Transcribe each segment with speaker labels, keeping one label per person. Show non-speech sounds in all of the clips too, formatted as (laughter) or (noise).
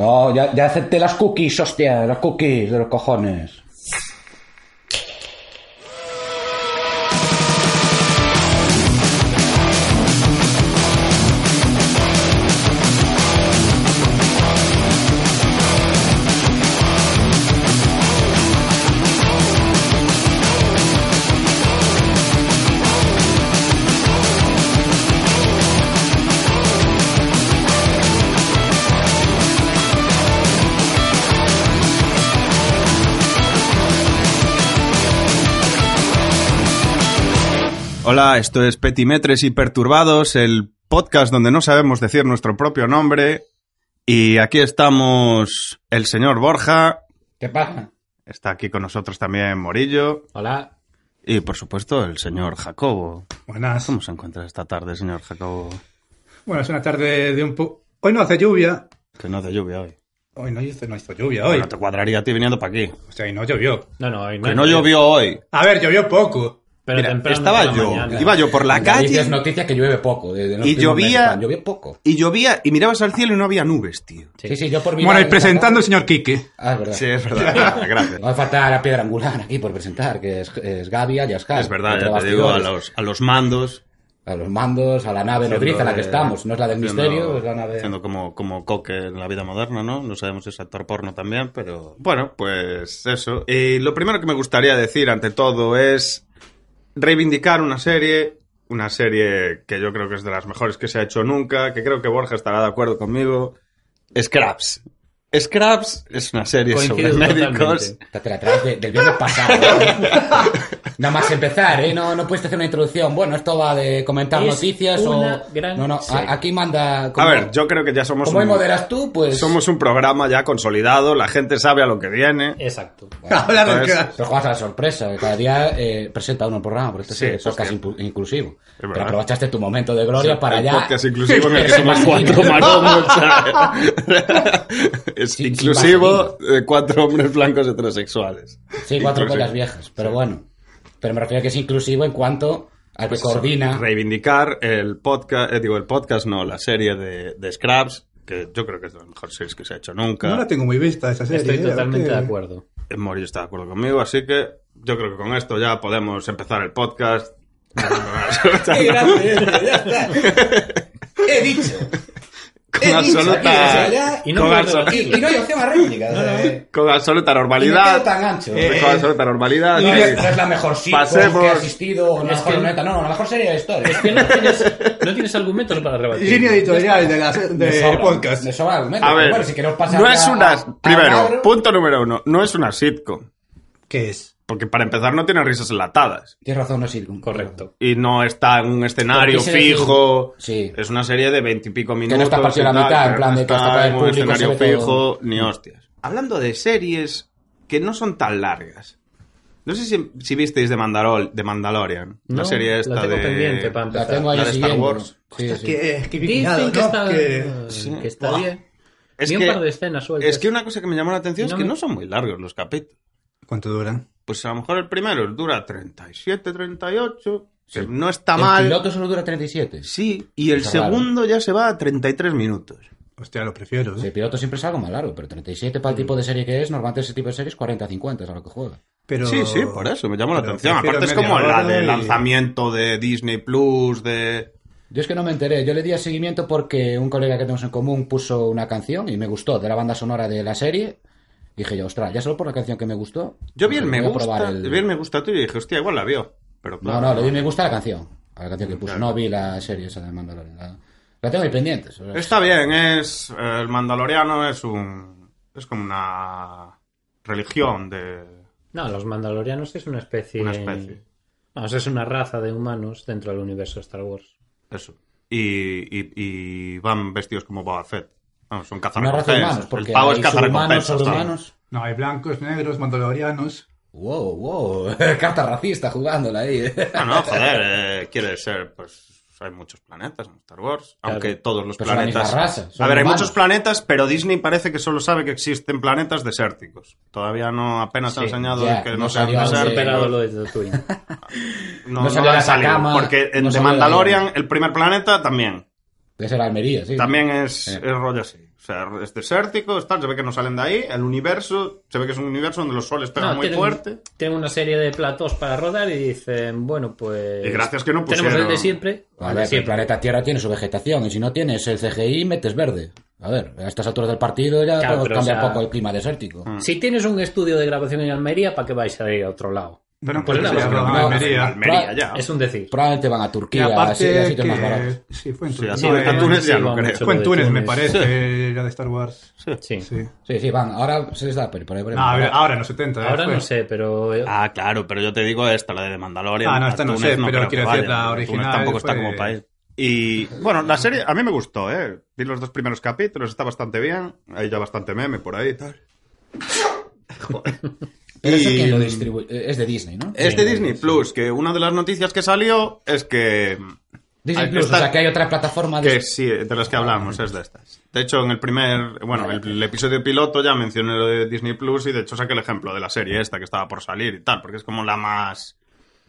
Speaker 1: No, ya, ya acepté las cookies, hostia, las cookies de los cojones.
Speaker 2: Hola, esto es Petimetres y Perturbados, el podcast donde no sabemos decir nuestro propio nombre. Y aquí estamos el señor Borja,
Speaker 1: ¿Qué pasa?
Speaker 2: está aquí con nosotros también Morillo
Speaker 3: Hola.
Speaker 2: y por supuesto el señor Jacobo.
Speaker 4: Buenas.
Speaker 2: ¿Cómo se encuentra esta tarde, señor Jacobo?
Speaker 4: Bueno, es una tarde de un poco... Hoy no hace lluvia.
Speaker 2: Que no hace lluvia hoy.
Speaker 4: Hoy no hizo, no hizo lluvia, hoy.
Speaker 2: Bueno, te cuadraría a ti viniendo para aquí.
Speaker 4: O sea, y no llovió.
Speaker 3: No, no, hoy
Speaker 2: Que no llovió hoy.
Speaker 4: A ver, llovió poco.
Speaker 3: Pero
Speaker 2: Mira,
Speaker 3: temprano por
Speaker 2: estaba
Speaker 3: la
Speaker 2: yo,
Speaker 3: mañana.
Speaker 2: iba yo por la
Speaker 1: Noticias,
Speaker 2: calle
Speaker 1: noticias que llueve poco. desde los
Speaker 2: Y
Speaker 1: primeros
Speaker 2: llovía-
Speaker 1: meses, Llovió poco.
Speaker 2: y llovía y mirabas al cielo y no había nubes, tío.
Speaker 1: Sí, sí, yo por mi
Speaker 4: Bueno, y
Speaker 1: lado-
Speaker 4: presentando el señor Quique.
Speaker 1: Ah, es verdad.
Speaker 2: Sí, es verdad. Gracias.
Speaker 3: (laughs)
Speaker 1: Va a faltar a Piedra Angular aquí por presentar, que es, es Gaby Ayascar.
Speaker 2: Es verdad,
Speaker 1: Entre
Speaker 2: ya te digo, a
Speaker 1: bastidores.
Speaker 2: los, a los mandos.
Speaker 1: A los mandos, a la nave nodriza en la que
Speaker 2: haciendo,
Speaker 1: estamos. No es la del
Speaker 2: haciendo-
Speaker 1: misterio, es la nave...
Speaker 2: Haciendo como, como coque en la vida moderna, ¿no? No sabemos si es actor porno también, pero... Bueno, pues eso. Y lo primero que me gustaría decir, ante todo, es reivindicar una serie... Una serie que yo creo que es de las mejores que se ha hecho nunca, que creo que Borja estará de acuerdo conmigo. Scraps. Scraps es una serie
Speaker 3: Coincido
Speaker 2: sobre
Speaker 3: totalmente.
Speaker 2: médicos.
Speaker 1: Te te la traes de- del viernes pasado. ¿eh?
Speaker 2: (laughs)
Speaker 1: Nada más empezar, ¿eh? No, no puedes hacer una introducción. Bueno, esto va de comentar
Speaker 3: Es
Speaker 1: noticias
Speaker 3: una
Speaker 1: o...
Speaker 3: gran
Speaker 1: no, no, a-
Speaker 3: serie.
Speaker 1: aquí manda...
Speaker 2: A
Speaker 1: como-
Speaker 2: ver, yo creo que ya somos
Speaker 1: Como hoy
Speaker 2: un,
Speaker 1: moderas tú, pues...
Speaker 2: somos un programa ya consolidado, la gente sabe a lo que viene.
Speaker 3: Exacto.
Speaker 4: (laughs) Habla del
Speaker 2: entonces-
Speaker 4: crash.
Speaker 1: Pero juegas a la sorpresa. que Cada día eh, presenta uno el programa, porque este
Speaker 2: Sí,
Speaker 1: es el
Speaker 2: eso es
Speaker 1: podcast inclu- inclusivo.
Speaker 2: verdad.
Speaker 1: Pero aprovechaste tu momento de gloria
Speaker 2: Sí,
Speaker 1: para
Speaker 2: el
Speaker 1: ya...
Speaker 2: podcast
Speaker 1: (laughs)
Speaker 2: inclusivo en el que
Speaker 1: Pero
Speaker 2: somos
Speaker 1: sin
Speaker 3: (laughs)
Speaker 2: cuatro
Speaker 1: vaselina.
Speaker 2: maromos, ¿sabes? es
Speaker 1: Sin- sin
Speaker 2: inclusivo de cuatro hombres blancos heterosexuales.
Speaker 1: Sí, cuatro
Speaker 2: Inclusivo.
Speaker 1: colas viejas, pero bueno. Pero me refiero a que es inclusivo en cuanto al
Speaker 2: Pues,
Speaker 1: que coordina...
Speaker 2: Reivindicar el podcast, eh, digo, el podcast no, la serie de, de Scraps, que yo creo que es de las mejores series que se ha hecho nunca.
Speaker 4: No la tengo muy vista esa serie.
Speaker 3: Estoy
Speaker 4: ¿eh?
Speaker 3: totalmente
Speaker 4: Que-
Speaker 3: de acuerdo.
Speaker 2: El Morillo está de acuerdo conmigo, así que yo creo que con esto ya podemos empezar el
Speaker 1: (laughs)
Speaker 2: podcast. (laughs)
Speaker 1: He dicho.
Speaker 2: con absoluta,
Speaker 3: Y no
Speaker 2: con
Speaker 3: puedo
Speaker 2: absol-
Speaker 3: debatir.
Speaker 1: no hay opción eh, a réplica.
Speaker 2: con absoluta
Speaker 1: Y me
Speaker 2: normalidad.
Speaker 1: quedo tan ancho.
Speaker 2: Eh, con absoluta normalidad.
Speaker 1: No
Speaker 2: sí.
Speaker 1: es, no es la mejor sitcom
Speaker 2: Pasemos.
Speaker 1: que ha existido, o la
Speaker 3: Es
Speaker 1: mejor
Speaker 3: que-
Speaker 1: neta, no, no, la mejor serie de la historia.
Speaker 3: Es que no tienes, no tienes argumentos para rebatir.
Speaker 4: Línea editorial de la- del
Speaker 1: Me sobra,
Speaker 4: podcast.
Speaker 1: Me sobra argumento.
Speaker 2: A
Speaker 1: pero
Speaker 2: ver,
Speaker 1: bueno, si queremos pasar
Speaker 2: no
Speaker 1: ya
Speaker 2: es
Speaker 1: a-
Speaker 2: una...
Speaker 1: a-
Speaker 2: primero,
Speaker 1: a-
Speaker 2: punto número uno, no es una sitcom.
Speaker 4: ¿Qué es?
Speaker 2: Porque para empezar no tiene risas enlatadas.
Speaker 1: Tienes razón, no es sitcom.
Speaker 3: Correcto.
Speaker 2: Y no está en un escenario
Speaker 1: Pero quise decir-
Speaker 2: fijo.
Speaker 1: Sí.
Speaker 2: Es una serie de veintipico minutos.
Speaker 1: está partido
Speaker 2: y
Speaker 1: a la
Speaker 2: tal,
Speaker 1: mitad, en
Speaker 2: pero
Speaker 1: plan
Speaker 2: no
Speaker 1: de que
Speaker 2: está
Speaker 1: hasta para el
Speaker 2: en un
Speaker 1: público se
Speaker 2: escenario
Speaker 1: ve
Speaker 2: fijo
Speaker 1: todo.
Speaker 2: ni hostias. Hablando de series que no son tan largas. No sé si, si visteis de, Mandarol, de Mandalorian.
Speaker 3: No,
Speaker 2: la serie esta
Speaker 3: la tengo
Speaker 2: de...
Speaker 3: pendiente para
Speaker 1: La
Speaker 3: empezar.
Speaker 1: tengo ahí
Speaker 2: La de Star
Speaker 1: siguiendo.
Speaker 2: Wars.
Speaker 1: Sí,
Speaker 4: Es
Speaker 1: sí.
Speaker 4: que, es que vi
Speaker 3: Dicen
Speaker 4: pillado,
Speaker 3: que
Speaker 4: ¿no?
Speaker 3: está,
Speaker 4: Que-
Speaker 3: que está
Speaker 4: Buah.
Speaker 3: bien.
Speaker 2: Es
Speaker 3: Vi un
Speaker 2: que-
Speaker 3: par de escenas sueltas.
Speaker 2: Es que una cosa que me llamó la atención
Speaker 3: No
Speaker 2: es que
Speaker 3: me-
Speaker 2: no son muy largos los capítulos.
Speaker 4: ¿Cuánto duran?
Speaker 2: Pues a lo mejor el primero dura 37, 38, que no está
Speaker 1: El
Speaker 2: mal.
Speaker 1: piloto solo dura 37.
Speaker 2: Sí, y el
Speaker 1: Está raro.
Speaker 2: segundo ya se va a 33 minutos.
Speaker 4: Hostia, lo prefiero. ¿eh?
Speaker 1: Sí, El piloto siempre es algo más largo, pero 37 para el tipo de serie que es, normalmente ese tipo de series 40-50 es a lo que juega.
Speaker 4: Pero...
Speaker 2: Sí, sí, por eso me llama la
Speaker 4: pero
Speaker 2: atención.
Speaker 4: prefiero
Speaker 2: Aparte es
Speaker 4: media
Speaker 2: como la
Speaker 4: hora
Speaker 2: de
Speaker 4: y-
Speaker 2: lanzamiento de Disney Plus, de...
Speaker 1: Yo es que no me enteré, yo le di a seguimiento porque un colega que tenemos en común puso una canción y me gustó de la banda sonora de la serie. Dije yo, ostras, ya solo por la canción que me gustó.
Speaker 2: Yo bien
Speaker 1: voy
Speaker 2: me
Speaker 1: a probar
Speaker 2: gusta,
Speaker 1: el-
Speaker 2: bien me gusta tuyo y dije, hostia, igual la vio. Pero
Speaker 1: No,
Speaker 2: claro,
Speaker 1: no, le di me gusta a la canción, a la canción que puso.
Speaker 2: Claro.
Speaker 1: No vi la serie esa de Mandalorian. La, la tengo ahí pendiente. o sea,
Speaker 2: Está bien, es... eh, El Mandaloriano es un... Es como una religión de...
Speaker 3: No, los mandalorianos es una especie...
Speaker 2: Una especie.
Speaker 3: Vamos, es una raza de humanos dentro del universo Star Wars.
Speaker 2: Eso. Y, y- y van vestidos como Boba Fett. Vamos, son
Speaker 1: Una raza de humanos,
Speaker 2: cazarrecompensas.
Speaker 1: porque
Speaker 2: El pavo
Speaker 1: hay
Speaker 2: es cazarrecompensas.
Speaker 1: subhumanos,
Speaker 2: ¿sabes?
Speaker 1: sobrehumanos.
Speaker 4: No, hay blancos, negros, mandalorianos.
Speaker 1: Wow, wow, (laughs) carta racista jugándola ahí.
Speaker 2: No, no, joder, eh, quiere ser, pues hay muchos planetas en Star Wars,
Speaker 3: Claro.
Speaker 2: aunque todos los
Speaker 1: Pero son la misma
Speaker 2: planetas...
Speaker 1: raza, son
Speaker 2: a ver, hay
Speaker 1: humanos.
Speaker 2: muchos planetas, pero Disney parece que solo sabe que existen planetas desérticos. Todavía no apenas ha
Speaker 3: Sí,
Speaker 2: enseñado
Speaker 1: ya,
Speaker 2: que
Speaker 1: no
Speaker 2: no, sean
Speaker 1: salió
Speaker 3: Has
Speaker 1: Sí.
Speaker 3: superado
Speaker 2: desérticos.
Speaker 3: lo de
Speaker 2: (laughs)
Speaker 3: Tatooine.
Speaker 2: No,
Speaker 1: No
Speaker 2: no
Speaker 1: salió
Speaker 2: han
Speaker 1: la
Speaker 2: salido,
Speaker 1: Sakama,
Speaker 2: porque en
Speaker 1: no
Speaker 2: The
Speaker 1: salió la-
Speaker 2: Mandalorian el primer planeta también,
Speaker 1: Debe ser Almería, sí.
Speaker 2: también es,
Speaker 1: Sí.
Speaker 2: es rollo así. O sea, es desértico, es tal, se ve que no salen de ahí. El universo, se ve que es un universo donde los soles pegan
Speaker 3: No,
Speaker 2: muy
Speaker 3: tienen-
Speaker 2: fuerte.
Speaker 3: tienen una serie de platos para rodar y dicen, bueno, pues.
Speaker 2: Y gracias que no
Speaker 3: Tenemos el
Speaker 2: pusieron-
Speaker 3: de siempre.
Speaker 1: A
Speaker 3: el de
Speaker 1: ver, el
Speaker 3: siempre.
Speaker 1: planeta Tierra tiene su vegetación y si no tienes el CGI, metes verde. A ver, a estas alturas del partido ya
Speaker 3: Claro,
Speaker 1: todo
Speaker 3: pero,
Speaker 1: cambia
Speaker 3: o
Speaker 1: un
Speaker 3: sea,
Speaker 1: poco el clima desértico.
Speaker 2: Mm.
Speaker 3: Si tienes un estudio de grabación en Almería, ¿para qué vais a ir a otro lado?
Speaker 4: Bueno,
Speaker 3: Pues
Speaker 4: pues
Speaker 3: nada,
Speaker 4: se
Speaker 3: pues
Speaker 4: hablaba
Speaker 1: no,
Speaker 4: de
Speaker 1: no,
Speaker 4: Almería.
Speaker 2: En Almería, ya.
Speaker 3: Es un decir.
Speaker 1: Probablemente van a
Speaker 4: Y
Speaker 1: Turquía, a
Speaker 4: aparte
Speaker 1: sit- a sitios más baratos.
Speaker 4: que... Sí, fue en
Speaker 2: Sí, a,
Speaker 4: Túnez.
Speaker 3: sí,
Speaker 2: Túnez- a
Speaker 3: eh,
Speaker 2: Túnez ya
Speaker 3: sí,
Speaker 2: no
Speaker 3: vamos,
Speaker 2: creo.
Speaker 3: sí.
Speaker 4: Fue en Túnez, me
Speaker 3: Sí.
Speaker 4: parece, la de Star Wars.
Speaker 3: Sí.
Speaker 4: Sí.
Speaker 1: Sí, sí, van. Ahora se les da, pero por ahí veremos.
Speaker 4: No, a ver, ahora en los 70. ¿eh?
Speaker 3: Ahora
Speaker 4: Fue.
Speaker 3: no sé, pero. eh,
Speaker 2: Ah, claro, pero yo te digo esta, la de Mandalorian.
Speaker 4: Ah, no,
Speaker 2: A
Speaker 4: esta no
Speaker 2: Túnez
Speaker 4: sé, pero
Speaker 2: creo que
Speaker 4: quiero decir, la
Speaker 2: vayan, porque Túnez
Speaker 4: original
Speaker 2: tampoco está
Speaker 4: fue-
Speaker 2: como país. Y bueno, la serie a mí me gustó, ¿eh? Vi los dos primeros capítulos, está bastante bien. Hay ya bastante meme por ahí y tal. Joder.
Speaker 1: Pero eso
Speaker 2: Y-
Speaker 1: quién lo distribuye. Eh, Es de Disney, ¿no?
Speaker 2: Es de Disney Plus, que una de las noticias que salió es que.
Speaker 1: Disney
Speaker 2: Ah,
Speaker 1: Plus,
Speaker 2: está-
Speaker 1: o sea que hay otra plataforma de...
Speaker 2: Que sí, de las que hablamos,
Speaker 1: Ah.
Speaker 2: es de estas. De hecho, en el primer, bueno, el, el episodio piloto ya mencioné lo de Disney Plus y de hecho saqué el ejemplo de la serie esta que estaba por salir y tal, porque es como la más,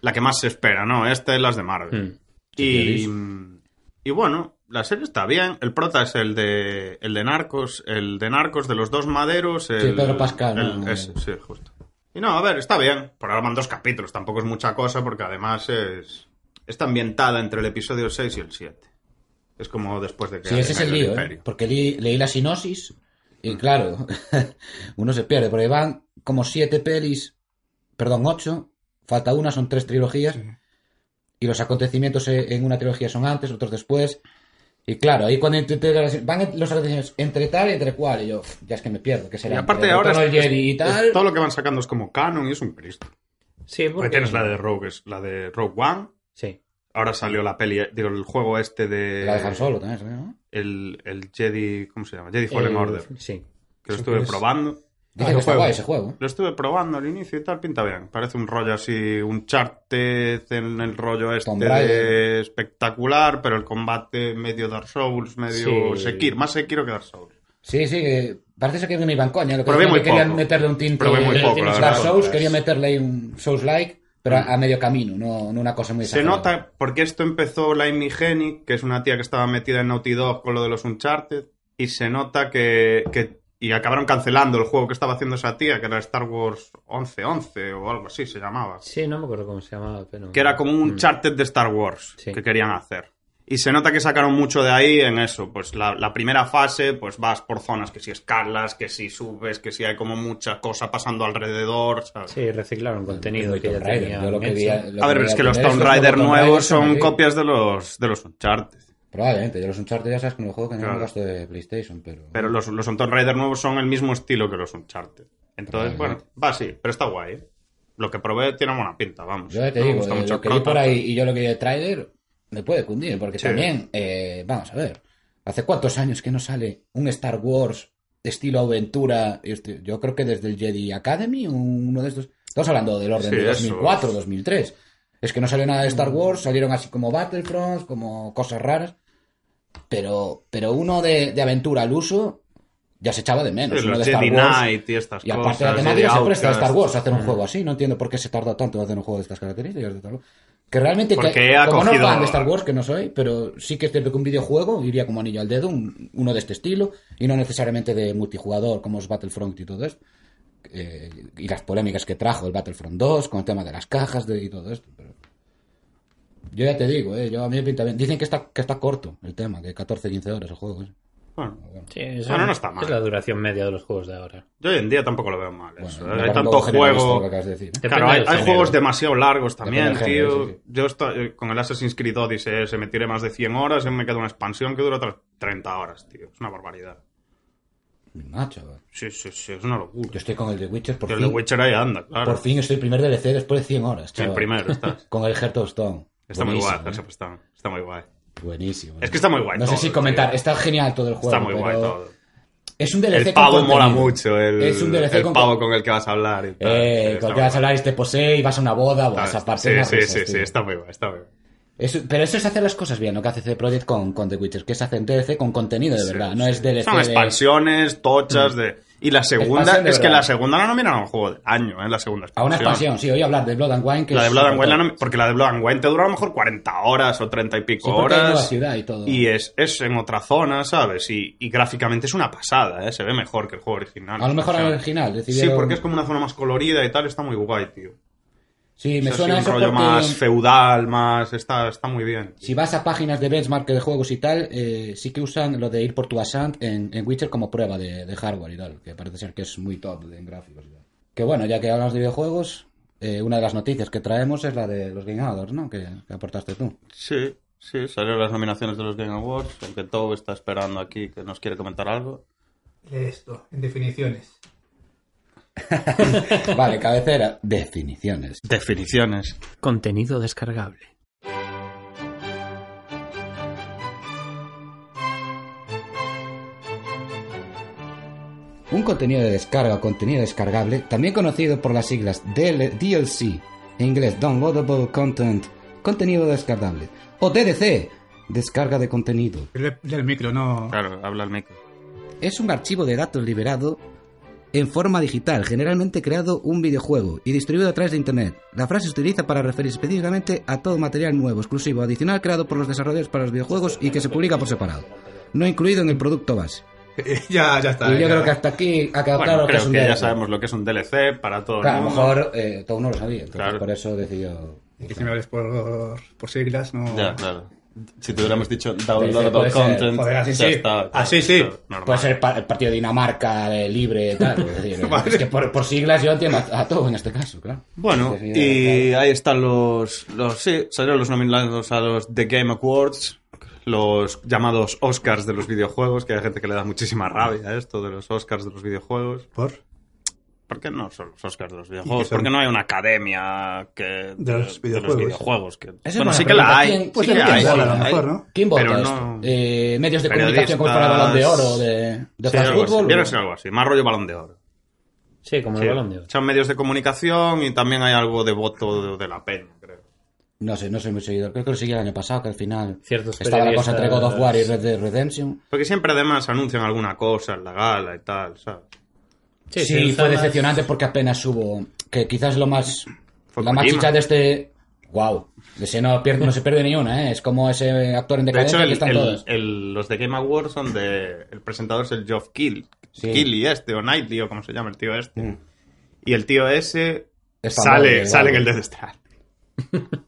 Speaker 2: la que más se espera, ¿no? Esta es las de Marvel.
Speaker 3: hmm.
Speaker 2: y, y bueno, la serie está bien. El prota es el de, el de Narcos, el de Narcos de los dos maderos. El,
Speaker 1: Pedro Pascal,
Speaker 2: el-
Speaker 1: ¿no?
Speaker 2: ese, sí, justo. Y no, a ver, está bien. Por ahora van dos capítulos, tampoco es mucha cosa porque además es, está ambientada entre el episodio 6 y el 7. Es como después de que...
Speaker 1: Sí, ese es el
Speaker 2: caiga
Speaker 1: lío, ¿eh?
Speaker 2: imperio.
Speaker 1: Porque li- leí la sinosis y claro, (laughs) uno se pierde, porque van como siete pelis, perdón, ocho, falta una, son tres trilogías, y los acontecimientos e- en una trilogía son antes, otros después, y claro, ahí cuando intenté ver las- van en- los acontecimientos entre tal y entre cual, y yo, "Uf, ya es que me pierdo, que
Speaker 2: Y
Speaker 1: será?
Speaker 2: aparte
Speaker 1: ¿El
Speaker 2: ahora
Speaker 1: retorno
Speaker 2: es-
Speaker 1: del Jedi y
Speaker 2: es-
Speaker 1: tal.
Speaker 2: es todo lo que van sacando es como canon y es un cristo.
Speaker 3: Sí, porque.
Speaker 2: Porque tienes la de Rogue, es- la de Rogue One.
Speaker 3: Sí.
Speaker 2: Ahora salió la peli, digo, el juego este de...
Speaker 1: La de Han Solo también, ¿sabes,
Speaker 2: Ah,
Speaker 1: ¿no?
Speaker 2: el, el Jedi, ¿cómo se llama? Jedi Fallen
Speaker 3: Eh,
Speaker 2: Order.
Speaker 3: Sí.
Speaker 2: Que lo estuve
Speaker 4: es-
Speaker 2: probando.
Speaker 1: Dice
Speaker 4: el
Speaker 1: que está
Speaker 4: juego.
Speaker 1: guay ese juego. ¿eh?
Speaker 2: Lo estuve probando al inicio y tal, pinta bien. Parece un rollo así, un charted en el rollo este
Speaker 1: Tomb
Speaker 2: de espectacular, pero el combate medio Dark Souls, medio
Speaker 3: Sí.
Speaker 2: Sekiro, más Sekiro que Dark Souls.
Speaker 1: Sí, sí, que parece que me iban coña. Lo que
Speaker 2: Probé
Speaker 1: decían
Speaker 2: muy
Speaker 1: que querían
Speaker 2: poco.
Speaker 1: meterle un tinte
Speaker 2: Probé muy
Speaker 1: de
Speaker 2: poco, la
Speaker 1: Dark
Speaker 2: verdad.
Speaker 1: Souls, quería meterle ahí un Souls-like, pero a, a medio camino, no, no una cosa muy
Speaker 2: Se
Speaker 1: exagerada.
Speaker 2: nota porque esto empezó la Amy Hennig, que es una tía que estaba metida en Naughty Dog con lo de los Uncharted, y se nota que, que- y acabaron cancelando el juego que estaba haciendo esa tía, que era Star Wars 1111 o algo así se llamaba.
Speaker 3: Sí, no me acuerdo cómo se llamaba, pero.
Speaker 2: que era como un
Speaker 3: Mm.
Speaker 2: charted de Star Wars
Speaker 3: Sí.
Speaker 2: que querían hacer. Y se nota que sacaron mucho de ahí en eso. Pues la, la primera fase, pues vas por zonas que si escalas, que si subes, que si hay como mucha cosa pasando alrededor. ¿sabes?
Speaker 3: Sí, reciclaron contenido
Speaker 1: Muy
Speaker 3: que ya
Speaker 1: Tomb Raider,
Speaker 3: tenía.
Speaker 1: yo lo que vi- lo
Speaker 2: A ver,
Speaker 1: vi
Speaker 2: pero es que los
Speaker 1: primero
Speaker 2: Tomb
Speaker 1: fue
Speaker 2: Raider
Speaker 1: como Tomb
Speaker 2: nuevos
Speaker 1: Raider,
Speaker 2: son
Speaker 1: sí.
Speaker 2: copias de los, de los Uncharted.
Speaker 1: Probablemente, yo los Uncharted ya sabes que me lo juego que no
Speaker 2: Claro.
Speaker 1: me gasto de PlayStation, pero...
Speaker 2: Pero los, los Tomb Raider nuevos son el mismo estilo que los Uncharted. Entonces, bueno,
Speaker 1: Probablemente.
Speaker 2: va así, pero está guay. ¿eh? Lo que probé tiene buena pinta, vamos.
Speaker 1: Yo ya te
Speaker 2: Me
Speaker 1: digo,
Speaker 2: gusta
Speaker 1: eh,
Speaker 2: mucho
Speaker 1: lo que
Speaker 2: el
Speaker 1: vi
Speaker 2: prota.
Speaker 1: por ahí y yo lo que vi de trailer me puede cundir, porque
Speaker 2: Sí.
Speaker 1: también, eh, vamos a ver, ¿hace cuántos años que no sale un Star Wars estilo aventura? Este, Yo creo que desde el Jedi Academy, un- uno de estos... Estamos hablando del orden
Speaker 2: Sí,
Speaker 1: de
Speaker 2: eso Mm.
Speaker 1: 2004,
Speaker 2: es.
Speaker 1: 2003. Es que no salió nada de Star Wars, salieron así como Battlefronts, como cosas raras, pero, pero uno de, de aventura al uso ya se echaba de menos.
Speaker 2: Sí,
Speaker 1: uno
Speaker 2: los
Speaker 1: de Star
Speaker 2: Jedi
Speaker 1: Wars,
Speaker 2: Knight y estas
Speaker 1: y
Speaker 2: cosas. Mm.
Speaker 1: aparte la
Speaker 2: Jedi
Speaker 1: temática se presta a
Speaker 2: Outcast.
Speaker 1: Star Wars ¿eh? a hacer un juego así. No entiendo por qué se tarda tanto en hacer un juego de estas características. de Star Wars. Que realmente,
Speaker 2: Porque
Speaker 1: que-
Speaker 2: ha
Speaker 1: como
Speaker 2: cogido-
Speaker 1: no fan de Star Wars, que no soy, pero sí que es cierto que un videojuego iría como anillo al dedo, un- uno de este estilo, y no necesariamente de multijugador como es Battlefront y todo esto. Eh, y las polémicas que trajo el Battlefront 2 con el tema de las cajas de- y todo esto. pero- Yo ya te digo, eh, yo a mí me pinta bien. Dicen que está, que está corto el tema, que 14-15 horas el juego. eh.
Speaker 2: Bueno,
Speaker 3: Sí, eso
Speaker 2: Bueno, Ah, no está mal.
Speaker 3: Es la duración media de los juegos de ahora.
Speaker 2: Yo hoy en día tampoco lo veo mal. eso.
Speaker 1: Bueno, me
Speaker 2: hay
Speaker 1: parece un
Speaker 2: tanto
Speaker 1: poco generalista lo que
Speaker 2: juego.
Speaker 1: acabas de decir, ¿eh?
Speaker 3: Depende
Speaker 2: Claro, hay,
Speaker 3: del
Speaker 2: hay
Speaker 3: género.
Speaker 2: juegos demasiado largos también,
Speaker 1: Depende del
Speaker 2: tío.
Speaker 1: género, sí, sí.
Speaker 2: Yo estoy, eh, con el Assassin's Creed Odyssey eh, se me tiré más de 100 horas y me queda una expansión que dura otras 30 horas, tío. Es una barbaridad.
Speaker 1: Macho,
Speaker 2: Sí, sí, sí, es una locura.
Speaker 1: yo estoy con el de Witcher por
Speaker 2: Que el
Speaker 1: fin.
Speaker 2: de Witcher ahí anda, claro.
Speaker 1: Por fin estoy primer DLC después de 100 horas,
Speaker 2: el
Speaker 1: chaval.
Speaker 2: primero está.
Speaker 1: Con el Heart of Stone.
Speaker 2: Está muy guay,
Speaker 1: Buenísimo,
Speaker 2: Hearts
Speaker 1: ¿eh?
Speaker 2: of Stone. Está muy guay.
Speaker 1: Buenísimo.
Speaker 2: Es
Speaker 1: ¿eh?
Speaker 2: que está muy guay.
Speaker 1: No sé
Speaker 2: todo,
Speaker 1: si
Speaker 2: tío.
Speaker 1: comentar, está genial todo el juego.
Speaker 2: Está muy guay
Speaker 1: pero
Speaker 2: todo.
Speaker 1: Es un DLC
Speaker 2: El
Speaker 1: con
Speaker 2: pavo mola
Speaker 1: contenido.
Speaker 2: mucho. El,
Speaker 1: Es un DLC
Speaker 2: el
Speaker 1: con
Speaker 2: pavo con el que vas a hablar. y tal. Sí,
Speaker 1: Eh,
Speaker 2: está
Speaker 1: con el
Speaker 2: muy
Speaker 1: que vas a
Speaker 2: guay.
Speaker 1: hablar y te posee y vas a una boda, o
Speaker 2: Está-
Speaker 1: esa parte
Speaker 2: Sí, sí, sí, sí, está muy guay, está muy guay.
Speaker 1: pero eso es hacer las cosas bien, lo que hace CD Projekt con, con The Witcher, que es hacer un DLC con contenido de verdad, no es DLC
Speaker 2: Son
Speaker 1: de- Mm.
Speaker 2: expansiones, tochas de. Y la segunda,
Speaker 3: Expansión de
Speaker 2: es que
Speaker 3: verdad.
Speaker 2: la segunda la nominan a un juego del año, ¿eh? La segunda
Speaker 1: A una expansión, sí, oí hablar de Blood and Wine. Que
Speaker 2: La de
Speaker 1: es
Speaker 2: Blood and Wine, la
Speaker 1: supertop.
Speaker 2: nom- porque la de Blood and Wine te dura a lo mejor 40 horas o 30 y pico
Speaker 1: Sí, porque hay nueva
Speaker 2: horas.
Speaker 1: ciudad y todo.
Speaker 2: Y es, es en otra zona, ¿sabes? Y, y gráficamente es una pasada, ¿eh? Se ve mejor que el juego original.
Speaker 1: A lo mejor
Speaker 2: O sea,
Speaker 1: al original.
Speaker 2: Sí,
Speaker 1: Decidieron...
Speaker 2: porque es como una zona más colorida y tal, está muy guay, tío.
Speaker 1: Sí,
Speaker 2: O
Speaker 1: me
Speaker 2: sea,
Speaker 1: suena
Speaker 2: así
Speaker 1: eso
Speaker 2: un rollo
Speaker 1: porque
Speaker 2: más feudal, más... Está, está muy bien.
Speaker 1: si vas a páginas de benchmark de juegos y tal, eh, sí que usan lo de ir por tu Ascent en, en Witcher como prueba de, de hardware y tal, que parece ser que es muy top de- en gráficos y tal. Que bueno, ya que hablamos de videojuegos, eh, una de las noticias que traemos es la de los Game Awards, ¿no? Que, que aportaste tú.
Speaker 2: Sí, sí, salieron las nominaciones de los Game Awards, aunque todo está esperando aquí que nos quiere comentar algo.
Speaker 4: Lee Esto, en definiciones.
Speaker 1: Vale, cabecera. Definiciones.
Speaker 2: Definiciones.
Speaker 3: Contenido descargable.
Speaker 1: Un contenido de descarga o contenido descargable, también conocido por las siglas DL DLC, en inglés Downloadable Content, contenido descargable, o DDC, descarga de contenido,
Speaker 4: Lee lee el micro, no. (laughs)
Speaker 2: Claro, habla el micro.
Speaker 1: es un archivo de datos liberado en forma digital, generalmente creado un videojuego y distribuido a través de Internet. La frase se utiliza para referir específicamente a todo material nuevo, exclusivo, adicional, creado por los desarrolladores para los videojuegos y que se publica por separado, no incluido en el producto base.
Speaker 4: ya, ya está.
Speaker 1: Y yo
Speaker 4: ya.
Speaker 1: creo que hasta aquí ha quedado
Speaker 2: Bueno,
Speaker 1: claro que
Speaker 2: creo
Speaker 1: es
Speaker 2: que,
Speaker 1: un
Speaker 2: ya
Speaker 1: DLC.
Speaker 2: sabemos lo que es un DLC para todo
Speaker 1: Claro, a
Speaker 2: el
Speaker 1: lo
Speaker 2: mundo.
Speaker 1: mejor eh, todo uno lo sabía, entonces
Speaker 2: Claro.
Speaker 1: por eso decidió.
Speaker 4: Y que si me hables por, por siglas, no.
Speaker 2: Ya, claro. Si te hubiéramos dicho
Speaker 1: Sí, sí, puede
Speaker 2: downloadable
Speaker 1: ser.
Speaker 2: content,
Speaker 4: Joder, así
Speaker 2: ya
Speaker 4: sí.
Speaker 2: está.
Speaker 4: Así sí.
Speaker 2: Esto es normal.
Speaker 1: Puede ser pa- el partido de Dinamarca de libre, tal. es
Speaker 2: (laughs)
Speaker 1: decir,
Speaker 4: Vale.
Speaker 1: es que por, por siglas yo entiendo a, a todo en este caso, claro.
Speaker 2: Bueno,
Speaker 1: Definido,
Speaker 2: y ahí están los, los sí, salieron los nominados a los The Game Awards, los llamados Oscars de los videojuegos, que hay gente que le da muchísima rabia a esto de los Oscars de los videojuegos.
Speaker 4: Por.
Speaker 2: ¿Por qué no son los Oscars de los videojuegos?
Speaker 4: son?
Speaker 2: ¿Por qué no hay una academia que,
Speaker 4: De los videojuegos.
Speaker 2: videojuegos? que-
Speaker 1: es
Speaker 2: bueno,
Speaker 1: buena
Speaker 2: sí que la
Speaker 1: pregunta.
Speaker 2: hay.
Speaker 1: ¿Quién- pues
Speaker 2: sí
Speaker 1: de
Speaker 2: que
Speaker 1: quién
Speaker 2: hay,
Speaker 1: vota
Speaker 2: sí
Speaker 1: a lo
Speaker 2: la hay,
Speaker 4: mejor, no?
Speaker 1: ¿Quién vota
Speaker 2: pero
Speaker 1: esto?
Speaker 2: no-
Speaker 1: Eh, medios de comunicación como para
Speaker 2: Periodistas-
Speaker 1: Balón de Oro, de, de
Speaker 2: Sí,
Speaker 1: France
Speaker 2: algo así.
Speaker 1: Football.
Speaker 2: Viene a ser algo así, más rollo balón de oro.
Speaker 3: Sí, como
Speaker 2: Sí.
Speaker 3: el balón de oro.
Speaker 2: Son medios de comunicación y también hay algo de voto de, de la peña, creo.
Speaker 1: No sé, no soy muy seguidor. Creo que lo seguí el año pasado, que al final
Speaker 3: Ciertos
Speaker 1: estaba la cosa entre God of War y Red
Speaker 3: periodistas-
Speaker 1: Dead Redemption.
Speaker 2: Porque siempre además anuncian alguna cosa en la gala y tal, ¿sabes?
Speaker 1: Sí,
Speaker 3: se usa
Speaker 1: fue
Speaker 3: más-
Speaker 1: decepcionante porque apenas hubo. Que quizás lo más.
Speaker 2: Fue
Speaker 1: la más
Speaker 2: Kojima.
Speaker 1: chicha de este. ¡Wow! De ese no, pierde, no se pierde ni una, ¿eh? Es como ese actor en
Speaker 2: De hecho,
Speaker 1: decadencia
Speaker 2: el-
Speaker 1: que están
Speaker 2: el-
Speaker 1: todos.
Speaker 2: el- los de Game Awards son de... El presentador es el Geoff Kill.
Speaker 1: Sí.
Speaker 2: Killy este, o Knightley, o como se llama el tío este.
Speaker 1: Mm.
Speaker 2: Y el tío ese
Speaker 1: Es famoso,
Speaker 2: sale,
Speaker 1: igual.
Speaker 2: sale en el Death Strand.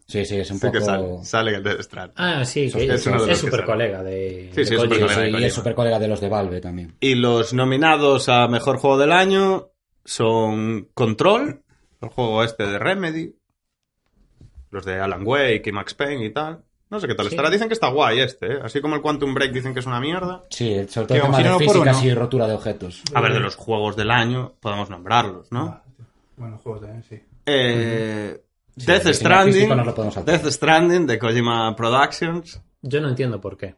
Speaker 1: Sí, sí, es un
Speaker 2: Sí
Speaker 1: poco.
Speaker 2: que sale, sale en el Death Strand.
Speaker 3: Ah, sí, que
Speaker 2: Es uno de los
Speaker 3: es
Speaker 2: que
Speaker 3: súper colega de.
Speaker 2: Sí,
Speaker 3: de
Speaker 2: sí, es
Speaker 3: Koji.
Speaker 1: Sí,
Speaker 2: supercolega.
Speaker 1: sí,
Speaker 2: de
Speaker 1: y
Speaker 2: Kojima.
Speaker 1: es super colega de los de Valve también.
Speaker 2: Y los nominados a Mejor Juego del Año son Control, el juego este de Remedy, los de Alan Wake y Max Payne y tal. No sé qué tal
Speaker 3: Sí.
Speaker 2: estará. Dicen que está guay este, ¿eh? Así como el Quantum Break dicen que es una mierda.
Speaker 1: Sí, sobre todo el
Speaker 4: Que
Speaker 1: tema de
Speaker 4: imagino por
Speaker 1: físicas
Speaker 4: uno.
Speaker 1: y rotura de objetos.
Speaker 2: A ver, de los juegos del año podemos nombrarlos, ¿no?
Speaker 4: Ah, Bueno, juegos también, sí.
Speaker 2: Eh,
Speaker 1: Sí,
Speaker 2: Death
Speaker 1: el diseño
Speaker 2: Stranding.
Speaker 1: artístico no lo podemos saltar.
Speaker 2: Death Stranding de Kojima Productions.
Speaker 3: Yo no entiendo por qué.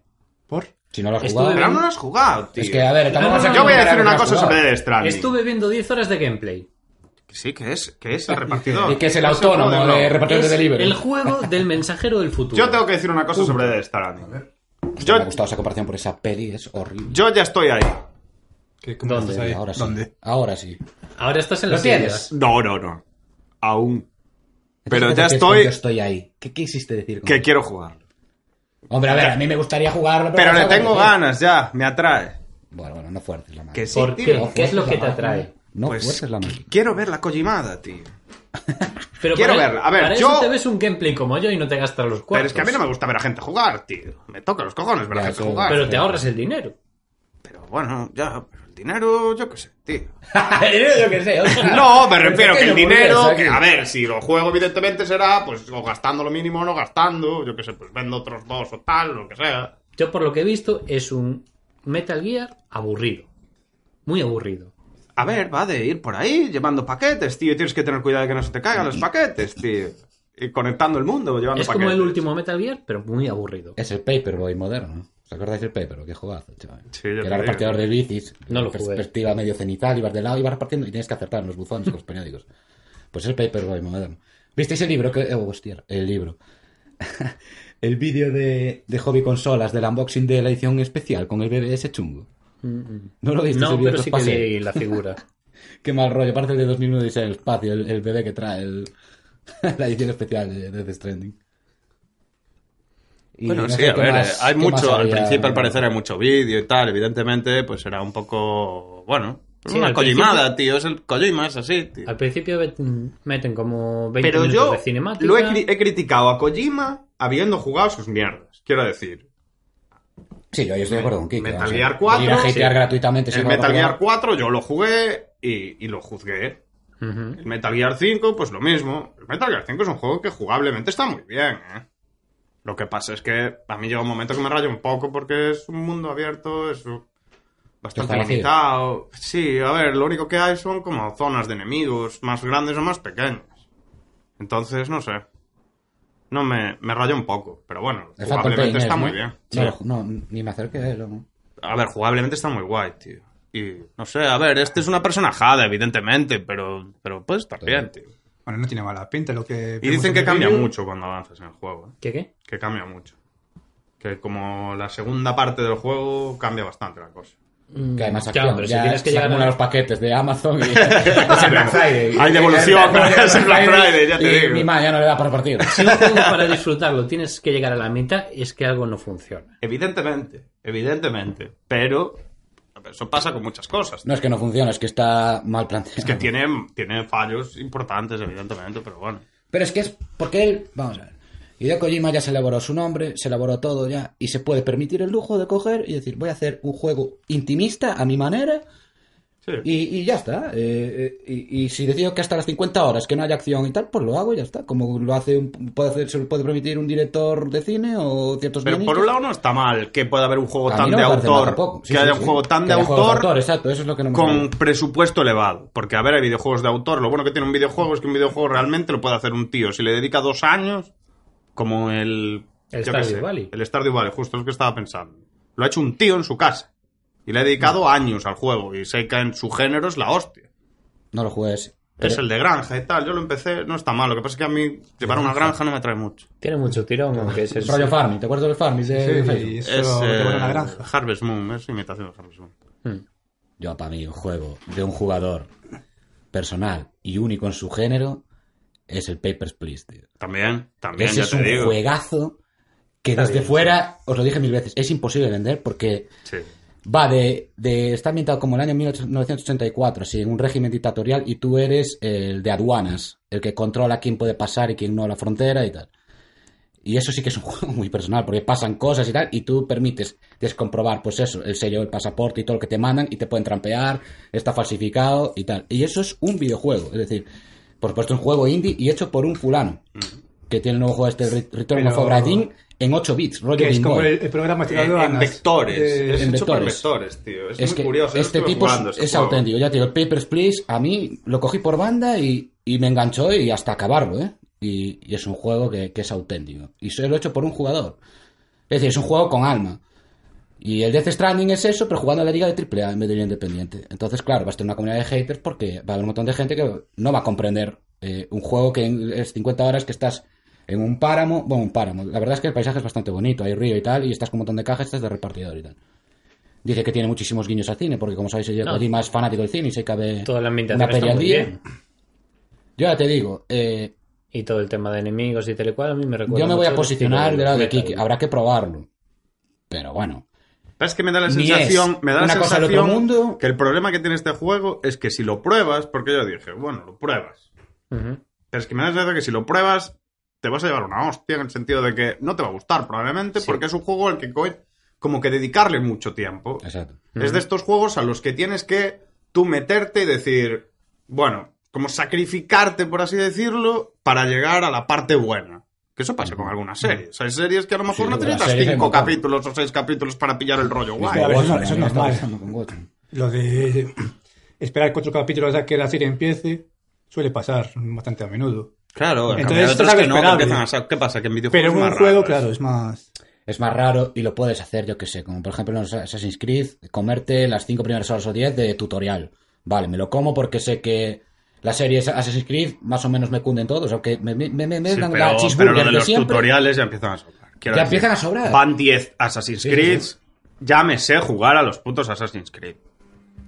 Speaker 4: ¿Por?
Speaker 1: Si no lo has
Speaker 3: Estuve
Speaker 1: jugado.
Speaker 2: Pero aún no lo has jugado, tío.
Speaker 1: Es que, a ver, tampoco.
Speaker 2: O sea,
Speaker 1: no
Speaker 2: Ah, yo voy a
Speaker 1: era
Speaker 2: decir
Speaker 1: que
Speaker 2: una
Speaker 1: no has
Speaker 2: cosa
Speaker 1: jugado.
Speaker 2: sobre Death Stranding.
Speaker 3: Estuve viendo 10 horas de gameplay.
Speaker 2: Que Sí, que es, que es el repartidor.
Speaker 1: Y que es el
Speaker 2: No
Speaker 1: autónomo
Speaker 2: jode, no.
Speaker 1: de repartidor de
Speaker 3: Es
Speaker 1: delivery.
Speaker 3: el juego del mensajero del futuro.
Speaker 2: Yo tengo que decir una cosa sobre Death Stranding.
Speaker 1: Hostia, Me
Speaker 2: Yo,
Speaker 1: ha gustado esa comparación por esa peli, es horrible.
Speaker 2: yo ya estoy ahí.
Speaker 4: ¿Qué, ¿Cómo
Speaker 3: ¿Dónde?
Speaker 4: estás ahí?
Speaker 1: Ahora sí.
Speaker 4: ¿Dónde?
Speaker 1: Ahora sí.
Speaker 3: Ahora estás en
Speaker 1: ¿Lo
Speaker 3: las
Speaker 1: tienes?
Speaker 3: islas.
Speaker 2: No, no, no. Aún. Pero
Speaker 1: Entonces,
Speaker 2: ya
Speaker 1: ¿qué es
Speaker 2: estoy-
Speaker 1: Yo estoy ahí. ¿Qué quisiste decir? con
Speaker 2: Que
Speaker 1: eso?
Speaker 2: quiero jugar.
Speaker 1: Hombre, a ver, a mí me gustaría jugarlo.
Speaker 2: Pero le
Speaker 1: no
Speaker 2: tengo
Speaker 1: juego.
Speaker 2: ganas ya, me atrae.
Speaker 1: Bueno, bueno, no fuertes la mano.
Speaker 2: Que sí,
Speaker 3: ¿Por
Speaker 2: tío.
Speaker 3: qué? ¿Qué es lo que te
Speaker 1: Fuertes la
Speaker 3: atrae?
Speaker 1: mano. No
Speaker 2: Pues-
Speaker 1: fuertes la mano.
Speaker 2: Quiero ver la Kojimada, tío.
Speaker 3: Pero
Speaker 2: Quiero
Speaker 3: para-
Speaker 2: verla. A ver,
Speaker 3: para
Speaker 2: yo-
Speaker 3: Eso te ves un gameplay como yo y no te gastas los cuartos.
Speaker 2: Pero es que a mí no me gusta ver a gente jugar, tío. Me toca los cojones ver a
Speaker 1: Ya,
Speaker 2: gente
Speaker 1: eso-
Speaker 2: jugar.
Speaker 3: Pero te ahorras
Speaker 2: (laughs)
Speaker 3: el dinero.
Speaker 2: Pero bueno, ya, pero el dinero, yo qué sé, tío.
Speaker 1: yo qué sé.
Speaker 2: (laughs) No, me refiero que el
Speaker 3: pues,
Speaker 2: dinero, que, a
Speaker 1: a ver.
Speaker 2: ver, si lo juego evidentemente será, pues, o gastando lo mínimo o no gastando, yo qué sé, pues vendo otros dos o tal, lo que sea.
Speaker 3: Yo, por lo que he visto, es un Metal Gear aburrido. Muy aburrido.
Speaker 2: A ver, va de ir por ahí llevando paquetes, tío. Tienes que tener cuidado de que no se te caigan los paquetes, tío. Y conectando el mundo, llevando
Speaker 3: es
Speaker 2: paquetes.
Speaker 3: como el último Metal Gear, pero muy aburrido.
Speaker 1: Es el Paperboy moderno. ¿Os acordáis del Paperboy? Qué jugazo, chaval.
Speaker 2: Sí,
Speaker 1: que
Speaker 2: ya te
Speaker 1: era
Speaker 2: digo.
Speaker 1: repartidor de bicis.
Speaker 3: No lo
Speaker 1: pers-
Speaker 3: jugué.
Speaker 1: Perspectiva medio cenital, ibas de lado, ibas repartiendo y tenías que acertar en los buzones con los periódicos. Pues el Paperboy moderno. ¿Visteis el libro? Que... Oh, hostia, el libro. (laughs) el vídeo de, de Hobby Consolas del unboxing de la edición especial con el bebé ese chungo.
Speaker 3: Mm, mm.
Speaker 1: No lo viste
Speaker 3: No,
Speaker 1: ese
Speaker 3: pero
Speaker 1: video,
Speaker 3: sí que
Speaker 1: pase.
Speaker 3: leí la
Speaker 2: (laughs)
Speaker 3: figura.
Speaker 1: Qué mal rollo, aparte el de 2001 dice el espacio, el, el bebé que trae el- (laughs) la edición especial de Death Stranding. Y
Speaker 2: Bueno,
Speaker 1: no
Speaker 2: sí,
Speaker 1: sé
Speaker 2: a
Speaker 1: qué
Speaker 2: ver,
Speaker 1: más-
Speaker 2: eh, hay
Speaker 1: qué
Speaker 2: mucho,
Speaker 1: más
Speaker 2: al
Speaker 1: había.
Speaker 2: principio al parecer hay mucho vídeo y tal, evidentemente, pues era un poco, bueno, pues
Speaker 3: Sí,
Speaker 2: una
Speaker 3: al
Speaker 2: collimada, tío, es el Kojima, es así, tío.
Speaker 3: Al principio vet- meten como 20
Speaker 2: Pero
Speaker 3: minutos
Speaker 2: yo
Speaker 3: de cinemática.
Speaker 2: lo he, cri- he criticado a Kojima habiendo jugado sus mierdas, quiero decir.
Speaker 1: Sí, yo ahí estoy de acuerdo con Kiko.
Speaker 2: Metal
Speaker 1: vamos a ver.
Speaker 2: Gear 4,
Speaker 1: Ir a hatear
Speaker 2: sí.
Speaker 1: gratuitamente.
Speaker 2: El Metal Gear 4 yo lo jugué y, y lo juzgué.
Speaker 3: Ujú.
Speaker 2: El Metal Gear 5, pues lo mismo. El Metal Gear 5 es un juego que jugablemente está muy bien, ¿eh? Lo que pasa es que a mí llega un momento que me rayo un poco porque es un mundo abierto, es un- bastante
Speaker 1: Está vacío.
Speaker 2: limitado. Sí, a ver, lo único que hay son como zonas de enemigos, más grandes o más pequeñas. Entonces, no sé. No me, me rayo un poco, pero bueno, jugablemente está muy bien. Sí.
Speaker 1: No, no, ni me acerqué a él. ¿no?
Speaker 2: A ver, jugablemente está muy guay, tío. Y no sé, a ver, este es una personajada, evidentemente, pero, pero puede estar bien, tío.
Speaker 4: Bueno, no tiene mala pinta lo que...
Speaker 2: Y dicen que cambia mucho cuando avanzas en el juego, ¿eh?
Speaker 3: ¿Qué qué?
Speaker 2: que cambia mucho. Que como la segunda parte del juego cambia bastante la cosa.
Speaker 1: Que hay más
Speaker 3: Claro,
Speaker 1: acción.
Speaker 3: pero si
Speaker 1: ya
Speaker 3: tienes que
Speaker 1: se
Speaker 3: llegar
Speaker 1: acumulan
Speaker 3: a-
Speaker 1: los paquetes de Amazon y (laughs)
Speaker 2: (laughs)
Speaker 1: es
Speaker 4: Ah,
Speaker 1: el Black Friday.
Speaker 2: Hay devolución,
Speaker 1: Es el Black
Speaker 2: (laughs) es el
Speaker 1: (laughs)
Speaker 2: Black Friday, ya te
Speaker 1: y
Speaker 2: digo.
Speaker 1: Mi madre ya no le da para partir.
Speaker 3: Si un juego para disfrutarlo tienes que llegar a la mitad, es que algo no funciona.
Speaker 2: Evidentemente, evidentemente. Pero a ver, eso pasa con muchas cosas. tío.
Speaker 1: No es que no funciona, es que está mal planteado.
Speaker 2: Es que tiene, tiene fallos importantes, evidentemente, pero bueno.
Speaker 1: Pero es que es porque él, vamos a ver, Hideo Kojima ya se elaboró su nombre, se elaboró todo ya, y se puede permitir el lujo de coger y decir, voy a hacer un juego intimista a mi manera,
Speaker 2: Sí.
Speaker 1: y, y ya está. Eh, eh, y, y si decido que hasta las 50 horas que no haya acción y tal, pues lo hago y ya está. Como lo hace, un- puede hacer, se lo puede permitir un director de cine o ciertos
Speaker 2: Pero por
Speaker 1: guionistas.
Speaker 2: un lado no está mal que pueda haber un juego
Speaker 1: A mí
Speaker 2: tan
Speaker 1: no
Speaker 2: de
Speaker 1: me parece mal
Speaker 2: autor,
Speaker 1: tampoco. Sí,
Speaker 2: que
Speaker 1: sí,
Speaker 2: haya un
Speaker 1: sí.
Speaker 2: juego tan
Speaker 1: Que
Speaker 2: de
Speaker 1: haya juegos
Speaker 2: autor,
Speaker 1: exacto, eso es lo que no me
Speaker 2: con
Speaker 1: parece.
Speaker 2: presupuesto elevado. Porque, a ver, hay videojuegos de autor. Lo bueno que tiene un videojuego es que un videojuego realmente lo puede hacer un tío. Si le dedica dos años, como el.
Speaker 3: El
Speaker 2: yo qué
Speaker 3: Stardew Valley.
Speaker 2: El Stardew Valley, justo lo que estaba pensando. Lo ha hecho un tío en su casa. Y le ha dedicado años al juego. Y sé que en su género es la hostia.
Speaker 1: No lo juegues.
Speaker 2: Es el de granja y tal. Yo lo empecé, no está mal. Lo que pasa es que a mí llevar una granja no me trae mucho.
Speaker 3: Tiene mucho tirón, aunque es el...
Speaker 1: Rollo Farming, ¿te acuerdas del Farming? de- de Facebook?
Speaker 4: Sí, eso
Speaker 2: es
Speaker 4: lo que
Speaker 2: eh,
Speaker 4: van a la granja.
Speaker 2: Harvest Moon, es imitación de Harvest Moon.
Speaker 3: Mm.
Speaker 1: Yo, para mí, un juego de un jugador personal y único en su género es el Papers, Please, tío.
Speaker 2: También, también,
Speaker 1: Ese
Speaker 2: ya
Speaker 1: es
Speaker 2: te
Speaker 1: un
Speaker 2: digo.
Speaker 1: juegazo que desde
Speaker 3: bien,
Speaker 1: fuera, os lo dije mil veces, es imposible vender porque
Speaker 2: Sí.
Speaker 1: va de, de... Está ambientado como el año 1984, así, en un régimen dictatorial y tú eres el de aduanas, el que controla quién puede pasar y quién no la frontera y tal. Y eso sí que es un (laughs) juego muy personal, porque pasan cosas y tal, y tú permites descomprobar, pues eso, el sello, el pasaporte y todo lo que te mandan, y te pueden trampear, está falsificado y tal. Y eso es un videojuego, es decir, por supuesto, un juego indie y hecho por un fulano, que tiene el nuevo juego este Re- Return of
Speaker 4: Pero-
Speaker 1: Obra Dinn, en 8 bits, rollo
Speaker 4: Que es
Speaker 1: eh, Game
Speaker 4: como
Speaker 1: Boy.
Speaker 4: el, el programa este de
Speaker 2: en, en
Speaker 4: aduanas.
Speaker 2: vectores.
Speaker 4: Eh,
Speaker 2: es
Speaker 1: en
Speaker 2: hecho por
Speaker 1: vectores.
Speaker 2: vectores, tío. Es,
Speaker 1: Es
Speaker 2: muy
Speaker 1: que
Speaker 2: curioso. yo
Speaker 1: este
Speaker 2: estuve
Speaker 1: tipo
Speaker 2: jugando
Speaker 1: es,
Speaker 2: este
Speaker 1: es
Speaker 2: juego.
Speaker 1: auténtico. Ya te digo, el Papers, Please, a mí lo cogí por banda y, y me enganchó y hasta acabarlo, ¿eh? Y, y es un juego que, que es auténtico. Y solo hecho por un jugador. Es decir, es un juego con alma. Y el Death Stranding es eso, pero jugando a la liga de AAA en vez de liga independiente. Entonces, claro, vas a tener una comunidad de haters porque va a haber un montón de gente que no va a comprender eh, un juego que en- es 50 horas que estás en un páramo. Bueno, un páramo. La verdad es que el paisaje es bastante bonito, hay río y tal, y estás con un montón de cajas, estás de repartidor y tal. Dice que tiene muchísimos guiños al cine, porque como sabéis, yo
Speaker 3: No.
Speaker 1: Kojima es fanático del cine y se cabe
Speaker 3: Toda la ambientación
Speaker 1: una peli
Speaker 3: está
Speaker 1: al
Speaker 3: muy
Speaker 1: día.
Speaker 3: bien.
Speaker 1: Yo ya te digo, eh,
Speaker 3: Y todo el tema de enemigos y tal y cual a mí me recuerda
Speaker 1: yo me voy
Speaker 3: mucho
Speaker 1: a
Speaker 3: al
Speaker 1: posicionar
Speaker 3: estilo
Speaker 1: del lado de
Speaker 3: Metal
Speaker 1: Kiki,
Speaker 3: Gear.
Speaker 1: habrá que probarlo. Pero bueno,
Speaker 2: Pero es que me da la
Speaker 1: Ni es
Speaker 2: sensación, me da la
Speaker 1: una cosa del otro
Speaker 2: sensación
Speaker 1: mundo.
Speaker 2: que el problema que tiene este juego es que si lo pruebas, porque yo dije, bueno, lo pruebas.
Speaker 3: Ujú.
Speaker 2: Pero es que me da la sensación que si lo pruebas, te vas a llevar una hostia en el sentido de que no te va a gustar probablemente,
Speaker 3: Sí.
Speaker 2: porque es un juego al que co- como que dedicarle mucho tiempo.
Speaker 1: exacto.
Speaker 2: Es de estos juegos a los que tienes que tú meterte y decir, bueno, como sacrificarte, por así decirlo, para llegar a la parte buena. Que eso pasa con algunas series. Hay series que a lo mejor
Speaker 1: Sí,
Speaker 2: no
Speaker 1: las
Speaker 2: te necesitas
Speaker 1: series hay
Speaker 2: cinco
Speaker 1: un montón.
Speaker 2: capítulos o seis capítulos para pillar el rollo
Speaker 1: Con
Speaker 2: guay.
Speaker 4: a ver,
Speaker 1: Watchmen,
Speaker 4: eso- eso
Speaker 1: ¿no?
Speaker 4: no es
Speaker 1: Estaba
Speaker 4: mal.
Speaker 1: pensando con Watchmen.
Speaker 4: Lo de (clears throat) esperar cuatro capítulos a que la serie empiece suele pasar bastante a menudo.
Speaker 2: Claro,
Speaker 4: en cambio, hay Entonces, otros es que no, que esperable. empiezan a
Speaker 2: ¿Qué pasa? Que en
Speaker 4: Pero en un juego, claro, es más...
Speaker 1: es más raro y lo puedes hacer, yo que sé, como por ejemplo en los Assassin's Creed, comerte las cinco primeras horas o 10 de tutorial. Vale, me lo como porque sé que las series Assassin's Creed más o menos me cunden todos, aunque me, me, me, me dan la
Speaker 2: pero,
Speaker 1: cheeseburger
Speaker 2: lo de
Speaker 1: de
Speaker 2: los
Speaker 1: siempre.
Speaker 2: tutoriales ya empiezan a sobrar. Quiero
Speaker 1: Ya
Speaker 2: decir,
Speaker 1: empiezan a sobrar.
Speaker 2: Van 10 Assassin's
Speaker 1: Sí,
Speaker 2: Creed,
Speaker 1: sí.
Speaker 2: ya me sé jugar a los putos Assassin's Creed.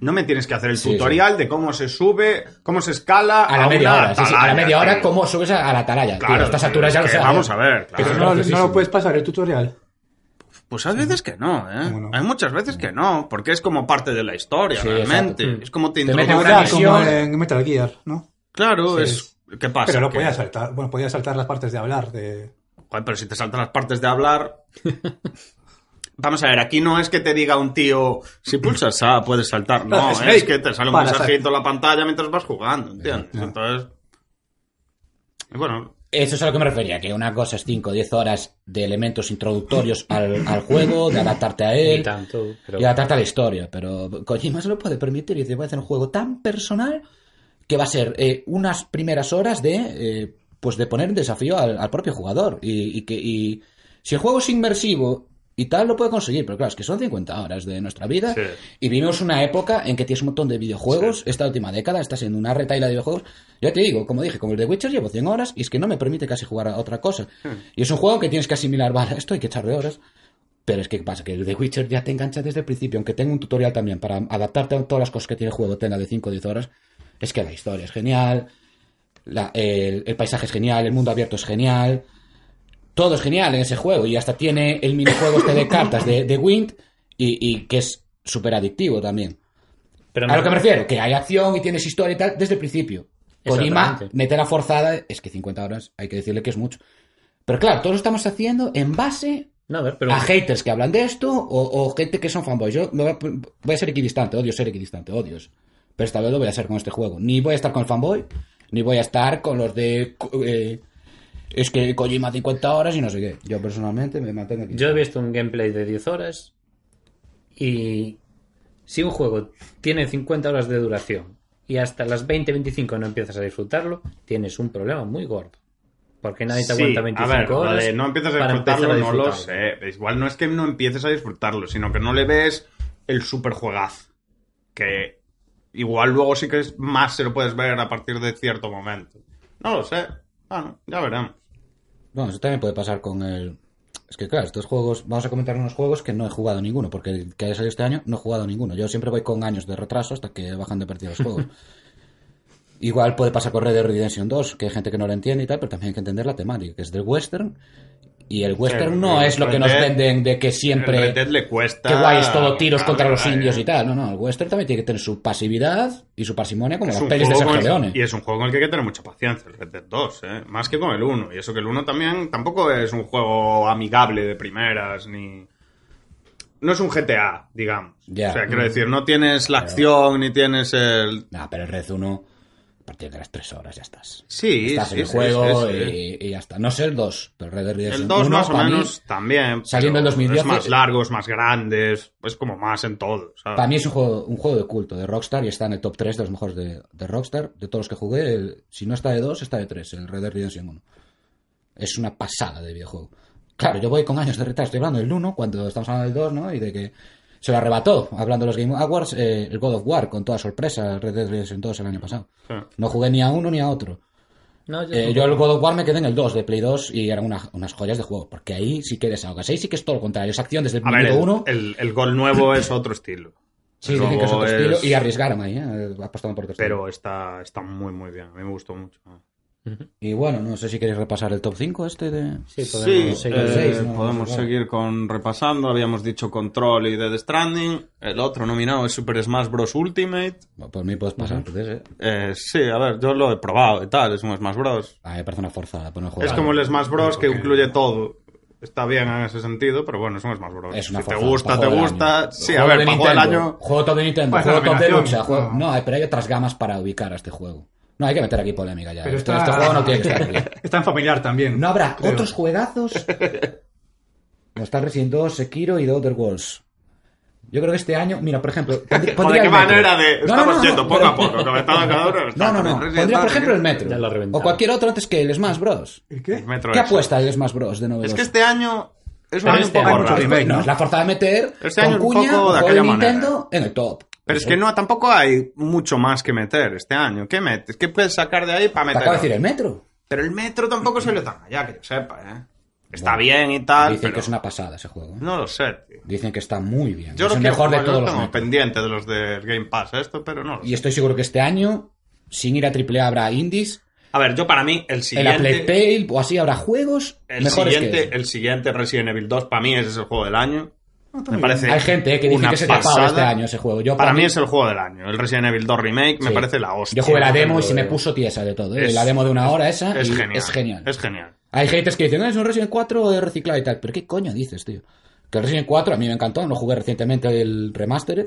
Speaker 2: No me tienes que hacer el
Speaker 1: Sí,
Speaker 2: tutorial de cómo se sube, cómo se escala
Speaker 1: A la
Speaker 2: una
Speaker 1: media hora, sí, sí, a la
Speaker 2: atalaya,
Speaker 1: media hora,
Speaker 2: tío.
Speaker 1: ¿cómo subes a, a la atalaya? Tío,
Speaker 2: Claro,
Speaker 1: a estas alturas ya lo
Speaker 2: es que
Speaker 1: sabes.
Speaker 2: vamos a ver, claro.
Speaker 1: Pero
Speaker 4: Pero no,
Speaker 1: sí, sí,
Speaker 4: no
Speaker 1: sí.
Speaker 4: lo puedes pasar el tutorial.
Speaker 2: Pues hay veces que no, ¿eh?
Speaker 4: ¿Cómo no?
Speaker 2: Hay muchas veces que no, porque es como parte de la historia,
Speaker 1: Sí,
Speaker 2: realmente.
Speaker 1: exacto. Mm.
Speaker 2: Es como te,
Speaker 1: Te meten
Speaker 2: introducen
Speaker 1: una
Speaker 2: a
Speaker 4: Ahora,
Speaker 2: la
Speaker 1: misión.
Speaker 4: como
Speaker 2: historia.
Speaker 4: en Metal Gear, ¿no?
Speaker 2: Claro,
Speaker 4: Sí,
Speaker 2: es... ¿Qué pasa?
Speaker 4: Pero no
Speaker 2: Que-
Speaker 4: podías saltar. Bueno, podías saltar las partes de hablar. De...
Speaker 2: Joder, pero si te saltan las partes de hablar. Vamos a ver, aquí no es que te diga un tío, si pulsas A puedes saltar. No,
Speaker 4: Claro,
Speaker 2: es,
Speaker 4: Snake,
Speaker 2: que te sale un
Speaker 4: para,
Speaker 2: mensajito en la pantalla mientras vas jugando, ¿entiendes? Entonces. Y bueno,
Speaker 1: Eso es a lo que me refería, que una cosa es 5 o 10 horas de elementos introductorios al, al juego, de adaptarte a
Speaker 3: Ni
Speaker 1: él
Speaker 3: tanto. Pero...
Speaker 1: y adaptarte a la historia, pero Kojima se lo puede permitir y dice, voy a hacer un juego tan personal que va a ser eh, unas primeras horas de, eh, pues de poner en desafío al, al propio jugador y, y que y si el juego es inmersivo y tal lo puede conseguir, pero claro, es que son 50 horas de nuestra vida
Speaker 2: Sí.
Speaker 1: y vivimos una época en que tienes un montón de videojuegos, esta última década estás en una retaila de videojuegos, ya te digo, como dije, como el de Witcher llevo 100 horas y es que no me permite casi jugar a otra cosa. Y es un juego que tienes que asimilar, (laughs) vale, esto hay que echarle horas. Pero es que ¿qué pasa que el The Witcher ya te engancha desde el principio, aunque tenga un tutorial también para adaptarte a todas las cosas que tiene el juego, tenga de 5 o 10 horas. Es que la historia es genial, la- el, el paisaje es genial, el mundo abierto es genial, todo es genial en ese juego. Y hasta tiene el minijuego este de cartas de, de Wind y, y que es súper adictivo también.
Speaker 3: pero
Speaker 1: A lo que me
Speaker 3: no-
Speaker 1: refiero, que hay acción y tienes historia y tal desde el principio. Kojima,
Speaker 3: Exactamente.
Speaker 1: meter a forzada, es que 50 horas hay que decirle que es mucho. Pero claro, todos lo estamos haciendo en base
Speaker 3: No, a ver, pero...
Speaker 1: a haters que hablan de esto o, o gente que son fanboys. Yo me voy, a, voy a ser equidistante, odio ser equidistante, odios. Pero esta vez lo voy a hacer con este juego. Ni voy a estar con el fanboy, ni voy a estar con los de. co- eh, es que Kojima 50 horas y no sé qué. Yo personalmente me mantengo aquí.
Speaker 3: Yo he visto un gameplay de 10 horas y si un juego tiene 50 horas de duración y hasta las 20-25 no empiezas a disfrutarlo, tienes un problema muy gordo. Porque nadie te
Speaker 2: sí,
Speaker 3: aguanta
Speaker 2: a
Speaker 3: 25
Speaker 2: ver, lo
Speaker 3: horas.
Speaker 2: de no empiezas a
Speaker 3: para empezar
Speaker 2: disfrutarlo, no lo
Speaker 3: disfrutarlo.
Speaker 2: sé. Igual no es que no empieces a disfrutarlo, sino que no le ves el super juegazo. Que igual luego sí que es más se lo puedes ver a partir de cierto momento. No lo sé. Bueno, ya veremos.
Speaker 1: Bueno, eso también puede pasar con el. Es que claro, estos juegos. Vamos a comentar unos juegos que no he jugado ninguno, porque el que haya salido este año no he jugado ninguno. Yo siempre voy con años de retraso hasta que bajan de partida los
Speaker 2: (laughs)
Speaker 1: juegos. Igual puede pasar con Red Dead Redemption 2, que hay gente que no la entiende y tal, pero también hay que entender la temática, que es del western. Y el western
Speaker 2: el
Speaker 1: no es lo que nos
Speaker 2: Red Dead-
Speaker 1: venden de que
Speaker 2: El
Speaker 1: siempre.
Speaker 2: Red Dead le cuesta.
Speaker 1: Que guay es todo tiros contra los
Speaker 2: Claro,
Speaker 1: indios
Speaker 2: eh.
Speaker 1: y tal. No, no, el western también tiene que tener su pasividad y su parsimonia, como
Speaker 2: Es
Speaker 1: las
Speaker 2: un
Speaker 1: pelis de
Speaker 2: juego
Speaker 1: Sergio
Speaker 2: con el-
Speaker 1: Leone.
Speaker 2: Y es un juego con el que hay que tener mucha paciencia, el Red Dead 2, ¿eh? más que con el 1. Y eso que el 1 también tampoco es un juego amigable de primeras, ni... No es un GTA, digamos.
Speaker 1: Ya.
Speaker 2: O sea, quiero decir, no tienes la acción, ni tienes el...
Speaker 1: Nah, pero el Red 1, a partir de las 3 horas ya estás.
Speaker 2: Sí,
Speaker 1: estás
Speaker 2: sí,
Speaker 1: en el
Speaker 2: sí,
Speaker 1: juego
Speaker 2: sí, sí.
Speaker 1: Y, y ya está. No sé el 2, pero Red Dead Redemption
Speaker 2: El 2
Speaker 1: uno,
Speaker 2: más o
Speaker 1: para mí-
Speaker 2: menos también.
Speaker 1: saliendo
Speaker 2: pero
Speaker 1: en 2012
Speaker 2: Es más largo, es más grande, es es como más en todo. ¿sabes?
Speaker 1: eh, para mí es un juego, un juego de culto de Rockstar y está en el top 3 de los mejores de, de Rockstar. De todos los que jugué, el- si no está de 2, está de 3, el Red Dead Redemption 1. Es una pasada de videojuego. Claro, yo voy con años de retraso. Estoy hablando del 1 cuando estamos hablando del 2, ¿no? Y de que se lo arrebató, hablando de los Game Awards, eh, el God of War con toda sorpresa, el Red Dead Redemption 2 el año pasado.
Speaker 2: Sí.
Speaker 1: No jugué ni a uno ni a otro.
Speaker 3: No, yo
Speaker 1: Eh,
Speaker 3: tampoco.
Speaker 1: yo el God of War me quedé en el 2 de Play 2 y eran una- unas joyas de juego, porque ahí sí que desahogas, ahí sí que es todo lo contrario, es acción desde el
Speaker 2: A ver,
Speaker 1: minuto 1,
Speaker 2: el, el, el gol nuevo es otro estilo.
Speaker 1: sí, dicen que es otro
Speaker 2: Luego
Speaker 1: estilo,
Speaker 2: es-
Speaker 1: y arriesgaron ahí, ¿eh? apostando por otro estilo.
Speaker 2: Pero está, está muy, muy bien. A mí me gustó mucho.
Speaker 1: Y bueno, no sé si queréis repasar el top 5 este de...
Speaker 3: Sí, podemos
Speaker 2: sí,
Speaker 3: seguir.
Speaker 2: eh,
Speaker 1: Seis, ¿no?
Speaker 2: podemos
Speaker 1: Claro.
Speaker 2: seguir con repasando. Habíamos dicho Control y Dead Stranding. El otro nominado es Super Smash Bros. Ultimate.
Speaker 1: Bueno, Por mí puedes pasar, entonces, ¿eh?
Speaker 2: Eh, sí, a ver, yo lo he probado y tal, es un Smash Bros.
Speaker 1: Ah, me parece una forzada poner
Speaker 2: es
Speaker 1: juego.
Speaker 2: como el Smash
Speaker 1: Pues
Speaker 2: Bros. que
Speaker 4: porque-
Speaker 2: incluye todo. Está bien en ese sentido, pero bueno, es un Smash Bros.
Speaker 1: Es una
Speaker 2: si te
Speaker 1: forzada,
Speaker 2: gusta,
Speaker 1: para
Speaker 2: te
Speaker 1: juego del
Speaker 2: gusta.
Speaker 1: año.
Speaker 2: Sí,
Speaker 1: Juego
Speaker 2: a ver,
Speaker 1: de
Speaker 2: para juego del
Speaker 1: Nintendo,
Speaker 2: año. Ah.
Speaker 1: Juego top de Nintendo,
Speaker 4: Pues
Speaker 1: juego
Speaker 4: la
Speaker 1: top de
Speaker 4: nominación,
Speaker 1: lucha, juego...
Speaker 4: no.
Speaker 1: No, eh, pero hay otras gamas para ubicar a este juego. No, hay que meter aquí polémica ya.
Speaker 4: Pero
Speaker 1: Este,
Speaker 4: está,
Speaker 1: este juego no tiene que estar aquí.
Speaker 4: (laughs) está en familiar también.
Speaker 1: ¿No habrá
Speaker 4: creo.
Speaker 1: otros (laughs) juegazos? Como está Resident 2, Sekiro y The Other Worlds. Yo creo que este año, mira, por
Speaker 2: (laughs)
Speaker 1: ejemplo. pondría-
Speaker 2: Joder,
Speaker 1: pondría
Speaker 2: qué
Speaker 1: el Metro.
Speaker 2: manera de.
Speaker 1: No, no,
Speaker 2: Estamos
Speaker 1: no, no,
Speaker 2: yendo poco
Speaker 1: pero-
Speaker 2: a poco. Comentando cada uno.
Speaker 1: (laughs) No, no, no. Pondría, por ejemplo,
Speaker 2: eh.
Speaker 1: el
Speaker 3: Ya lo
Speaker 1: Metro.
Speaker 3: reventamos.
Speaker 1: O cualquier otro antes que el Smash Bros.
Speaker 4: ¿El qué?
Speaker 2: Metro
Speaker 1: ¿Qué
Speaker 2: Exodus.
Speaker 1: apuesta el Smash Bros de novedoso?
Speaker 2: Es que este año. Es un
Speaker 3: Pero
Speaker 2: año
Speaker 3: este
Speaker 2: un poco
Speaker 4: año-
Speaker 2: raro.
Speaker 4: remake, ¿no?
Speaker 1: No, la forzada de meter
Speaker 2: Este
Speaker 1: con
Speaker 2: año un
Speaker 1: cuña
Speaker 2: poco de
Speaker 1: o
Speaker 2: aquella
Speaker 1: el Nintendo
Speaker 2: manera.
Speaker 1: en el top.
Speaker 2: Pero es que no, tampoco hay mucho más que meter este año. ¿Qué metes? ¿Qué puedes sacar de ahí para
Speaker 1: Te acabo de decir
Speaker 2: meter?
Speaker 1: el Metro.
Speaker 2: Pero el metro tampoco se lo tan allá, que yo sepa, ¿eh? Está bien y tal,
Speaker 1: Dicen
Speaker 2: pero
Speaker 1: que es una pasada ese juego. ¿eh?
Speaker 2: no lo sé, tío.
Speaker 1: Dicen que está muy bien.
Speaker 2: Yo
Speaker 1: es
Speaker 2: lo
Speaker 1: el
Speaker 2: quiero
Speaker 1: mejor de
Speaker 2: jugar, yo
Speaker 1: todos
Speaker 2: lo
Speaker 1: los
Speaker 2: tengo
Speaker 1: metros.
Speaker 2: pendiente de los del Game Pass esto, pero no lo
Speaker 1: Y
Speaker 2: sé.
Speaker 1: estoy seguro que este año, sin ir a AAA, habrá indies.
Speaker 2: A ver, yo para mí el
Speaker 1: En la Plague
Speaker 2: siguiente...
Speaker 1: Tale o así habrá juegos
Speaker 2: El
Speaker 1: mejores que
Speaker 2: siguiente,
Speaker 1: ese.
Speaker 2: el siguiente Resident Evil 2 para mí ese es el juego del año. Me parece
Speaker 1: Hay gente eh, que dice
Speaker 2: una
Speaker 1: que se te paga
Speaker 2: pasada.
Speaker 1: este año ese juego. Yo,
Speaker 2: Para, mí es el juego del año. El Resident Evil 2 Remake me
Speaker 1: sí.
Speaker 2: parece la hostia.
Speaker 1: Yo jugué la demo y
Speaker 3: lo
Speaker 1: se me
Speaker 3: veo.
Speaker 1: puso tiesa de todo. ¿eh?
Speaker 2: Es-
Speaker 1: la demo de una hora esa
Speaker 2: es
Speaker 1: y
Speaker 2: genial.
Speaker 1: es genial.
Speaker 2: Es genial.
Speaker 1: Hay haters que dicen, "Ah, es un Resident 4 reciclado y tal. Pero ¿qué coño dices, tío? Que el Resident 4 a mí me encantó, lo jugué recientemente el remastered.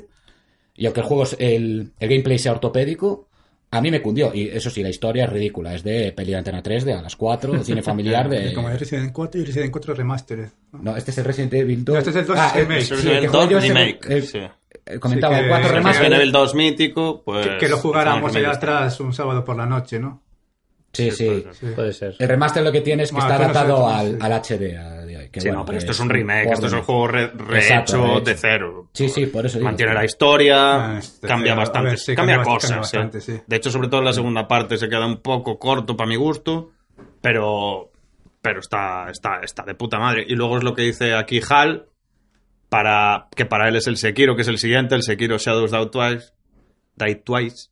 Speaker 1: Y aunque el juego, es- el, el gameplay sea ortopédico, a mí me cundió. Y eso sí, la historia es ridícula. Es de peli de Antena 3, de a las
Speaker 2: (laughs)
Speaker 1: 4, cine familiar de...
Speaker 4: Como el Resident 4 y Resident 4 Remastered. ¿no?
Speaker 1: No, este es el Resident Evil 2.
Speaker 4: No, este es el 2
Speaker 1: Ah,
Speaker 4: remake.
Speaker 1: eh, sí, el
Speaker 2: Resident
Speaker 1: que
Speaker 2: Evil
Speaker 1: jugué
Speaker 2: 2
Speaker 1: yo es el-
Speaker 2: Remake.
Speaker 1: el-
Speaker 2: sí.
Speaker 1: eh, Comentaba
Speaker 4: Sí,
Speaker 1: el
Speaker 4: que-
Speaker 1: 4
Speaker 4: que
Speaker 1: remastered.
Speaker 2: Resident Evil 2 mítico, pues...
Speaker 4: que lo jugáramos
Speaker 2: el
Speaker 4: allá
Speaker 2: remake.
Speaker 4: atrás un sábado por la noche, ¿no?
Speaker 1: Sí, sí.
Speaker 2: puede ser.
Speaker 4: Sí.
Speaker 3: Puede ser.
Speaker 1: El remaster lo que tiene es que
Speaker 4: Bueno,
Speaker 1: está
Speaker 4: tú no sabes
Speaker 1: adaptado
Speaker 4: cómo
Speaker 1: al,
Speaker 4: es.
Speaker 1: al HD. a día de hoy, que
Speaker 2: Sí,
Speaker 1: bueno,
Speaker 2: no, pero
Speaker 1: que
Speaker 2: esto es un remake, esto es el
Speaker 1: orden.
Speaker 2: juego re- rehecho
Speaker 1: Exacto, rehecho.
Speaker 2: de cero.
Speaker 1: Sí, sí, por eso digo.
Speaker 2: Mantiene la historia,
Speaker 4: Ah, este,
Speaker 2: cambia
Speaker 4: a ver,
Speaker 2: bastante,
Speaker 4: sí,
Speaker 2: cambia,
Speaker 4: cambia bastante,
Speaker 2: cosas.
Speaker 4: cambia
Speaker 2: sí.
Speaker 4: bastante, sí.
Speaker 2: De hecho, sobre todo en la segunda parte se queda un poco corto para mi gusto, pero pero está, está, está de puta madre. Y luego es lo que dice aquí Hal, para, que para él es el Sekiro, que es el siguiente, el Sekiro Shadows Die Twice, Die Twice,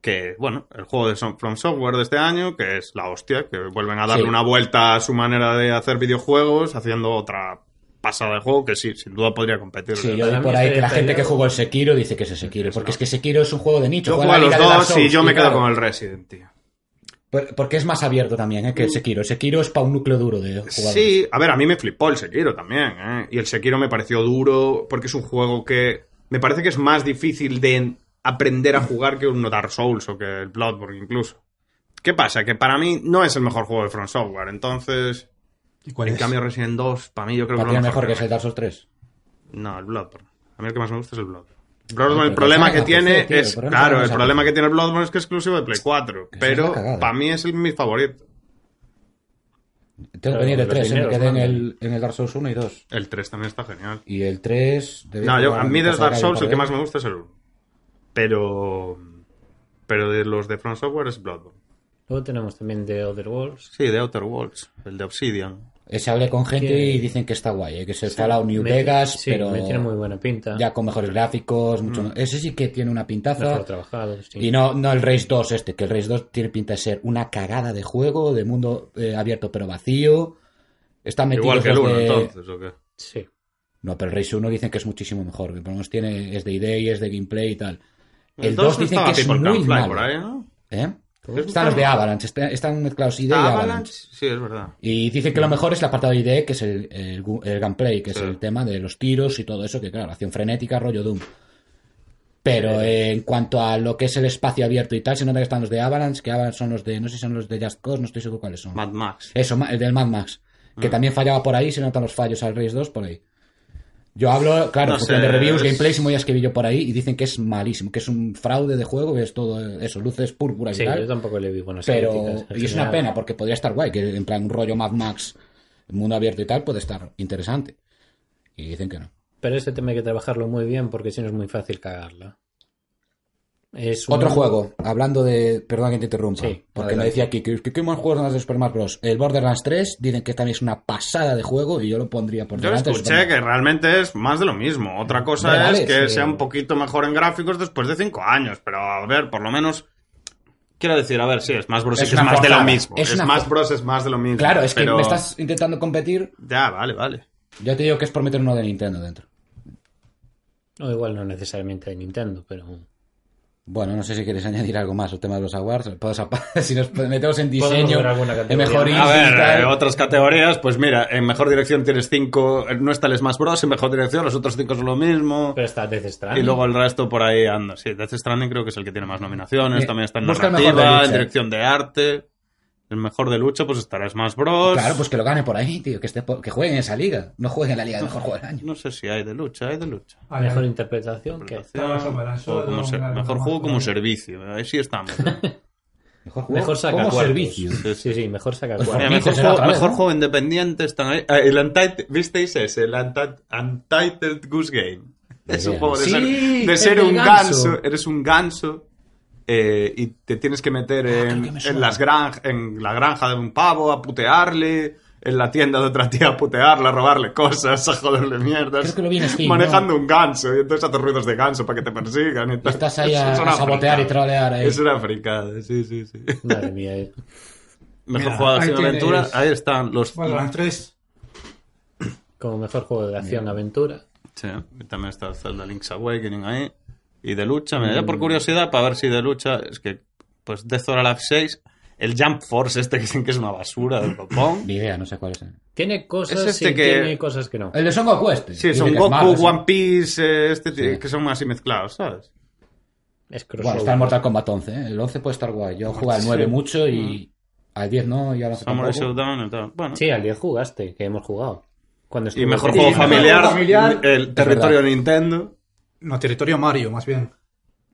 Speaker 2: que, bueno, el juego de Son- From Software de este año, que es la hostia, que vuelven a darle
Speaker 1: Sí.
Speaker 2: una vuelta a su manera de hacer videojuegos, haciendo otra pasada de juego que sí, sin duda podría competir.
Speaker 1: Sí, yo
Speaker 3: Para
Speaker 1: vi
Speaker 3: mí
Speaker 1: por
Speaker 3: este
Speaker 1: ahí que la
Speaker 3: detalle-
Speaker 1: gente que jugó el Sekiro dice que es el Sekiro. Porque es que Sekiro es un juego de nicho.
Speaker 2: Yo
Speaker 1: juega
Speaker 2: juego a
Speaker 1: la
Speaker 2: los
Speaker 1: Liga de Dark
Speaker 2: dos y
Speaker 1: Souls,
Speaker 2: yo me quedo
Speaker 1: claro.
Speaker 2: con el Resident, tío.
Speaker 1: Por- Porque es más abierto también ¿eh? que el Sekiro. El Sekiro es para un núcleo duro de jugadores.
Speaker 2: Sí, a ver, a mí me flipó el Sekiro también, ¿eh? Y el Sekiro me pareció duro porque es un juego que me parece que es más difícil de en- aprender a jugar que un Dark Souls o que el Bloodborne incluso. ¿Qué pasa? Que para mí no es el mejor juego de From Software, entonces...
Speaker 4: ¿Y cuál
Speaker 2: en
Speaker 4: es?
Speaker 2: cambio, Resident 2, para mí yo creo
Speaker 1: Pues
Speaker 2: que
Speaker 1: Para
Speaker 2: lo
Speaker 1: ti es mejor
Speaker 2: mejor,
Speaker 1: que
Speaker 2: que
Speaker 1: es el Dark Souls 3.
Speaker 2: No, el Bloodborne. A mí el que más me gusta es el Bloodborne.
Speaker 1: Ah,
Speaker 2: Bloodborne,
Speaker 1: pero
Speaker 2: el problema
Speaker 1: que
Speaker 2: que
Speaker 1: salga,
Speaker 2: tiene
Speaker 1: sí, tío,
Speaker 2: es...
Speaker 1: el problema
Speaker 2: claro,
Speaker 1: que
Speaker 2: el
Speaker 1: salga.
Speaker 2: problema que tiene el Bloodborne es que es exclusivo de Play 4,
Speaker 1: Que salga
Speaker 2: pero
Speaker 1: cagada.
Speaker 2: para mí es el, mi favorito.
Speaker 1: Tengo
Speaker 3: Pero
Speaker 1: que venir el
Speaker 3: los
Speaker 1: 3. eh, Me
Speaker 3: dineros,
Speaker 1: quedé en
Speaker 3: manda.
Speaker 1: el, en el Dark Souls 1 y 2.
Speaker 2: El 3 también está genial.
Speaker 1: Y el 3. debí
Speaker 2: No, yo,
Speaker 1: jugar
Speaker 2: a mí
Speaker 1: en
Speaker 2: de
Speaker 1: casa
Speaker 2: Dark
Speaker 1: Gaby
Speaker 2: Souls el
Speaker 1: para ver.
Speaker 2: que más me gusta es el 1. Pero. Pero de los de From Software es Bloodborne.
Speaker 3: Luego tenemos también The Other Worlds.
Speaker 2: Sí, de Outer Worlds, el de Obsidian.
Speaker 1: Ese hablé con gente
Speaker 3: Que-
Speaker 1: y dicen que está guay, ¿eh? que es el Fallout New
Speaker 3: Me-
Speaker 1: Vegas,
Speaker 3: sí,
Speaker 1: pero
Speaker 3: me tiene muy buena pinta.
Speaker 1: ya con mejores gráficos. Mucho...
Speaker 2: Mm.
Speaker 1: Ese sí que tiene una pintaza.
Speaker 3: mejor trabajado. sí.
Speaker 1: Y no, no el Race 2 este, que el Race 2 tiene pinta de ser una cagada de juego, de mundo eh, abierto pero vacío. Está metido
Speaker 2: Igual que el
Speaker 1: desde-
Speaker 2: 1, entonces, ¿o qué?
Speaker 3: Sí.
Speaker 1: No, pero el Race 1 dicen que es muchísimo mejor, que por lo menos tiene, es de idea y es de gameplay y tal. El, 2 dicen
Speaker 2: estaba
Speaker 1: que es
Speaker 2: People Can
Speaker 1: muy
Speaker 2: Fly
Speaker 1: malo.
Speaker 2: por ahí, ¿no?
Speaker 1: ¿eh?
Speaker 2: ¿Cómo?
Speaker 1: Están los de Avalanche, está- están mezclados idea y
Speaker 2: Ah,
Speaker 1: Avalanche.
Speaker 2: Avalanche. Sí, es verdad.
Speaker 1: Y dice que lo mejor es el apartado de ID, que es el, el gu- el gameplay, que es
Speaker 2: Mm. Sí.
Speaker 1: el tema de los tiros y todo eso, que claro, acción frenética, rollo Doom. Pero eh, en cuanto a lo que es el espacio abierto y tal, se nota que están los de Avalanche, que Avalanche son los de, no sé si son los de Just Cause, no estoy seguro cuáles son.
Speaker 2: Mad Mm. Max.
Speaker 1: Eso, ma- el del Mad Max, que también fallaba por ahí, se notan los fallos al Race 2 por ahí. Yo hablo, claro,
Speaker 2: No
Speaker 1: en función
Speaker 2: sé,
Speaker 1: de reviews,
Speaker 2: es-
Speaker 1: gameplays y movidas que vi yo por ahí, y dicen que es malísimo, que es un fraude de juego, que es todo eso, luces púrpuras
Speaker 3: Sí,
Speaker 1: y tal.
Speaker 3: yo tampoco le vi buenas
Speaker 1: Pero,
Speaker 3: críticas, en
Speaker 1: y es una
Speaker 3: general.
Speaker 1: pena, porque podría estar guay, que en plan un rollo Mad Max, mundo abierto y tal, puede estar interesante. Y dicen que no.
Speaker 3: Pero ese tema hay que trabajarlo muy bien porque si no es muy fácil cagarla. Es un-
Speaker 1: Otro juego, hablando de. Perdón que te interrumpa.
Speaker 3: Sí,
Speaker 1: porque
Speaker 3: adelante.
Speaker 1: me decía aquí que, que qué más juegos más de Super Smash Bros. El Borderlands 3 dicen que también es una pasada de juego y yo lo pondría por
Speaker 2: Yo lo
Speaker 1: delante. de
Speaker 2: escuché
Speaker 1: Super Mario.
Speaker 2: que realmente es más de lo mismo. Otra cosa
Speaker 1: Bueno,
Speaker 2: es
Speaker 1: vale,
Speaker 2: que
Speaker 1: sí.
Speaker 2: sea un poquito mejor en gráficos después de cinco años, pero a ver, por lo menos. Quiero decir, a ver, sí, es más Bros.
Speaker 1: Es
Speaker 2: Es,
Speaker 1: una
Speaker 2: más de lo
Speaker 1: forzada.
Speaker 2: mismo.
Speaker 1: Es
Speaker 2: Es,
Speaker 1: una
Speaker 2: más
Speaker 1: for-
Speaker 2: Bros. es más de lo mismo.
Speaker 1: Claro, es que
Speaker 2: pero-
Speaker 1: me estás intentando competir.
Speaker 2: Ya, vale, vale.
Speaker 1: Yo te digo que es por meter uno de Nintendo dentro.
Speaker 3: O igual no necesariamente de Nintendo, pero...
Speaker 1: Bueno, no sé si quieres (laughs) añadir algo más al tema de los awards. Puedes apa- (laughs) si nos metemos en
Speaker 3: Podemos
Speaker 1: diseño,
Speaker 3: ver alguna
Speaker 1: en
Speaker 3: categoría.
Speaker 1: mejor
Speaker 2: A
Speaker 3: A
Speaker 1: indie y
Speaker 2: ver,
Speaker 1: tal.
Speaker 2: eh, otras categorías, pues mira, en mejor dirección tienes cinco, eh, no está el Smash Bros. en mejor dirección, los otros cinco son lo mismo.
Speaker 3: Pero está Death Stranding.
Speaker 2: Y luego el resto por ahí anda. Sí, Death Stranding creo que es el que tiene más nominaciones,
Speaker 1: Eh,
Speaker 2: también está en
Speaker 1: busca el
Speaker 2: narrativa,
Speaker 1: mejor de lucha.
Speaker 2: en dirección de arte. El mejor de lucha, pues estará Smash Bros.
Speaker 1: Claro, pues que lo gane por ahí, tío. Que, esté por- que juegue en esa liga. No juegue en la liga de mejor juego del año.
Speaker 2: No sé si hay de lucha, hay de lucha.
Speaker 4: A ver,
Speaker 3: Mejor interpretación que...
Speaker 2: Interpretación, o como ser- mejor juego como servicio, ahí sí estamos. ¿eh?
Speaker 1: (laughs)
Speaker 2: ¿no?
Speaker 1: Mejor juego
Speaker 3: Mejor saca
Speaker 1: como
Speaker 3: cuartos.
Speaker 1: servicio.
Speaker 3: Sí, sí, mejor saca
Speaker 1: Mejor-
Speaker 2: Mira,
Speaker 3: cuartos.
Speaker 2: mejor,
Speaker 1: será
Speaker 2: juego,
Speaker 1: otra vez,
Speaker 2: mejor
Speaker 1: ¿no?
Speaker 2: juego independiente están ahí. Ah, el Untitled, ¿Visteis ese? El Unti- Untitled Goose Game. Es
Speaker 1: Pues Sí,
Speaker 2: un juego de
Speaker 3: sí,
Speaker 2: ser, de
Speaker 3: el
Speaker 2: ser
Speaker 3: del
Speaker 2: un
Speaker 3: ganso.
Speaker 2: ganso. Eres un ganso eh, y te tienes que meter en,
Speaker 1: Ah, que me
Speaker 2: en
Speaker 1: suena.
Speaker 2: las granja, en la granja de un pavo a putearle. en la tienda de otra tía a putearla, a robarle cosas, a joderle mierdas.
Speaker 1: Creo que lo vi en Steam,
Speaker 2: manejando
Speaker 1: ¿no?
Speaker 2: un ganso y entonces haces ruidos de ganso para que te persigan y tal.
Speaker 1: Estás ahí a,
Speaker 2: Es una
Speaker 1: a sabotear y
Speaker 2: fricada.
Speaker 1: trolear ahí.
Speaker 2: Es una fricada, sí, sí, sí.
Speaker 3: Madre mía. eh.
Speaker 2: Mejor
Speaker 4: Mira,
Speaker 2: jugada
Speaker 4: ahí
Speaker 2: sin
Speaker 4: tienes-
Speaker 2: aventura, ahí están los...
Speaker 4: Valorant 3.
Speaker 3: Como mejor juego de acción, aventura.
Speaker 2: Sí, y también está Zelda Link's Awakening ahí. Y de lucha, mira, ya por curiosidad, para ver si de lucha, es que, pues Death or Alive 6, el Jump Force este que dicen que es una basura del copón.
Speaker 1: Ni idea, no sé cuál es. El
Speaker 3: Tiene cosas
Speaker 2: Es este
Speaker 3: sí,
Speaker 2: que-
Speaker 3: tiene cosas que no.
Speaker 1: de Son Goku este.
Speaker 2: (coughs) Sí,
Speaker 1: Dicen
Speaker 2: son
Speaker 1: que es
Speaker 2: Goku,
Speaker 1: malo, sí.
Speaker 2: One Piece, eh, este,
Speaker 1: Sí.
Speaker 2: que son así mezclados, ¿sabes?
Speaker 3: Es
Speaker 1: Bueno,
Speaker 3: crossover.
Speaker 1: está el Mortal Kombat 11, ¿eh? El 11 puede estar guay. Yo jugué al 9 mucho y
Speaker 2: Mm.
Speaker 1: al 10 no, y al 11
Speaker 2: Samurai
Speaker 1: tampoco.
Speaker 2: Showdown y tal. Bueno.
Speaker 3: Sí, al 10 jugaste, que hemos jugado.
Speaker 2: Y
Speaker 3: Cuando estuvo-
Speaker 2: mejor
Speaker 4: Y
Speaker 2: juego
Speaker 4: mejor
Speaker 2: familiar,
Speaker 4: juego familiar,
Speaker 2: el territorio Nintendo,
Speaker 4: No, territorio Mario, más bien.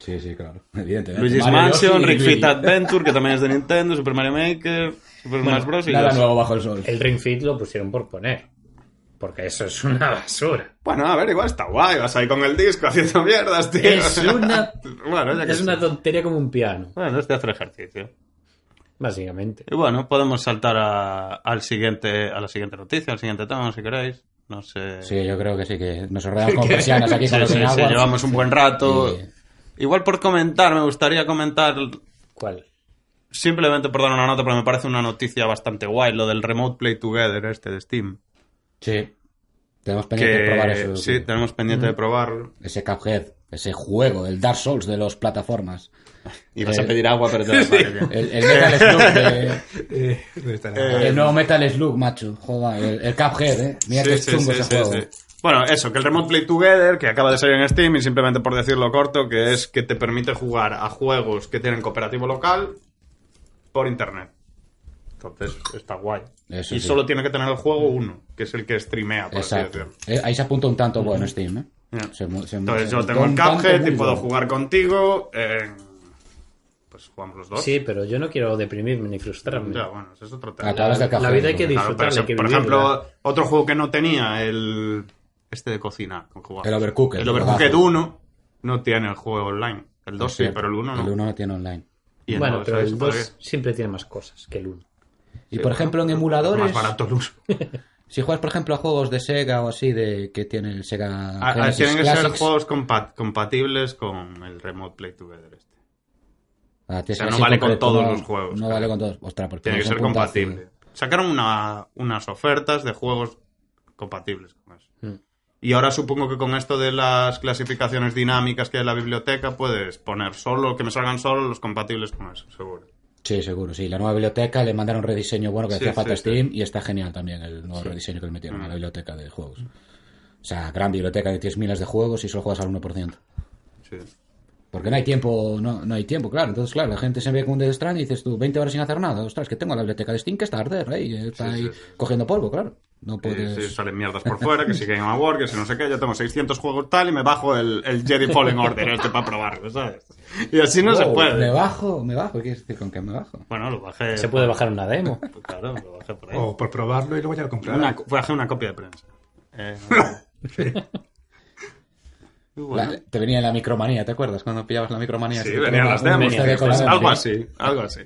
Speaker 1: Sí, sí, claro. Evidentemente.
Speaker 2: Luigi's
Speaker 1: Eh, Mario,
Speaker 2: Mansion,
Speaker 1: Yoshi y
Speaker 2: Rick
Speaker 1: Luigi.
Speaker 2: Fit Adventure, que también es de Nintendo, Super Mario Maker, Super Smash Bros. y
Speaker 1: Nada
Speaker 2: ya.
Speaker 1: nuevo bajo el sol.
Speaker 2: Eh.
Speaker 3: El Ring Fit lo pusieron por poner. Porque eso es una basura.
Speaker 2: Bueno, a ver, igual está guay, vas ahí con el disco haciendo mierdas, tío.
Speaker 3: Es una,
Speaker 2: (laughs) bueno, ya que
Speaker 3: es una
Speaker 2: sí.
Speaker 3: tontería como un piano,
Speaker 2: Bueno, es de hacer ejercicio.
Speaker 3: básicamente.
Speaker 2: Y bueno, podemos saltar a, al siguiente, a la siguiente noticia, al siguiente tema, si queréis. No sé.
Speaker 1: Sí, yo creo que sí, que nos
Speaker 2: (laughs)
Speaker 1: ordenamos como persianas aquí
Speaker 2: Sí,
Speaker 1: con los
Speaker 2: sí,
Speaker 1: sin
Speaker 2: sí,
Speaker 1: agua.
Speaker 2: llevamos un buen rato.
Speaker 1: Sí.
Speaker 2: Igual por comentar, me gustaría comentar
Speaker 3: ¿Cuál?
Speaker 2: simplemente por dar una nota, porque me parece una noticia bastante guay, lo del Remote Play Together este de Steam.
Speaker 1: Sí. Tenemos pendiente de probar
Speaker 2: Que
Speaker 1: eso.
Speaker 2: sí, Mm. tenemos pendiente de probarlo.
Speaker 1: Ese Cuphead, ese juego, el Dark Souls de las plataformas.
Speaker 2: Y vas a
Speaker 1: Eh,
Speaker 2: pedir agua, pero (laughs) te vas a
Speaker 1: El, el Metal Slug
Speaker 2: (laughs)
Speaker 1: de-
Speaker 4: Eh, ¿dónde está la-
Speaker 2: Eh,
Speaker 1: El nuevo Metal Slug, macho. Joder, el, el Cuphead, eh. Mira que es chungo ese juego.
Speaker 2: Bueno, eso, que el Remote Play Together, que acaba de salir en Steam, y simplemente por decirlo corto, que es que te permite jugar a juegos que tienen cooperativo local por internet. Entonces, está guay.
Speaker 1: Eso
Speaker 2: y
Speaker 1: sí.
Speaker 2: solo tiene que tener el juego uno, que es el que streamea, por así
Speaker 1: Exacto.
Speaker 2: decirlo.
Speaker 1: Eh, ahí se apunta un tanto bueno Steam, eh.
Speaker 2: Ya.
Speaker 1: Se mu- se mu-
Speaker 2: Entonces,
Speaker 1: se
Speaker 2: yo
Speaker 1: apuntó
Speaker 2: tengo el
Speaker 1: un tanto
Speaker 2: Cuphead y
Speaker 1: muy
Speaker 2: puedo
Speaker 1: bueno.
Speaker 2: jugar contigo. en- Pues jugamos los dos.
Speaker 3: Sí, pero yo no quiero deprimirme ni frustrarme.
Speaker 2: Ya, bueno, eso es otro tema.
Speaker 1: Ah, te hablas del Cuphead,
Speaker 3: La vida hay
Speaker 1: ¿no?
Speaker 3: que
Speaker 2: Claro, pero
Speaker 3: disfrutarla,
Speaker 2: si,
Speaker 3: hay que
Speaker 2: por
Speaker 3: vivirla.
Speaker 2: ejemplo, otro juego que no tenía, el este de cocina. con jugar.
Speaker 1: El Overcooked,
Speaker 2: El Overcooked
Speaker 1: abajo.
Speaker 2: 1 no tiene el juego online. El 2 sí, pero el 1 no.
Speaker 1: El 1 no tiene online.
Speaker 2: Y el
Speaker 3: bueno,
Speaker 2: dos,
Speaker 3: pero
Speaker 2: ¿sabes?
Speaker 3: el
Speaker 2: Porque
Speaker 3: 2 siempre tiene más cosas que el 1.
Speaker 1: Y por ejemplo, en emuladores.
Speaker 2: Más barato el uso.
Speaker 1: Si juegas, por ejemplo, a juegos de Sega o así, de que tiene el Sega
Speaker 2: Ah, ah,
Speaker 1: Genesis
Speaker 2: Tienen que ser
Speaker 1: Classics.
Speaker 2: juegos compa- compatibles con el Remote Play Together. Este.
Speaker 1: Ah, tiene
Speaker 2: O sea,
Speaker 1: que
Speaker 2: no
Speaker 1: ser
Speaker 2: vale con
Speaker 1: concreto,
Speaker 2: todos
Speaker 1: no-
Speaker 2: los juegos,
Speaker 1: No
Speaker 2: claro.
Speaker 1: vale con todos. Ostras, porque
Speaker 2: Tiene que
Speaker 1: es
Speaker 2: ser
Speaker 1: un puntazo.
Speaker 2: compatible. Sacaron una- unas ofertas de juegos compatibles con eso.
Speaker 1: Hmm.
Speaker 3: Mm.
Speaker 2: Y ahora supongo que con esto de las clasificaciones dinámicas que hay en la biblioteca puedes poner solo, que me salgan solo los compatibles con eso, seguro.
Speaker 1: Sí, seguro. Sí, la nueva biblioteca le mandaron un rediseño bueno que
Speaker 2: Sí,
Speaker 1: hacía falta
Speaker 2: sí, Mm.
Speaker 1: Steam y está genial también el nuevo rediseño que le metieron a la biblioteca de juegos. O sea, gran biblioteca que tienes miles de juegos y solo juegas al 1%.
Speaker 2: Sí.
Speaker 1: Porque no hay tiempo, no, no hay tiempo, claro. Entonces, claro, la gente se ve con un dedo extraño y dices tú, 20 horas sin hacer nada. Ostras, que tengo la biblioteca de Steam que está a arder ahí, está
Speaker 2: Sí, sí,
Speaker 1: ahí
Speaker 2: sí, sí.
Speaker 1: cogiendo polvo, claro. No puedes...
Speaker 2: Y si salen mierdas por fuera, que si Game Award, que si no sé qué, yo tengo 600 juegos tal y me bajo el, el Jedi Fallen Order este para probarlo, ¿sabes? Y así no se
Speaker 1: Wow,
Speaker 2: puede.
Speaker 1: Me bajo, me bajo. ¿Qué quieres decir con que me bajo?
Speaker 2: Bueno, lo bajé. pues
Speaker 3: Se puede bajar una demo.
Speaker 2: Claro, lo bajé por ahí.
Speaker 4: O por probarlo y luego ya lo compraré.
Speaker 2: Una, co- bajé una copia
Speaker 1: (laughs)
Speaker 2: de prensa. Eh, y bueno.
Speaker 1: La- te venía la micromanía, ¿te acuerdas? Cuando pillabas la micromanía.
Speaker 2: Sí,
Speaker 1: que te
Speaker 2: venían
Speaker 1: ponía
Speaker 2: las
Speaker 1: un
Speaker 2: demos.
Speaker 1: este de
Speaker 2: pues,
Speaker 1: colores,
Speaker 2: algo
Speaker 1: sí.
Speaker 2: así, algo así.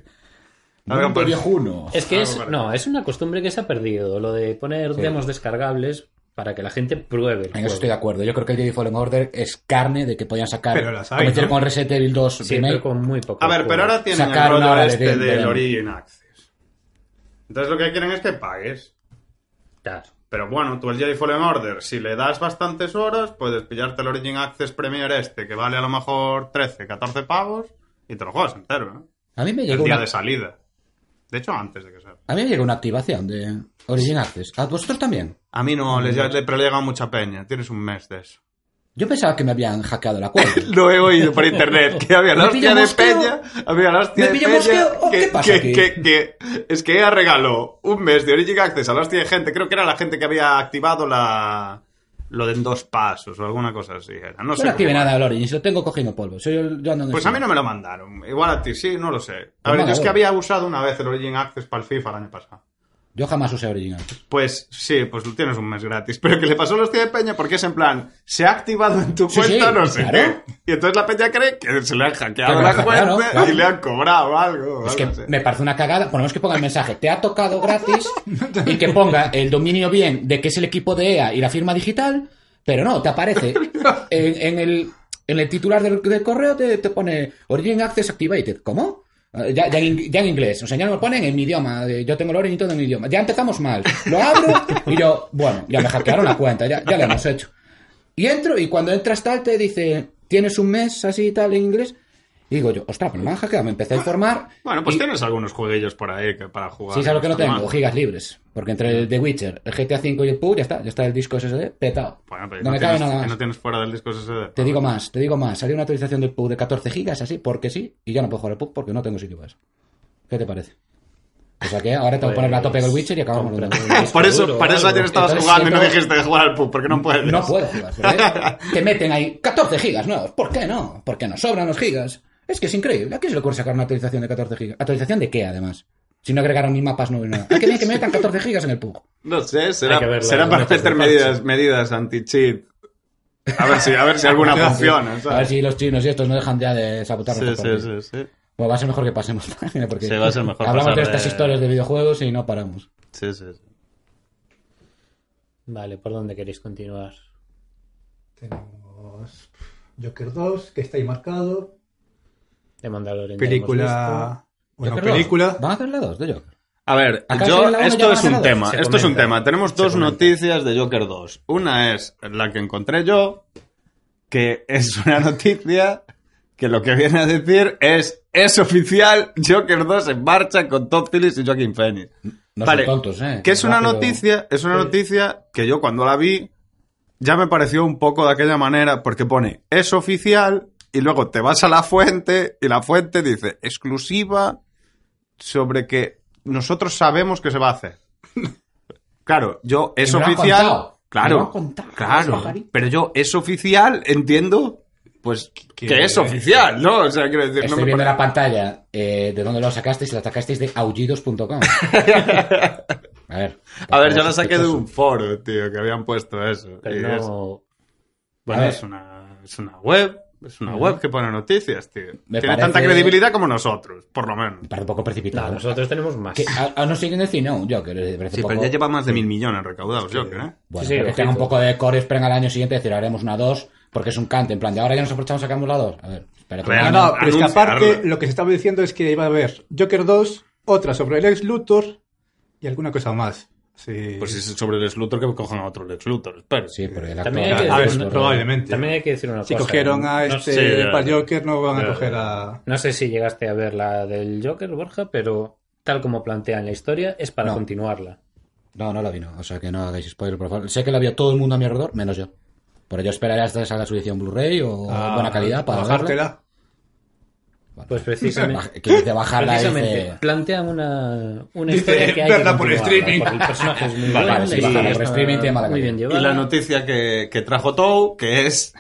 Speaker 2: Algo
Speaker 1: Mundo
Speaker 2: parecido.
Speaker 1: viejuno.
Speaker 3: Es que es,
Speaker 2: Ah, vale.
Speaker 3: no, es una costumbre que se ha perdido, lo de poner demos descargables para que la gente pruebe.
Speaker 1: En
Speaker 3: el
Speaker 1: eso
Speaker 3: juego.
Speaker 1: estoy de acuerdo. Yo creo que el Jedi Fallen Order es carne de que podían sacar.
Speaker 4: Pero las hay,
Speaker 1: como hicieron
Speaker 4: ¿no?
Speaker 1: con Reset Evil 2
Speaker 3: Sí,
Speaker 1: remake.
Speaker 3: pero con muy poco.
Speaker 2: A ver, pero ahora tienen el
Speaker 1: Sacar una
Speaker 2: rollo
Speaker 1: hora de
Speaker 2: este
Speaker 1: demo,
Speaker 2: del
Speaker 1: demo.
Speaker 2: Origin Access. Entonces lo que quieren es que pagues. Pero bueno, tú el Jedi Fallen Order, si le das bastantes horas, puedes pillarte el Origin Access Premier este, que vale a lo mejor 13, 14 pavos, y te lo juegas entero, ¿no?
Speaker 1: A mí me
Speaker 2: El
Speaker 1: llegó
Speaker 2: día
Speaker 1: una,
Speaker 2: de salida. De hecho, antes de que sea.
Speaker 1: a mí me llegó una activación de Origin Access. ¿A vosotros también?
Speaker 2: A mí no, les, ya- le- pero le llega mucha peña. Tienes un mes de eso.
Speaker 1: Yo pensaba que me habían hackeado la
Speaker 2: (laughs)
Speaker 1: cuenta.
Speaker 2: Lo he oído por internet, que había la
Speaker 1: (laughs) ¿Me
Speaker 2: hostia
Speaker 1: pilla
Speaker 2: de
Speaker 1: mosqueo?
Speaker 2: Peña, había la hostia
Speaker 1: ¿Me
Speaker 2: de
Speaker 1: pilla
Speaker 2: Peña,
Speaker 1: mosqueo? ¿O
Speaker 2: que,
Speaker 1: qué pasa
Speaker 2: que-
Speaker 1: aquí?
Speaker 2: que- que- es que ella regaló un mes de Origin Access a la hostia de gente, creo que era la gente que había activado la lo de en dos pasos o alguna cosa así, era, no
Speaker 1: Yo
Speaker 2: sé.
Speaker 1: no activé
Speaker 2: cómo.
Speaker 1: nada al Origin, si lo tengo cogiendo polvo. Soy el- yo ando en el
Speaker 2: Pues a
Speaker 1: sur.
Speaker 2: mí no me lo mandaron, igual a ti sí, no lo sé. A
Speaker 1: Pues
Speaker 2: ver,
Speaker 1: nada,
Speaker 2: yo es que
Speaker 1: bueno.
Speaker 2: había usado una vez el Origin Access para el FIFA el año pasado.
Speaker 1: Yo jamás usé Origin antes.
Speaker 2: Pues sí, pues tú tienes un mes gratis. Pero que le pasó a los tíos de Peña porque es en plan, se ha activado en tu
Speaker 1: Sí,
Speaker 2: cuenta,
Speaker 1: sí,
Speaker 2: no sé
Speaker 1: claro.
Speaker 2: qué. Y entonces la Peña cree que se le han hackeado
Speaker 1: Que me
Speaker 2: la
Speaker 1: han hackeado,
Speaker 2: cuenta
Speaker 1: claro.
Speaker 2: y le han cobrado algo.
Speaker 1: Es
Speaker 2: algo
Speaker 1: que
Speaker 2: así.
Speaker 1: me parece una cagada, por lo menos que ponga el mensaje, te ha tocado gratis y que ponga el dominio bien de que es el equipo de EA y la firma digital, pero no, te
Speaker 2: (laughs)
Speaker 1: aparece en, en el, en el titular del, del correo, te, te pone Origin Access Activated. ¿Cómo? Eh, Ya, ya en, ya en inglés, o sea, ya no lo ponen en mi idioma, de, yo tengo el Origin todo en mi idioma. Ya empezamos mal, lo abro y yo, bueno, ya me hackearon la cuenta, ya, ya lo hemos hecho. Y entro y cuando entras tal te dice, tienes un mes así y tal en inglés. Y digo yo, ostras, pero me han hackeado, me empecé a informar.
Speaker 2: Bueno, pues
Speaker 1: y-
Speaker 2: tienes algunos jueguillos por ahí que- para jugar.
Speaker 1: Sí, sabes lo que no
Speaker 2: Está
Speaker 1: tengo,
Speaker 2: mal.
Speaker 1: gigas libres. Porque entre el The Witcher, el GTA V y el PUB, ya está, ya está el disco SSD petado.
Speaker 2: Bueno, pero
Speaker 1: no,
Speaker 2: no,
Speaker 1: me cabe
Speaker 2: tienes,
Speaker 1: nada más.
Speaker 2: no tienes fuera del disco SSD.
Speaker 1: Te digo más, te digo más. Salió una actualización del PUB de 14 gigas, así, porque sí, y ya no puedo jugar al PUB porque no tengo sitio para eso. ¿Qué te parece? O sea que ahora tengo que poner la tope con el Witcher y acabamos con
Speaker 3: Comprando.
Speaker 2: (laughs) Pues, Por eso,
Speaker 3: Seguro,
Speaker 2: por eso
Speaker 3: algo.
Speaker 2: ayer estabas
Speaker 1: Entonces,
Speaker 2: jugando y no
Speaker 1: siempre-
Speaker 2: dijiste de jugar al pub, porque no puedes.
Speaker 1: No
Speaker 2: (laughs)
Speaker 1: puedo jugar. joder. Te meten ahí 14 gigas nuevos. ¿Por qué no? Porque nos sobran los gigas. Es que es increíble. ¿A quién se le ocurre sacar una actualización de 14 gigas? ¿Actualización de qué, además? Si no agregaron mis mapas, no hay nada. ¿A qué bien que me metan 14 gigas en el
Speaker 2: (laughs)
Speaker 1: PUB?
Speaker 2: No sé,
Speaker 3: Hay que
Speaker 2: será,
Speaker 3: verlo,
Speaker 2: será
Speaker 3: los
Speaker 2: para
Speaker 3: métodos
Speaker 2: meter
Speaker 3: de parche.
Speaker 2: medidas, medidas anti-cheat. A ver si, a ver
Speaker 1: (laughs)
Speaker 2: si alguna funciona.
Speaker 1: A ver
Speaker 2: ¿sabes?
Speaker 1: si los chinos y estos no dejan ya de sabotar
Speaker 2: Sí,
Speaker 1: nuestros
Speaker 2: sí,
Speaker 1: partidos.
Speaker 2: sí, sí.
Speaker 1: Bueno, va a ser mejor que pasemos página, porque
Speaker 2: Sí, va a ser mejor
Speaker 1: hablamos
Speaker 2: pasar
Speaker 1: de estas
Speaker 2: de-
Speaker 1: historias de videojuegos y no paramos.
Speaker 2: Sí, sí, sí.
Speaker 3: Vale, ¿por dónde queréis continuar?
Speaker 4: Tenemos Joker 2, que está ahí marcado.
Speaker 3: De Mandalorian. ya hemos visto.
Speaker 4: Película. Bueno,
Speaker 1: Joker dos.
Speaker 4: película.
Speaker 1: Van a hacer la 2 de Joker.
Speaker 2: A ver,
Speaker 1: Acá
Speaker 2: yo,
Speaker 1: sería la uno, ya
Speaker 2: esto
Speaker 1: van
Speaker 2: es
Speaker 1: a la
Speaker 2: un
Speaker 1: dos.
Speaker 2: tema.
Speaker 3: Se
Speaker 2: Esto es un
Speaker 3: comenta,
Speaker 2: tema. Tenemos
Speaker 3: se
Speaker 2: dos
Speaker 3: comenta.
Speaker 2: noticias de Joker 2. Una es la que encontré yo, que es una (laughs) noticia que lo que viene a decir es es oficial Joker 2 en marcha con Todd Phillips y Joaquin Phoenix.
Speaker 1: No
Speaker 2: Vale,
Speaker 1: son tontos, ¿eh?
Speaker 2: Que es una
Speaker 1: Rápido.
Speaker 2: noticia, es una noticia que yo cuando la vi ya me pareció un poco de aquella manera, porque pone es oficial y luego te vas a la fuente y la fuente dice exclusiva sobre que nosotros sabemos que se va a hacer. (laughs) Claro, yo es
Speaker 1: me lo han
Speaker 2: oficial.
Speaker 1: contado, me lo
Speaker 2: Claro,
Speaker 1: han contado, los
Speaker 2: claro.
Speaker 1: pajaritos.
Speaker 2: Pero yo es oficial, entiendo, pues que,
Speaker 4: Que-
Speaker 2: es oficial, ¿no? O sea, quiero decir, Este no
Speaker 1: Estoy
Speaker 2: me
Speaker 1: viendo
Speaker 2: pare-
Speaker 1: la pantalla eh, de dónde lo sacasteis y la sacasteis de
Speaker 2: (laughs)
Speaker 1: aullidos.com. A ver.
Speaker 2: A ver, yo
Speaker 1: ya
Speaker 2: la saqué de un foro, tío, que habían puesto eso. y
Speaker 3: Pero
Speaker 2: es-
Speaker 3: no.
Speaker 2: Bueno,
Speaker 1: A ver.
Speaker 2: es una, es una web. Es una web que pone noticias, tío.
Speaker 1: Me
Speaker 2: Tiene
Speaker 1: parece-
Speaker 2: tanta credibilidad como nosotros, por lo menos.
Speaker 1: Parece un poco precipitado.
Speaker 3: No, nosotros tenemos más.
Speaker 1: Que a, a no siguen el cine, un Joker. eh, parece
Speaker 2: Sí,
Speaker 1: un
Speaker 2: pero
Speaker 1: poco-
Speaker 2: ya lleva más de mil millones recaudados, yo creo, ¿eh?
Speaker 1: Bueno,
Speaker 3: Sí, sí,
Speaker 1: pero que
Speaker 3: ojito.
Speaker 1: tenga un poco de core spring al año siguiente, decir, haremos una 2, porque es un cante, en plan, de ahora ya nos aprovechamos, sacamos la 2. A ver, espérate.
Speaker 2: Real,
Speaker 4: No,
Speaker 1: un
Speaker 4: no,
Speaker 1: año.
Speaker 4: pero es que
Speaker 2: anunciarla.
Speaker 4: aparte lo que se estaba diciendo es que iba a haber Joker 2, otra sobre el ex Luthor y alguna cosa más. Sí.
Speaker 2: Pues si es sobre el Slutor que cojan a otro Lex Luthor, espero.
Speaker 1: Sí, pero el
Speaker 3: También
Speaker 1: actor-
Speaker 3: hay que
Speaker 4: a ver,
Speaker 3: decir una-
Speaker 4: probablemente.
Speaker 3: También hay que decir una
Speaker 4: si
Speaker 3: cosa.
Speaker 4: cogieron a
Speaker 3: No
Speaker 4: este
Speaker 2: sí, ya,
Speaker 4: para
Speaker 2: ya.
Speaker 4: Joker, no van
Speaker 2: Ya,
Speaker 4: a coger a.
Speaker 3: No sé si llegaste a ver la del Joker, Borja, pero tal como plantean la historia, es para
Speaker 1: No.
Speaker 3: continuarla.
Speaker 1: No, no la vi, no. O sea, que no hagáis spoiler, por favor. Sé que la vio todo el mundo a mi alrededor, menos yo. Pero yo esperaré hasta salga su edición Blu-ray o
Speaker 3: Ah,
Speaker 4: a-
Speaker 1: buena calidad para verla.
Speaker 4: bajártela.
Speaker 1: Bueno,
Speaker 3: Pues precisamente.
Speaker 1: que dice bajarla dice-
Speaker 3: Precisamente, plantean una, una
Speaker 4: Dice,
Speaker 3: historia que hay que
Speaker 4: verla por
Speaker 3: continuarla,
Speaker 4: streaming.
Speaker 3: porque el personaje es muy
Speaker 1: Vale,
Speaker 3: bueno
Speaker 1: sí,
Speaker 3: y
Speaker 1: bajarla por
Speaker 3: está
Speaker 1: streaming, tiene mala
Speaker 3: muy
Speaker 1: calidad.
Speaker 3: bien
Speaker 2: Y la
Speaker 3: llevada.
Speaker 2: noticia que, que trajo Tou, que es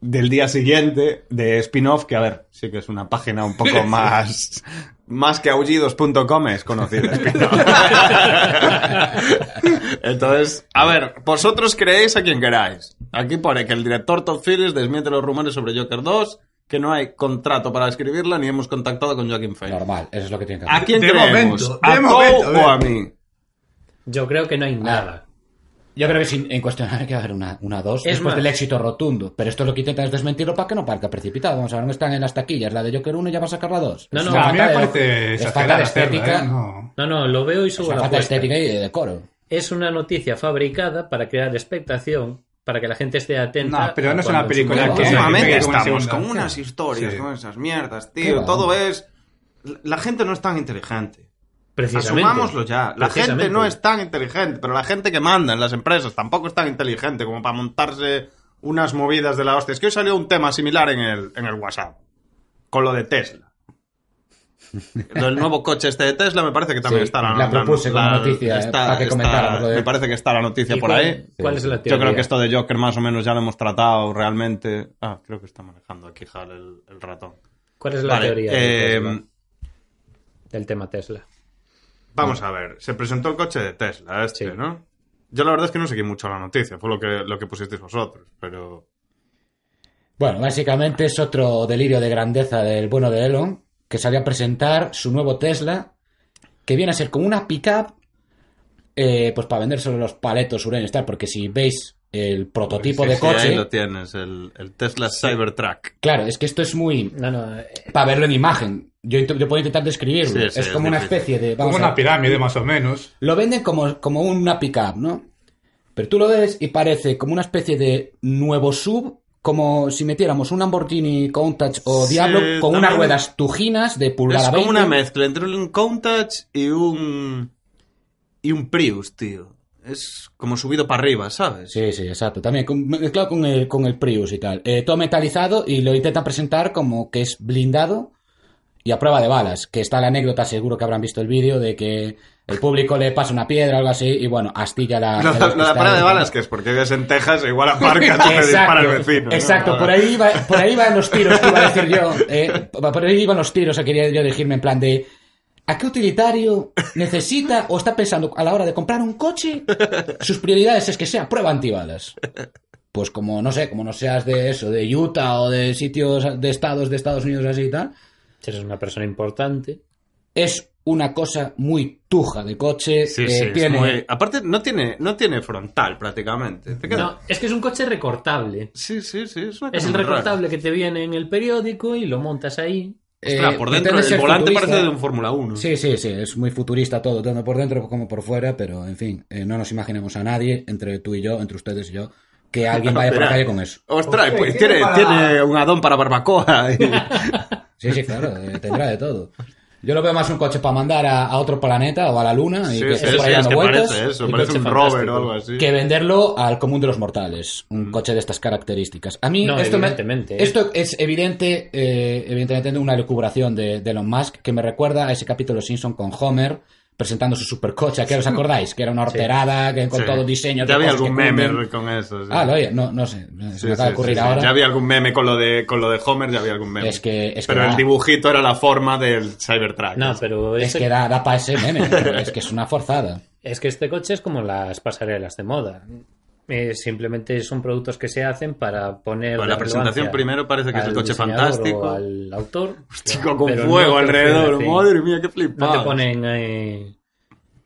Speaker 2: del día siguiente de spin-off, que a ver, sí que es una página un
Speaker 4: (laughs)
Speaker 2: poco más... Más que aullidos.com es conocida.
Speaker 4: (laughs)
Speaker 2: spin-off. Entonces, a ver, vosotros creéis a quien queráis. Aquí pone que el director Todd Phillips desmiente los rumores sobre Joker 2, que no hay contrato para escribirla ni hemos contactado con Joaquin Phoenix.
Speaker 1: Normal, eso es lo que tiene que
Speaker 2: ¿A
Speaker 1: hacer.
Speaker 2: quién
Speaker 4: De
Speaker 2: creemos?
Speaker 4: momento,
Speaker 2: ¿A
Speaker 4: de
Speaker 2: Tou
Speaker 4: momento, a ver.
Speaker 2: o a mí?
Speaker 3: Yo creo que no hay nada.
Speaker 1: Yo creo que es in- incuestionable que va a haber una, una 2
Speaker 3: Es
Speaker 1: después
Speaker 3: más.
Speaker 1: del éxito rotundo. Pero esto lo que intentan es desmentirlo para que no parezca precipitado. Vamos a ver, no están en las taquillas. La de Joker 1 ya va a sacar la 2.
Speaker 3: No,
Speaker 1: Es
Speaker 3: no,
Speaker 1: una
Speaker 4: a mí me
Speaker 1: falta de-
Speaker 4: parece
Speaker 1: es falta
Speaker 4: exagerada
Speaker 1: de
Speaker 4: hacerla,
Speaker 1: estética.
Speaker 4: ¿eh? No.
Speaker 3: No, no, lo veo y
Speaker 1: Es
Speaker 3: subo
Speaker 1: una
Speaker 3: la
Speaker 1: falta de
Speaker 3: apuesta.
Speaker 1: estética y de decoro.
Speaker 3: Es una noticia fabricada para crear expectación, para que la gente esté atenta.
Speaker 4: No, pero no
Speaker 3: a
Speaker 4: es una
Speaker 3: cuando
Speaker 4: película
Speaker 3: suba.
Speaker 1: que-
Speaker 2: Últimamente
Speaker 4: pegue con una
Speaker 2: estamos
Speaker 4: segunda.
Speaker 2: con unas historias,
Speaker 4: Sí.
Speaker 2: con esas mierdas,
Speaker 1: Qué
Speaker 2: tío.
Speaker 1: va.
Speaker 2: Todo es... la- La gente no es tan inteligente.
Speaker 3: Precisamente.
Speaker 2: Asumámoslo ya. La gente
Speaker 3: Precisamente.
Speaker 2: no es tan inteligente, pero la gente que manda en las empresas tampoco es tan inteligente como para montarse unas movidas de la hostia. Es que hoy salió un tema similar en el, en el WhatsApp, con lo de Tesla. (laughs) El nuevo coche este de Tesla me parece que también
Speaker 1: Sí,
Speaker 2: está la,
Speaker 1: la propuse como noticia, eh, para que comentáramos lo de-
Speaker 2: Me parece que está la noticia
Speaker 3: ¿Y
Speaker 2: por
Speaker 3: cuál-
Speaker 2: ahí.
Speaker 3: ¿Cuál
Speaker 1: Sí.
Speaker 3: es la
Speaker 2: Yo
Speaker 3: teoría?
Speaker 2: creo que esto de Joker más o menos ya lo hemos tratado realmente. Ah, creo que está manejando aquí Hal el, el ratón.
Speaker 3: ¿Cuál es la
Speaker 2: Vale,
Speaker 3: teoría
Speaker 2: eh,
Speaker 3: del, Tesla? del tema Tesla?
Speaker 2: Vamos a ver, se presentó el coche de Tesla, este,
Speaker 3: Sí.
Speaker 2: ¿no? Yo la verdad es que no seguí mucho la noticia, fue lo que, lo que pusisteis vosotros, pero...
Speaker 1: Bueno, básicamente es otro delirio de grandeza del bueno de Elon, que salió a presentar su nuevo Tesla, que viene a ser como una pickup, eh, pues para vender sobre los paletos sureños, tal, porque si veis el prototipo
Speaker 2: Sí,
Speaker 1: de
Speaker 2: Pues sí,
Speaker 1: coche,
Speaker 2: ahí lo tienes, el, el Tesla Cybertruck.
Speaker 1: claro, es que esto es muy
Speaker 3: No, no, eh,
Speaker 1: para verlo en imagen. Yo, int- yo puedo intentar describirlo.
Speaker 2: Sí, sí,
Speaker 1: es
Speaker 2: es
Speaker 1: como una
Speaker 2: difícil.
Speaker 1: especie de vamos
Speaker 4: Como
Speaker 1: a
Speaker 4: una
Speaker 1: ver,
Speaker 4: pirámide, más o menos.
Speaker 1: lo venden como como una pickup, ¿no? Pero tú lo ves y parece como una especie de nuevo sub, como si metiéramos un Lamborghini Countach o
Speaker 2: Sí,
Speaker 1: Diablo con unas
Speaker 2: también-
Speaker 1: ruedas tujinas de pulgada
Speaker 2: Es como
Speaker 1: 20.
Speaker 2: una mezcla entre un Countach y un... y un Prius, tío. Es como subido para arriba, ¿sabes?
Speaker 1: Sí, sí, exacto. También con- mezclado con el, con el Prius y tal. Eh, todo metalizado y lo intentan presentar como que es blindado y a prueba de balas. Que está la anécdota, seguro que habrán visto el vídeo, de que el público le pasa una piedra o algo así y bueno, astilla la.
Speaker 2: Lo,
Speaker 1: el
Speaker 2: lo de
Speaker 1: cristal.
Speaker 2: parada de balas que es porque vives en Texas e
Speaker 1: (laughs)
Speaker 2: igual aparcas y te dispara el vecino. ¿no?
Speaker 1: exacto, por ahí iba, por ahí iban los tiros que iba a decir yo, eh, por ahí iban los tiros que quería yo dirigirme en plan de ¿a qué utilitario necesita o está pensando a la hora de comprar un coche? Sus prioridades es que sea prueba antibalas. Pues como no sé, como no seas de eso, de Utah o de sitios de estados de Estados Unidos así y tal,
Speaker 3: si eres una persona importante.
Speaker 1: es una cosa muy tuja de coche,
Speaker 2: Sí,
Speaker 1: eh,
Speaker 2: sí, es
Speaker 1: tiene
Speaker 2: muy- Aparte, no tiene, no tiene frontal prácticamente. Te queda-
Speaker 3: No, es que es un coche recortable.
Speaker 2: Sí, sí, sí. Es, una cosa
Speaker 3: Es el
Speaker 2: muy rara.
Speaker 3: recortable que te viene en el periódico y lo montas ahí.
Speaker 2: Ostras,
Speaker 1: eh,
Speaker 2: por dentro
Speaker 1: pretende
Speaker 2: el
Speaker 1: ser
Speaker 2: volante
Speaker 1: futurista.
Speaker 2: parece de un Fórmula 1.
Speaker 1: Sí, sí, sí, es muy futurista todo, tanto por dentro como por fuera, pero en fin, eh, no nos imaginemos a nadie, entre tú y yo, entre ustedes y yo, que
Speaker 2: (laughs)
Speaker 1: alguien vaya por la calle con eso.
Speaker 2: Ostras,
Speaker 4: Hombre,
Speaker 2: pues
Speaker 4: tiene
Speaker 2: tiene,
Speaker 4: para-
Speaker 2: tiene un adón
Speaker 1: (laughs)
Speaker 2: para barbacoa. y- (laughs)
Speaker 1: Sí, sí, claro, eh, tendrá de todo. Yo lo veo más un coche para mandar a, a otro planeta o a la luna y
Speaker 2: sí,
Speaker 1: que
Speaker 2: sí,
Speaker 1: esté por
Speaker 2: sí,
Speaker 1: ahí
Speaker 2: es
Speaker 1: dando
Speaker 2: que
Speaker 1: vueltas,
Speaker 2: parece eso.
Speaker 3: un
Speaker 2: Parece
Speaker 3: coche
Speaker 2: un rover
Speaker 3: fantástico.
Speaker 2: o algo así.
Speaker 1: que venderlo al común de los mortales,
Speaker 2: Mm.
Speaker 1: un coche de estas características. A mí
Speaker 3: No,
Speaker 1: esto, me-
Speaker 3: evidentemente, ¿eh?
Speaker 1: esto es evidente, eh, evidentemente una lucubración de, de Elon Musk que me recuerda a ese capítulo de Simpson con Homer presentando su supercoche, ¿a qué os acordáis? Que era una horterada, que con
Speaker 2: Sí.
Speaker 1: todo diseño...
Speaker 2: Ya había algún meme
Speaker 1: meme
Speaker 2: con eso. sí.
Speaker 1: Ah, lo oye, no, no sé, se
Speaker 2: Sí,
Speaker 1: me acaba de
Speaker 2: sí,
Speaker 1: ocurrir
Speaker 2: sí, sí.
Speaker 1: ahora.
Speaker 2: Ya había algún meme con lo de, con lo de Homer, ya había algún meme.
Speaker 1: Es que- es que
Speaker 2: Pero
Speaker 1: da-
Speaker 2: el dibujito era la forma del Cybertruck.
Speaker 3: No, pero
Speaker 1: Es
Speaker 3: ese-
Speaker 1: que da, da para ese
Speaker 2: (laughs)
Speaker 1: meme, es que es una forzada.
Speaker 3: Es que este coche es como las pasarelas de moda. Eh, simplemente son productos que se hacen para
Speaker 2: Para
Speaker 3: poner.
Speaker 2: Pues la
Speaker 3: de
Speaker 2: presentación
Speaker 3: relevancia
Speaker 2: primero parece que es el
Speaker 3: al
Speaker 2: coche
Speaker 3: diseñador
Speaker 2: fantástico.
Speaker 3: o Al autor.
Speaker 2: Chico con
Speaker 3: Pero no
Speaker 2: fuego
Speaker 3: te
Speaker 2: alrededor.
Speaker 3: ofrecen-
Speaker 2: Madre mía, qué
Speaker 3: No
Speaker 2: flipado.
Speaker 3: te ponen eh,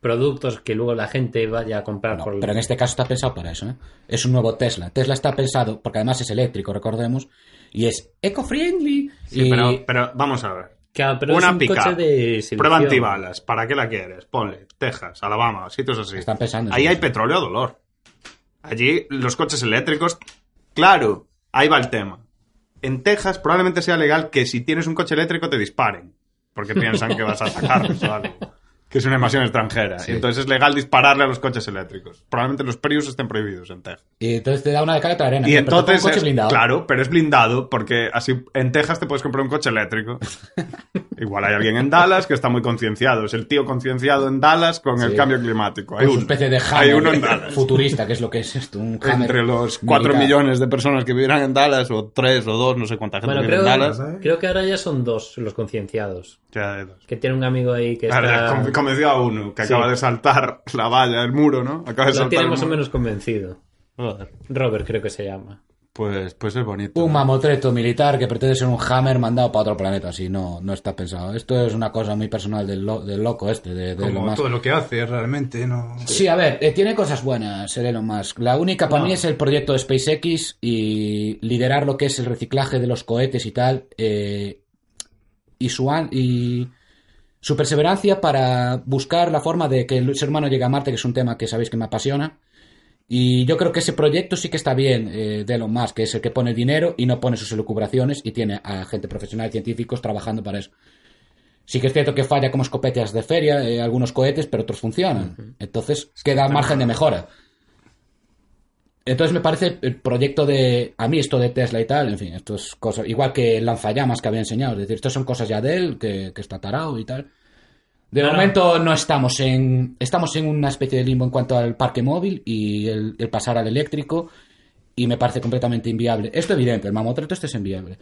Speaker 3: productos que luego la gente vaya a comprar
Speaker 1: No,
Speaker 3: por.
Speaker 1: pero en este caso está pensado para eso. ¿eh? Es un nuevo Tesla. Tesla está pensado, porque además es eléctrico, recordemos, y es eco-friendly.
Speaker 2: Sí,
Speaker 1: y-
Speaker 2: pero, pero vamos a ver.
Speaker 3: Claro, pero
Speaker 2: Una
Speaker 3: es un
Speaker 2: pick-up.
Speaker 3: coche de silicción.
Speaker 2: Prueba antibalas. ¿Para qué la quieres? Ponle Texas, Alabama, sitios así.
Speaker 1: Están pensando en
Speaker 2: Ahí
Speaker 1: eso.
Speaker 2: hay petróleo a dolor. Allí los coches eléctricos. Claro, ahí va el tema. En Texas probablemente sea legal que si tienes un coche eléctrico te disparen. Porque piensan que vas a atacarlos o algo. Que es una invasión extranjera.
Speaker 1: Sí.
Speaker 2: Y entonces es legal dispararle a los coches eléctricos. Probablemente los Prius estén prohibidos en Texas.
Speaker 1: y entonces te da una de cada otra arena.
Speaker 2: Y
Speaker 1: ¿no? Pero
Speaker 2: entonces,
Speaker 1: con un coche
Speaker 2: es-
Speaker 1: blindado.
Speaker 2: claro, pero es blindado porque así en Texas te puedes comprar un
Speaker 1: (laughs)
Speaker 2: coche eléctrico. Igual hay alguien en Dallas que está muy concienciado. Es el tío concienciado en Dallas con el
Speaker 1: Sí.
Speaker 2: cambio climático. Hay
Speaker 1: Pues una
Speaker 2: uno.
Speaker 1: especie de
Speaker 2: Hay
Speaker 1: Hammer
Speaker 2: uno en Dallas.
Speaker 1: futurista, que es lo que es esto. Un Hammer
Speaker 2: Entre los 4
Speaker 1: militar.
Speaker 2: millones de personas que vivirán en Dallas, o 3 o 2, no sé cuánta gente
Speaker 3: Bueno,
Speaker 2: vive en Dallas.
Speaker 3: creo, creo que ahora ya son dos los concienciados.
Speaker 2: Ya de dos.
Speaker 3: Que tiene un amigo ahí que
Speaker 2: Ahora,
Speaker 3: está.
Speaker 2: con- convenció a uno que
Speaker 3: Sí.
Speaker 2: acaba de saltar la valla, el muro, ¿no? Acaba de
Speaker 3: Lo
Speaker 2: saltar.
Speaker 3: tiene
Speaker 2: el
Speaker 3: más o
Speaker 2: muro.
Speaker 3: menos convencido.
Speaker 2: Joder.
Speaker 3: Robert, creo que se llama.
Speaker 2: Pues, pues es bonito.
Speaker 1: Un mamotreto militar que pretende ser un Hammer mandado para otro planeta. Así no, no está pensado. Esto es una cosa muy personal del, lo- del loco este, de, de Elon
Speaker 4: Como
Speaker 1: Musk.
Speaker 4: todo lo que hace, realmente, no...
Speaker 1: Sí, a ver, eh, tiene cosas buenas el Elon Musk. La única para mí es el proyecto de SpaceX y liderar lo que es el reciclaje de los cohetes y tal. eh, y, su, an- y su perseverancia para buscar la forma de que el ser humano llegue a Marte, que es un tema que sabéis que me apasiona. Y yo creo que ese proyecto sí que está bien eh, de Elon Musk, que es el que pone el dinero y no pone sus elucubraciones y tiene a gente profesional, científicos trabajando para eso. Sí que es cierto que falla como escopetas de feria, eh, algunos cohetes, pero otros funcionan. Entonces queda margen de mejora. Entonces me parece el proyecto de... A mí esto de Tesla y tal, en fin, esto es cosas... Igual que el lanzallamas que había enseñado. Es decir, estas son cosas ya de él, que, que está tarado y tal. De
Speaker 3: No, no.
Speaker 1: momento no estamos en... Estamos en una especie de limbo en cuanto al parque móvil y el, el pasar al eléctrico. Y me parece completamente inviable. Esto es evidente, el mamotreto este es inviable.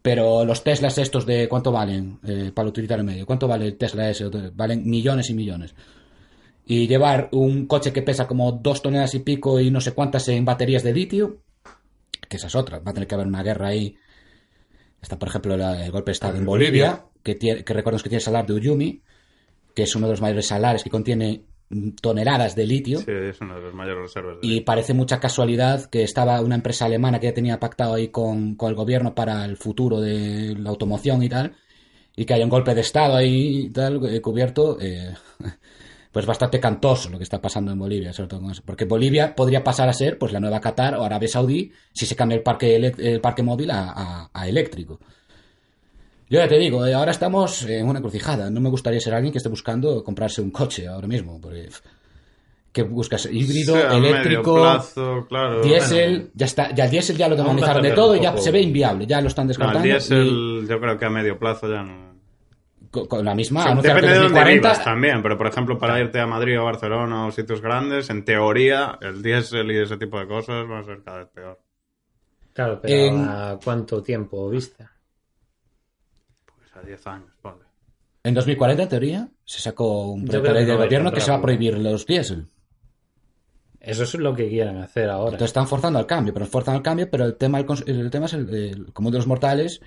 Speaker 1: Pero los Teslas estos de cuánto valen, eh, para utilizar medio, cuánto vale el Tesla ese, valen millones y millones. Y llevar un coche que pesa como dos toneladas y pico y no sé cuántas en baterías de litio, que esa es otra, va a tener que haber una guerra ahí. Está, por ejemplo, la- el golpe de Estado Ah, en Bolivia, que, tiene, que recordemos que tiene el salar de Uyuni, que es uno de los mayores salares que contiene mm, toneladas de litio.
Speaker 2: Sí, es una de las mayores reservas. de-
Speaker 1: Y parece mucha casualidad que estaba una empresa alemana que ya tenía pactado ahí con, con el gobierno para el futuro de la automoción y tal, y que haya un golpe de Estado ahí y tal, eh, cubierto, eh, pues bastante cantoso lo que está pasando en Bolivia, sobre todo con eso. Porque Bolivia podría pasar a ser pues la nueva Qatar o Arabia Saudí si se cambia el parque, elec- el parque móvil a, a- a eléctrico. Yo ya te digo, eh, ahora estamos en una crucijada. No me gustaría ser alguien que esté buscando comprarse un coche ahora mismo, porque pff, que buscas híbrido,
Speaker 2: Sea a medio
Speaker 1: eléctrico,
Speaker 2: plazo, claro.
Speaker 1: Diésel,
Speaker 2: Bueno,
Speaker 1: ya está, ya el diésel ya lo
Speaker 3: Aún va a
Speaker 1: demonizaron de
Speaker 3: tardar
Speaker 1: todo
Speaker 3: un
Speaker 1: y ya
Speaker 3: poco.
Speaker 1: se ve inviable, ya lo están
Speaker 2: no, el
Speaker 1: descartando. y
Speaker 2: diésel yo creo que a medio plazo ya no...
Speaker 1: co- con la
Speaker 2: O
Speaker 1: misma,
Speaker 2: sea,
Speaker 3: Ah,
Speaker 1: anunciaron que
Speaker 2: depende de dónde
Speaker 1: 2040,
Speaker 2: vivas también, pero por ejemplo para irte a Madrid o Barcelona o sitios grandes, en teoría el diésel y ese tipo de cosas van a ser cada vez peor.
Speaker 3: Claro, pero
Speaker 1: En-
Speaker 3: ¿a cuánto tiempo vista?
Speaker 2: Pues a 10 años, ponle.
Speaker 1: en 2040 en teoría se sacó un
Speaker 3: Yo
Speaker 1: proyecto
Speaker 3: creo
Speaker 1: de
Speaker 3: que
Speaker 1: ley del
Speaker 3: no va a ir
Speaker 1: gobierno
Speaker 3: tan
Speaker 1: que se va a
Speaker 3: rápido.
Speaker 1: prohibir los diésel.
Speaker 3: Eso es lo que quieren hacer ahora.
Speaker 1: Entonces están forzando al cambio, pero forzan al cambio, pero el tema, el, cons- el tema es el, el común de los mortales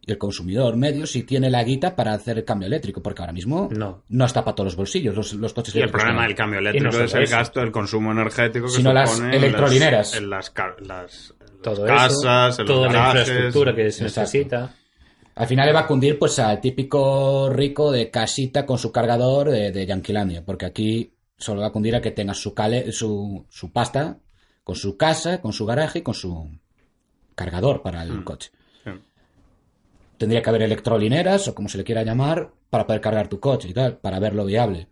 Speaker 1: y el consumidor medio si tiene la guita para hacer el cambio eléctrico, porque ahora mismo
Speaker 3: No.
Speaker 1: no está para todos los bolsillos los, los coches
Speaker 2: Y el
Speaker 1: eléctricos
Speaker 2: problema
Speaker 1: que hay.
Speaker 2: del cambio
Speaker 3: pues Y no
Speaker 2: eléctrico
Speaker 3: solo
Speaker 2: es el
Speaker 3: eso.
Speaker 2: gasto, el consumo energético que
Speaker 1: Sino las
Speaker 2: supone
Speaker 1: electrolineras.
Speaker 2: en las, ca- las- en las
Speaker 3: Todo
Speaker 2: casas,
Speaker 3: eso,
Speaker 2: en los
Speaker 3: toda la
Speaker 2: garajes.
Speaker 3: infraestructura que se
Speaker 1: Exacto.
Speaker 3: necesita.
Speaker 1: Al final le va a cundir pues al típico rico de casita con su cargador de, de Yanquilandia, porque aquí solo va a cundir a que tenga su, cale- su, su pasta con su casa, con su garaje y con su cargador para el
Speaker 2: Mm.
Speaker 1: coche.
Speaker 2: Sí.
Speaker 1: Tendría que haber electrolineras o como se le quiera llamar para poder cargar tu coche y tal, para verlo viable.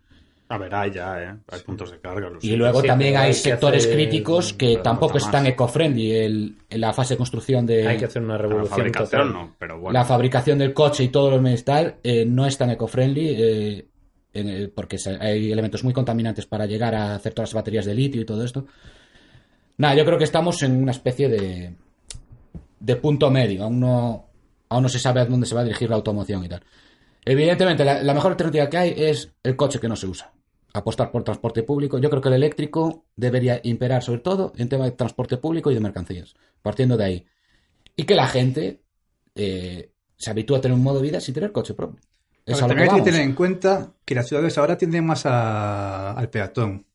Speaker 2: A ver, hay ya, ¿eh? Hay puntos de carga. lo
Speaker 1: Y
Speaker 2: sé.
Speaker 1: luego
Speaker 3: Pues sí,
Speaker 1: también
Speaker 3: pero
Speaker 1: hay,
Speaker 3: hay que
Speaker 1: sectores
Speaker 3: hacer-
Speaker 1: críticos que
Speaker 2: pero
Speaker 1: tampoco
Speaker 2: mucho
Speaker 1: es tan
Speaker 2: más.
Speaker 1: eco-friendly el- en la fase de construcción de...
Speaker 3: Hay que hacer una
Speaker 2: A la
Speaker 3: revolución
Speaker 2: Ah, fabricación
Speaker 3: total.
Speaker 2: no, pero bueno.
Speaker 1: la fabricación del coche y todo lo metal eh, no es tan eco-friendly eh, en el- porque se- hay elementos muy contaminantes para llegar a hacer todas las baterías de litio y todo esto. Nada, yo creo que estamos en una especie de, de punto medio. Aún no, aún no se sabe a dónde se va a dirigir la automoción y tal. Evidentemente, la, la mejor alternativa que hay es el coche que no se usa. Apostar por transporte público. Yo creo que el eléctrico debería imperar sobre todo en tema de transporte público y de mercancías. Partiendo de ahí. Y que la gente eh, se habitúe a tener un modo de vida sin tener coche propio. Es a
Speaker 4: Ahora,
Speaker 1: lo que
Speaker 4: también hay que
Speaker 1: vamos.
Speaker 4: tener en cuenta que las ciudades ahora tienden más a- al peatón.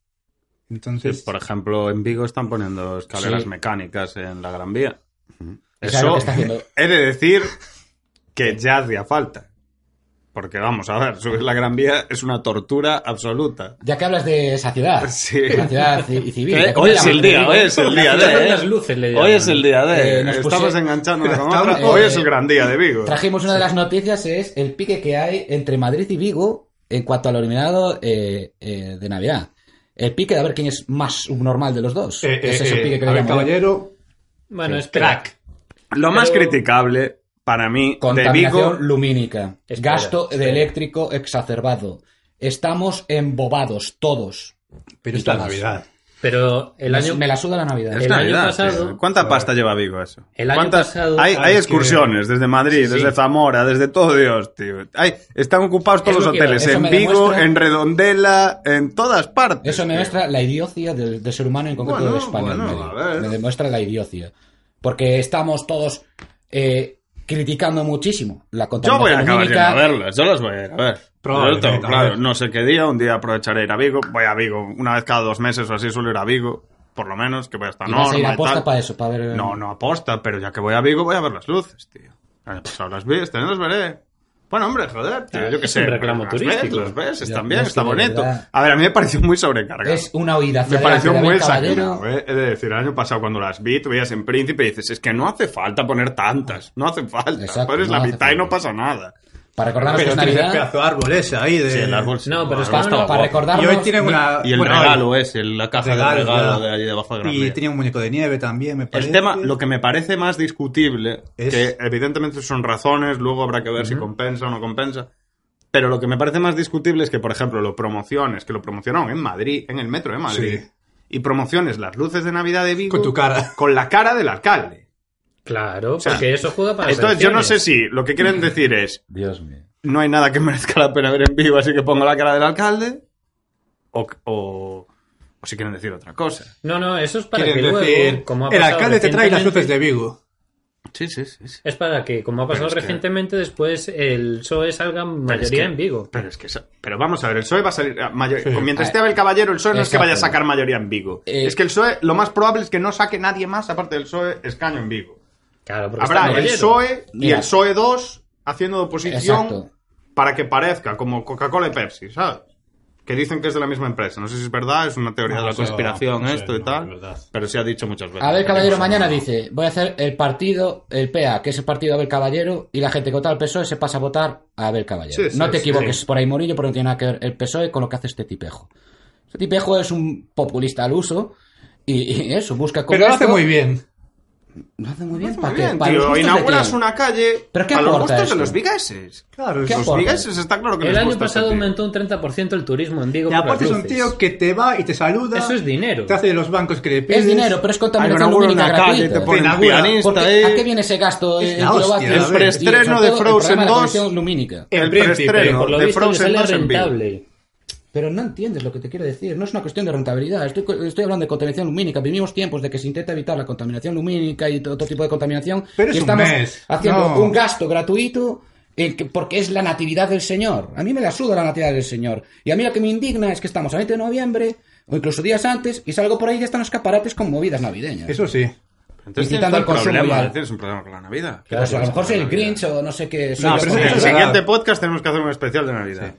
Speaker 2: Sí,
Speaker 4: Entonces,
Speaker 2: por ejemplo, en Vigo están poniendo escaleras
Speaker 1: Sí.
Speaker 2: mecánicas en la Gran Vía.
Speaker 1: Es algo
Speaker 2: Eso
Speaker 1: que está haciendo-
Speaker 2: he de decir que ya hacía falta. Porque vamos a ver, subir la Gran Vía es una tortura absoluta.
Speaker 1: Ya que hablas de saciedad,
Speaker 2: Sí.
Speaker 1: saciedad ci- y
Speaker 4: Eh,
Speaker 1: civil.
Speaker 2: ¿Qué? Hoy es el día, hoy es el día
Speaker 3: ciudad de
Speaker 2: de. ¿eh?
Speaker 3: las luces, le
Speaker 2: Hoy
Speaker 3: llaman.
Speaker 2: es el día de.
Speaker 1: Eh, nos
Speaker 2: Estamos
Speaker 1: pusie-
Speaker 2: enganchándonos con
Speaker 4: Estamos-
Speaker 2: otra. Hoy
Speaker 1: eh,
Speaker 2: es el gran día de Vigo.
Speaker 1: Trajimos una de las noticias, es el pique que hay entre Madrid y Vigo en cuanto al eliminado eh, eh, de Navidad. El pique de a ver quién es más subnormal de los dos.
Speaker 4: eh, eh,
Speaker 1: Ese es el
Speaker 4: eh,
Speaker 1: pique que
Speaker 4: a
Speaker 1: le
Speaker 4: ver,
Speaker 1: llamo yo.
Speaker 4: caballero,
Speaker 3: Bueno,
Speaker 1: Sí.
Speaker 3: espera.
Speaker 1: Crack.
Speaker 2: Lo más
Speaker 3: Pero-
Speaker 2: criticable para mí de
Speaker 1: Contaminación
Speaker 2: Vigo.
Speaker 1: lumínica.
Speaker 3: Espera,
Speaker 1: gasto de
Speaker 3: espera.
Speaker 1: eléctrico exacerbado. Estamos embobados todos.
Speaker 4: pero
Speaker 1: Y
Speaker 4: es la
Speaker 1: todas.
Speaker 4: Navidad.
Speaker 3: Pero el
Speaker 1: Me-
Speaker 3: año,
Speaker 1: Me Pues la suda la Navidad.
Speaker 2: Es
Speaker 3: el año
Speaker 2: Navidad,
Speaker 3: pasado-
Speaker 2: tío. ¿Cuánta pasta lleva Vigo eso?
Speaker 3: El año
Speaker 2: ¿Cuántas-
Speaker 3: pasado-
Speaker 2: hay,
Speaker 3: Ah,
Speaker 2: hay
Speaker 4: es
Speaker 2: excursiones desde Madrid,
Speaker 3: Sí, sí.
Speaker 2: desde Zamora, desde todo Dios, tío. Hay- están ocupados todos los
Speaker 3: Es lo que iba-
Speaker 2: hoteles,
Speaker 1: eso
Speaker 2: en
Speaker 1: me
Speaker 2: Vigo,
Speaker 1: demuestra-
Speaker 2: en Redondela, en todas partes.
Speaker 1: Eso me
Speaker 2: tío.
Speaker 1: demuestra la idiocia del, del ser humano en concreto
Speaker 2: Este. Bueno,
Speaker 1: del español.
Speaker 2: bueno,
Speaker 1: medio.
Speaker 2: a ver.
Speaker 1: me demuestra la idiocia. Porque estamos todos eh, criticando muchísimo la
Speaker 2: Yo voy
Speaker 1: contaminación
Speaker 2: a acabar yendo
Speaker 1: lumínica.
Speaker 2: a verlas, yo las voy a ir a ver.
Speaker 4: Probablemente,
Speaker 2: Yo tengo
Speaker 4: a
Speaker 2: claro,
Speaker 4: ver.
Speaker 2: no sé qué día, un día aprovecharé ir a Vigo, voy a Vigo, una vez cada dos meses o así suelo ir a Vigo, por lo menos, que voy a estar
Speaker 1: Y vas a ir
Speaker 2: norma
Speaker 1: a
Speaker 2: y
Speaker 1: posta
Speaker 2: tal.
Speaker 1: para eso, para ver. eh.
Speaker 2: No, no aposta, pero ya que voy a Vigo voy a ver las luces, tío. El año pasado las vi, este año las veré. Bueno, hombre, joder, tío,
Speaker 3: Ah,
Speaker 2: yo qué
Speaker 3: es
Speaker 2: sé.
Speaker 3: un reclamo
Speaker 2: las
Speaker 3: turístico.
Speaker 2: Ves, las ves,
Speaker 1: Ya,
Speaker 2: están
Speaker 1: pero
Speaker 2: bien,
Speaker 1: es
Speaker 2: está
Speaker 1: que de
Speaker 2: bonito.
Speaker 1: verdad-
Speaker 2: A ver, a mí me pareció muy sobrecargado.
Speaker 1: Es una huida hacia
Speaker 2: Me
Speaker 1: adelante
Speaker 2: pareció
Speaker 1: de
Speaker 2: muy
Speaker 1: Abel caballero.
Speaker 2: exagerado, ¿eh? He de decir, el año pasado cuando las vi, tú veías en Príncipe y dices, es que no hace falta poner tantas, no hace falta,
Speaker 1: Exacto,
Speaker 2: pones
Speaker 1: no
Speaker 2: la
Speaker 1: hace
Speaker 2: mitad y
Speaker 1: falta.
Speaker 2: no pasa nada.
Speaker 1: Para recordarnos que
Speaker 4: Pero
Speaker 1: es
Speaker 4: tienes el
Speaker 1: Navidad.
Speaker 4: pedazo de árbol ese ahí de...
Speaker 2: Sí, el árbol sí.
Speaker 3: No, pero es que
Speaker 2: Bueno,
Speaker 1: Para, para
Speaker 3: no, guapo.
Speaker 1: recordarnos.
Speaker 4: Y hoy tienen una...
Speaker 2: Y el
Speaker 4: bueno,
Speaker 2: regalo ese, la caja
Speaker 4: Regalo,
Speaker 2: de regalo
Speaker 4: ya.
Speaker 2: de allí debajo de Gran
Speaker 4: Y
Speaker 2: Vía.
Speaker 4: tenía un muñeco de nieve también, me parece.
Speaker 2: El tema, lo que me parece más discutible,
Speaker 4: Es-
Speaker 2: que evidentemente son razones, luego habrá que ver si compensa o no compensa, pero lo que me parece más discutible es que, por ejemplo, lo promociones, que lo promocionaron en Madrid, en el metro de Madrid,
Speaker 4: Sí.
Speaker 2: y promociones las luces de Navidad de Vigo
Speaker 4: Con tu cara.
Speaker 2: con la cara del alcalde.
Speaker 3: Claro,
Speaker 2: sea,
Speaker 3: porque eso juega para las
Speaker 2: Entonces, yo no sé
Speaker 3: elecciones.
Speaker 2: si lo que quieren decir es:
Speaker 1: Dios mío.
Speaker 2: no hay nada que (laughs) merezca la pena ver en vivo, así que pongo la cara del alcalde. O, o, o si quieren decir otra cosa.
Speaker 3: No, no, eso es (laughs) para que
Speaker 4: Quieren
Speaker 3: luego,
Speaker 4: decir,
Speaker 3: como ha
Speaker 4: el
Speaker 3: pasado
Speaker 4: alcalde te trae las
Speaker 3: recientemente-
Speaker 4: luces de Vigo.
Speaker 2: Sí, sí, sí. sí.
Speaker 3: Es para que, como ha
Speaker 2: Pero
Speaker 3: pasado
Speaker 2: es que-
Speaker 3: recientemente, después el PSOE salga
Speaker 2: Pero
Speaker 3: mayoría
Speaker 2: es que-
Speaker 3: en Vigo.
Speaker 2: Pero es que esa- pero vamos a ver, el PSOE E va a salir a mayor-
Speaker 4: Sí.
Speaker 2: mientras
Speaker 1: Ah,
Speaker 2: esté Abel Caballero, el PSOE E no es que
Speaker 1: exacto.
Speaker 2: vaya a sacar mayoría en Vigo.
Speaker 1: Eh,
Speaker 2: es que el PSOE E, lo más probable es que no saque nadie más aparte del PSOE E escaño en Vigo.
Speaker 3: Claro, porque
Speaker 2: Habrá
Speaker 3: está
Speaker 2: el
Speaker 3: Caballero.
Speaker 2: PSOE E y
Speaker 1: Mira.
Speaker 2: el PSOE 2 haciendo oposición
Speaker 1: Exacto.
Speaker 2: para que parezca como Coca-Cola y Pepsi, ¿sabes? Que dicen que es de la misma empresa. No sé si es verdad, es una teoría
Speaker 4: No,
Speaker 2: de la
Speaker 4: eso-
Speaker 2: conspiración
Speaker 4: no sé,
Speaker 2: esto y
Speaker 4: no, de
Speaker 2: tal.
Speaker 4: verdad.
Speaker 2: Pero se ha dicho muchas veces.
Speaker 1: Abel Caballero
Speaker 2: Que no sé
Speaker 1: mañana
Speaker 2: nada.
Speaker 1: dice, voy a hacer el partido, el PA, que es el partido de Abel Caballero, y la gente que vota al PSOE E se pasa a votar a Abel Caballero.
Speaker 2: Sí,
Speaker 1: no
Speaker 2: sí,
Speaker 1: te
Speaker 2: sí.
Speaker 1: equivoques por ahí, Morillo, porque no tiene nada que ver el PSOE con lo que hace este tipejo. Este tipejo es un populista al uso y, y eso, busca... con
Speaker 4: Pero lo hace
Speaker 1: esto-
Speaker 4: muy bien.
Speaker 1: Lo hace muy bien,
Speaker 2: Muy
Speaker 1: ¿para qué?
Speaker 2: bien,
Speaker 1: ¿Para los
Speaker 2: tío,
Speaker 1: gustos de
Speaker 2: inauguras
Speaker 1: quién?
Speaker 2: una calle
Speaker 1: ¿Pero qué
Speaker 2: para los
Speaker 1: aporta
Speaker 2: gustos
Speaker 1: esto?
Speaker 2: de los vigases.
Speaker 4: Claro,
Speaker 1: ¿Qué
Speaker 4: eso
Speaker 2: Los
Speaker 1: aporta?
Speaker 2: vigases está claro que
Speaker 3: El
Speaker 2: les
Speaker 3: año
Speaker 2: gusta este
Speaker 3: pasado
Speaker 2: tío.
Speaker 3: aumentó un 30% el turismo en Vigo.
Speaker 4: Y
Speaker 3: por
Speaker 4: aparte
Speaker 2: pues
Speaker 3: las
Speaker 4: es un
Speaker 3: luces.
Speaker 4: tío que te va y te saluda.
Speaker 3: Eso es dinero.
Speaker 4: Te hace de los bancos que le pides.
Speaker 1: Es dinero, pero es contaminación
Speaker 2: Inaugura
Speaker 1: lumínica
Speaker 2: una calle,
Speaker 1: gratuita.
Speaker 2: te ponen
Speaker 4: Inaugura.
Speaker 2: pianista
Speaker 1: ¿eh? Porque,
Speaker 2: ahí.
Speaker 1: ¿A qué viene ese gasto Eh,
Speaker 4: Es
Speaker 1: en
Speaker 4: la hostia,
Speaker 1: kilovatios?
Speaker 4: a
Speaker 2: El
Speaker 1: Y,
Speaker 4: ver.
Speaker 1: sobre
Speaker 2: preestreno
Speaker 1: todo,
Speaker 2: de
Speaker 1: el
Speaker 2: Frozen
Speaker 1: programa de
Speaker 2: 2.
Speaker 1: contaminación lumínica.
Speaker 2: El
Speaker 4: El príncipe,
Speaker 2: preestreno
Speaker 4: por
Speaker 3: Por lo
Speaker 2: de
Speaker 3: visto le
Speaker 2: Frozen
Speaker 3: sale
Speaker 2: 2 en vivo.
Speaker 3: rentable.
Speaker 1: Pero no entiendes lo que te quiero decir. No es una cuestión de rentabilidad. Estoy, estoy hablando de contaminación lumínica. Vivimos tiempos de que se intenta evitar la contaminación lumínica y todo, otro tipo de contaminación.
Speaker 4: Pero
Speaker 1: y
Speaker 4: es un
Speaker 1: estamos
Speaker 4: mes.
Speaker 1: haciendo
Speaker 4: No.
Speaker 1: un gasto gratuito eh, que- porque es la natividad del Señor. A mí me la suda la natividad del Señor. Y a mí lo que me indigna es que estamos a 20 de noviembre o incluso días antes y salgo por ahí y ya están los escaparates con movidas navideñas.
Speaker 4: Eso sí.
Speaker 1: Incitando
Speaker 2: Entonces tienes
Speaker 1: al
Speaker 2: todo un
Speaker 1: consumo
Speaker 2: problema,
Speaker 1: ya.
Speaker 2: tienes un problema con la Navidad.
Speaker 1: Pero a lo mejor soy el Grinch o no sé qué. soy yo
Speaker 4: pero
Speaker 2: En
Speaker 1: con
Speaker 4: eso
Speaker 2: el
Speaker 1: esto.
Speaker 4: es verdad.
Speaker 2: siguiente podcast tenemos que hacer un especial de Navidad.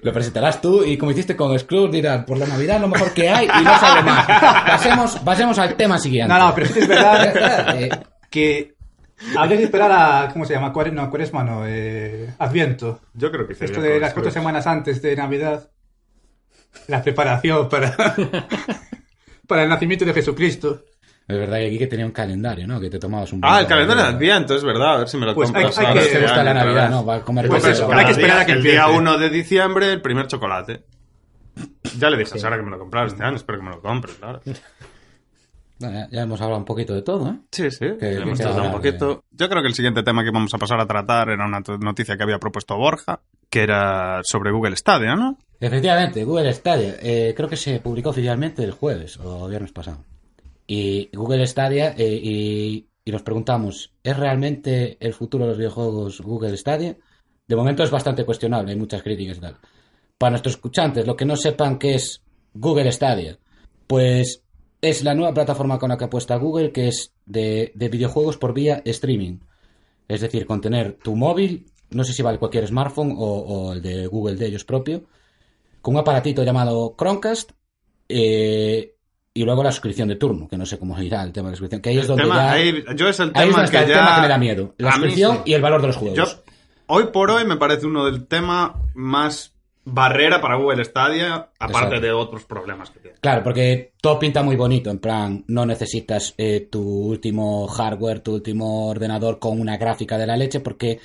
Speaker 1: Lo presentarás tú y como hiciste con Scrooge dirás, por la Navidad lo mejor que hay y no sale más. Pasemos, pasemos al tema siguiente.
Speaker 4: No, no, pero sí que es
Speaker 1: Ya
Speaker 4: verdad
Speaker 1: está, (laughs) eh,
Speaker 4: que habría que esperar a. ¿Cómo se llama? Cuare- no, cuaresma, no. eh, Adviento.
Speaker 2: Yo creo que hice
Speaker 4: Esto
Speaker 2: bien
Speaker 4: de
Speaker 2: con
Speaker 4: las cuatro
Speaker 2: Scrooge.
Speaker 4: semanas antes de Navidad. La preparación para. (laughs) para el nacimiento de Jesucristo.
Speaker 1: Es verdad que aquí que tenía un calendario, ¿no? Que te tomabas un...
Speaker 2: Ah, el calendario de Adviento, es verdad. A ver si me lo
Speaker 4: Pues
Speaker 2: compras.
Speaker 4: hay- hay
Speaker 2: ahora
Speaker 4: que-
Speaker 2: este
Speaker 4: te
Speaker 1: gusta la
Speaker 2: año otra
Speaker 1: Navidad,
Speaker 2: vez.
Speaker 1: ¿no? Va a comer
Speaker 4: Pues
Speaker 2: Pues
Speaker 1: cosas
Speaker 2: eso,
Speaker 1: de
Speaker 2: hay que
Speaker 1: chocolate.
Speaker 2: esperar a que el día
Speaker 4: empiece.
Speaker 2: 1 de diciembre el primer chocolate. Ya le dije a Sara que me lo comprara este año, espero que me lo compre, claro.
Speaker 1: Bueno, ya- ya hemos hablado un poquito de todo, ¿eh?
Speaker 2: Sí, sí.
Speaker 1: Que-
Speaker 2: hemos
Speaker 1: que
Speaker 2: tratado un
Speaker 1: hablar,
Speaker 2: poquito. Yo creo que el siguiente tema que vamos a pasar a tratar era una to- noticia que había propuesto Borja, que era sobre Google Stadia, ¿no?
Speaker 1: Efectivamente, Google Stadia. eh, creo que se publicó oficialmente el jueves o viernes pasado. Y Google Stadia, eh, y, y nos preguntamos, ¿es realmente el futuro de los videojuegos Google Stadia? De momento es bastante cuestionable, hay muchas críticas y tal. Para nuestros escuchantes, los que no sepan qué es Google Stadia, pues es la nueva plataforma con la que apuesta Google, que es de, de videojuegos por vía streaming. Es decir, con tener tu móvil, no sé si vale cualquier smartphone o, o el de Google de ellos propio, con un aparatito llamado Chromecast eh, y luego la suscripción de turno, que no sé cómo irá el tema de la suscripción, que ahí es donde
Speaker 2: Tema-
Speaker 1: ya...
Speaker 2: ahí- yo es el
Speaker 1: Ahí es
Speaker 2: tema
Speaker 1: donde está
Speaker 2: que
Speaker 1: el
Speaker 2: ya...
Speaker 1: tema que me da miedo. La
Speaker 2: A mí
Speaker 1: suscripción
Speaker 2: sí.
Speaker 1: y el valor de los juegos.
Speaker 2: Yo, hoy por hoy me parece uno del tema más barrera para Google Stadia, aparte
Speaker 1: Exacto.
Speaker 2: de otros problemas que tiene.
Speaker 1: Claro, porque todo pinta muy bonito, en plan, no necesitas eh, tu último hardware, tu último ordenador con una gráfica de la leche, porque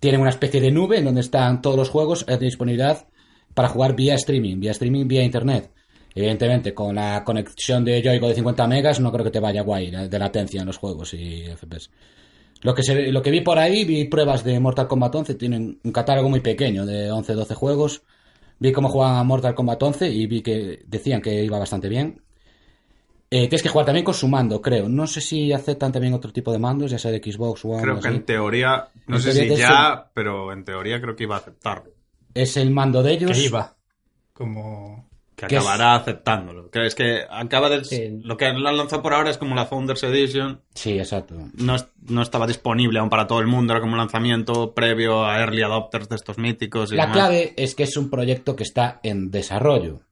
Speaker 1: tienen una especie de nube en donde están todos los juegos a disponibilidad para jugar vía streaming, vía streaming, vía internet. Evidentemente, con la conexión de Joico de 50 megas, no creo que te vaya guay la- de latencia en los juegos y FPS. Lo que, se- lo que vi por ahí, vi pruebas de Mortal Kombat 11, tienen un catálogo muy pequeño de 11, 12 juegos. Vi cómo jugaban a Mortal Kombat 11 y vi que decían que iba bastante bien. Eh, tienes que jugar también con su mando, creo. No sé si aceptan también otro tipo de mandos, ya sea de Xbox One. o
Speaker 2: Creo que
Speaker 1: así.
Speaker 2: en teoría, no
Speaker 1: Ah, En
Speaker 2: sé
Speaker 1: teoría
Speaker 2: si
Speaker 1: que
Speaker 2: ya, pero en teoría creo que iba a aceptarlo.
Speaker 1: Es el mando de ellos.
Speaker 4: Que iba. Como.
Speaker 2: Que
Speaker 1: Que es-
Speaker 2: acabará aceptándolo. Que es que acaba de...
Speaker 3: Sí.
Speaker 2: Lo que lo han lanzado por ahora es como la Founders Edition.
Speaker 1: Sí, exacto.
Speaker 2: No, es- no estaba disponible aún para todo el mundo, era como un lanzamiento previo a Early Adopters de estos míticos. Y
Speaker 1: La
Speaker 2: demás.
Speaker 1: clave es que es un proyecto que está en desarrollo.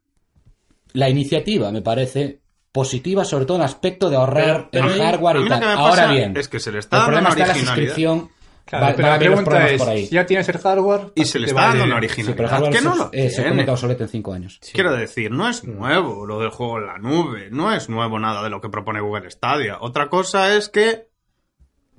Speaker 1: La iniciativa me parece positiva, sobre todo en el aspecto de ahorrar
Speaker 3: Pero- pero
Speaker 1: el
Speaker 3: a mí-
Speaker 1: hardware
Speaker 2: A
Speaker 1: y
Speaker 2: mí lo
Speaker 1: tal.
Speaker 2: que me
Speaker 1: Ahora
Speaker 2: pasa
Speaker 1: bien,
Speaker 2: es que se le está
Speaker 1: el
Speaker 2: dando
Speaker 1: problema
Speaker 2: una
Speaker 1: está en la
Speaker 2: originalidad.
Speaker 1: suscripción.
Speaker 4: Claro,
Speaker 1: Va-
Speaker 4: pero
Speaker 1: va a
Speaker 4: la
Speaker 1: haber los
Speaker 4: pregunta
Speaker 1: problemas
Speaker 4: es:
Speaker 1: por ahí.
Speaker 4: si ya tienes el hardware.
Speaker 2: Y se le
Speaker 4: te
Speaker 2: está
Speaker 4: vale-
Speaker 2: dando una
Speaker 1: Sí, pero el
Speaker 2: originalidad.
Speaker 1: hardware
Speaker 2: que no
Speaker 1: se-
Speaker 2: lo
Speaker 1: eh, se
Speaker 2: tiene.
Speaker 1: pone obsoleto en 5 años.
Speaker 2: Quiero decir, no es nuevo lo del juego en la nube, no es nuevo nada de lo que propone Google Stadia. Otra cosa es que